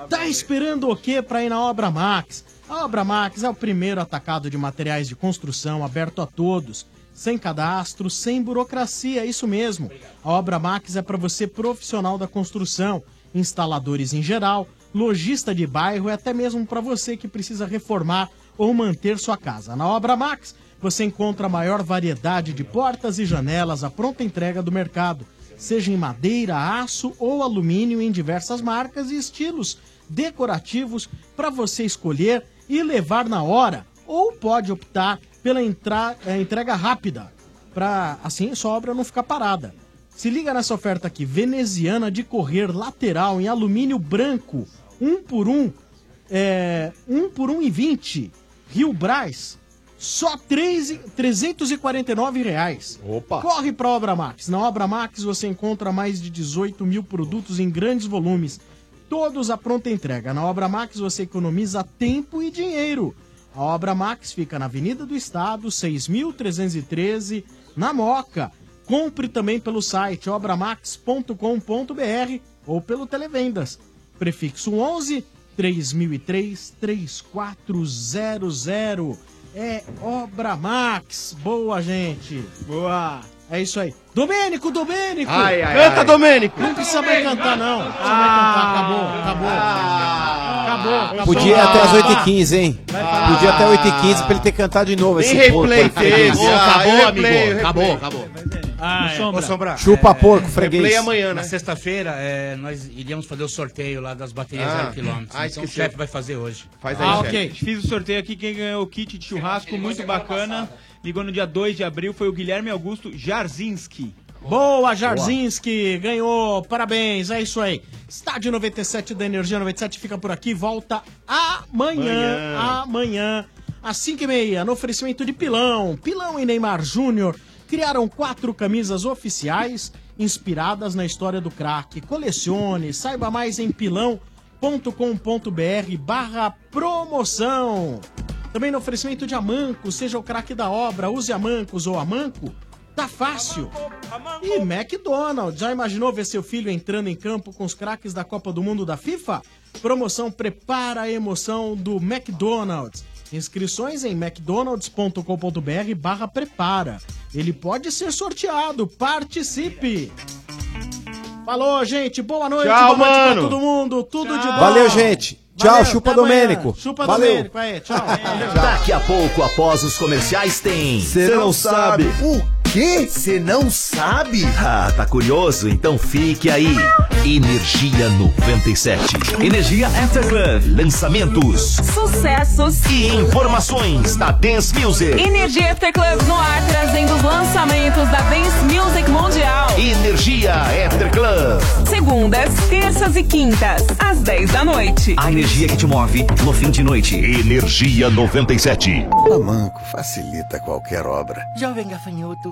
Tá esperando o quê pra ir na Obra Max? A Obra Max é o primeiro atacado de materiais de construção aberto a todos. Sem cadastro, sem burocracia, é isso mesmo. A Obra Max é pra você profissional da construção, instaladores em geral, lojista de bairro e até mesmo pra você que precisa reformar ou manter sua casa. Na Obra Max, você encontra a maior variedade de portas e janelas à pronta entrega do mercado, seja em madeira, aço ou alumínio em diversas marcas e estilos decorativos para você escolher e levar na hora, ou pode optar pela entra- eh, entrega rápida, para assim sua obra não ficar parada. Se liga nessa oferta aqui, veneziana de correr lateral em alumínio branco, um por um, é, 1 por 1 e 20. Rio Braz, só 3, e- 349 reais. Opa. Corre pra Obra Max. Na Obra Max você encontra mais de 18 mil produtos em grandes volumes. Todos à pronta entrega. Na Obra Max você economiza tempo e dinheiro. A Obra Max fica na Avenida do Estado, 6.313, na Moca. Compre também pelo site obramax.com.br ou pelo Televendas prefixo 11 3003 3400. É Obra Max. Boa, gente. Boa. É isso aí. Domênico, Domênico.
Ai, ai, Canta, ai. Domênico.
Não precisa mais cantar, não. Não
Ah.
precisa mais cantar. Acabou, acabou. acabou. acabou.
Podia ir até as 8h15, hein?
Vai falar
Podia até 8h15 pra ele ter que cantar de novo
Nem
esse porco.
replay
aí,
teve.
feliz.
Ah,
Acabou,
é
eu
amigo.
replay, eu
Acabou,
replay.
acabou.
Ah, é.
Sombra.
Ô, Sombra,
Chupa porco, freguês.
replay amanhã, né?
Na
Na sexta-feira, é, nós iríamos fazer o sorteio lá das baterias
Ah.
zero quilômetros.
Ah,
então o
esqueci.
chefe vai fazer hoje.
ah, ok. Fiz o sorteio aqui. Quem ganhou o kit de churrasco, muito bacana. Ligou no dia 2 de abril, foi o Guilherme Augusto Jarzinski.
Boa, Jarzinski, ganhou, parabéns, é isso aí. Estádio 97 da Energia 97 fica por aqui, volta amanhã, amanhã, às 5h30, no oferecimento de Pilão. Pilão e Neymar Júnior criaram quatro camisas oficiais inspiradas na história do craque. Colecione, saiba mais em pilão.com.br barra promoção. Também no oferecimento de Amanco, seja o craque da obra, use Amancos ou Amanco, tá fácil. E McDonald's, já imaginou ver seu filho entrando em campo com os craques da Copa do Mundo da FIFA? Promoção Prepara a Emoção do McDonald's. Inscrições em mcdonalds.com.br barra prepara. Ele pode ser sorteado, participe! Falou, gente, boa noite,
Tchau,
boa noite
mano.
pra todo mundo, tudo de bom!
Valeu, gente. Tchau,
Valeu,
chupa
até amanhã.
Domênico.
Chupa
Valeu.
Domênico, aí, tchau!
Daqui a pouco, após os comerciais, tem.
Cê não sabe.
O quê? Você não sabe? Ah, tá curioso? Então fique aí. Energia 97. Energia After Club. Lançamentos.
Sucessos.
E informações da Dance Music.
Energia After Club no ar, trazendo os lançamentos da Dance Music Mundial.
Energia After Club.
Segundas, terças e quintas, às 10 da noite.
A energia que te move no fim de noite. Energia 97.
Amanco facilita qualquer obra.
Jovem gafanhoto,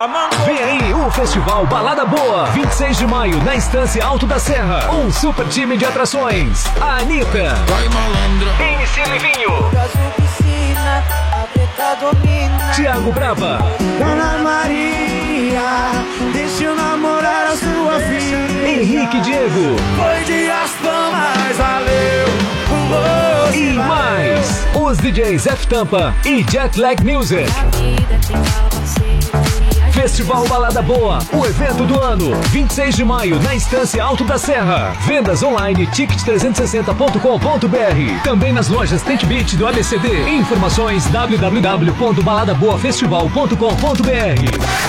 Amanco! Vem aí o Festival Balada Boa, 26 de maio, na Estância Alto da Serra. Um super time de atrações. A Anitta. Vai malandro. MC Livinho.
piscina, a preta domina.
Tiago Brava.
Dona Maria, deixa eu namorar a sua filha.
Henrique Diego.
Foi de aspa, mas valeu.
E mais, os DJs F Tampa e Jet Lag Music. Festival Balada Boa, o evento do ano, 26 de maio, na Estância Alto da Serra. Vendas online, ticket360.com.br. Também nas lojas Tente Beat do ABCD. Informações www.baladaboafestival.com.br.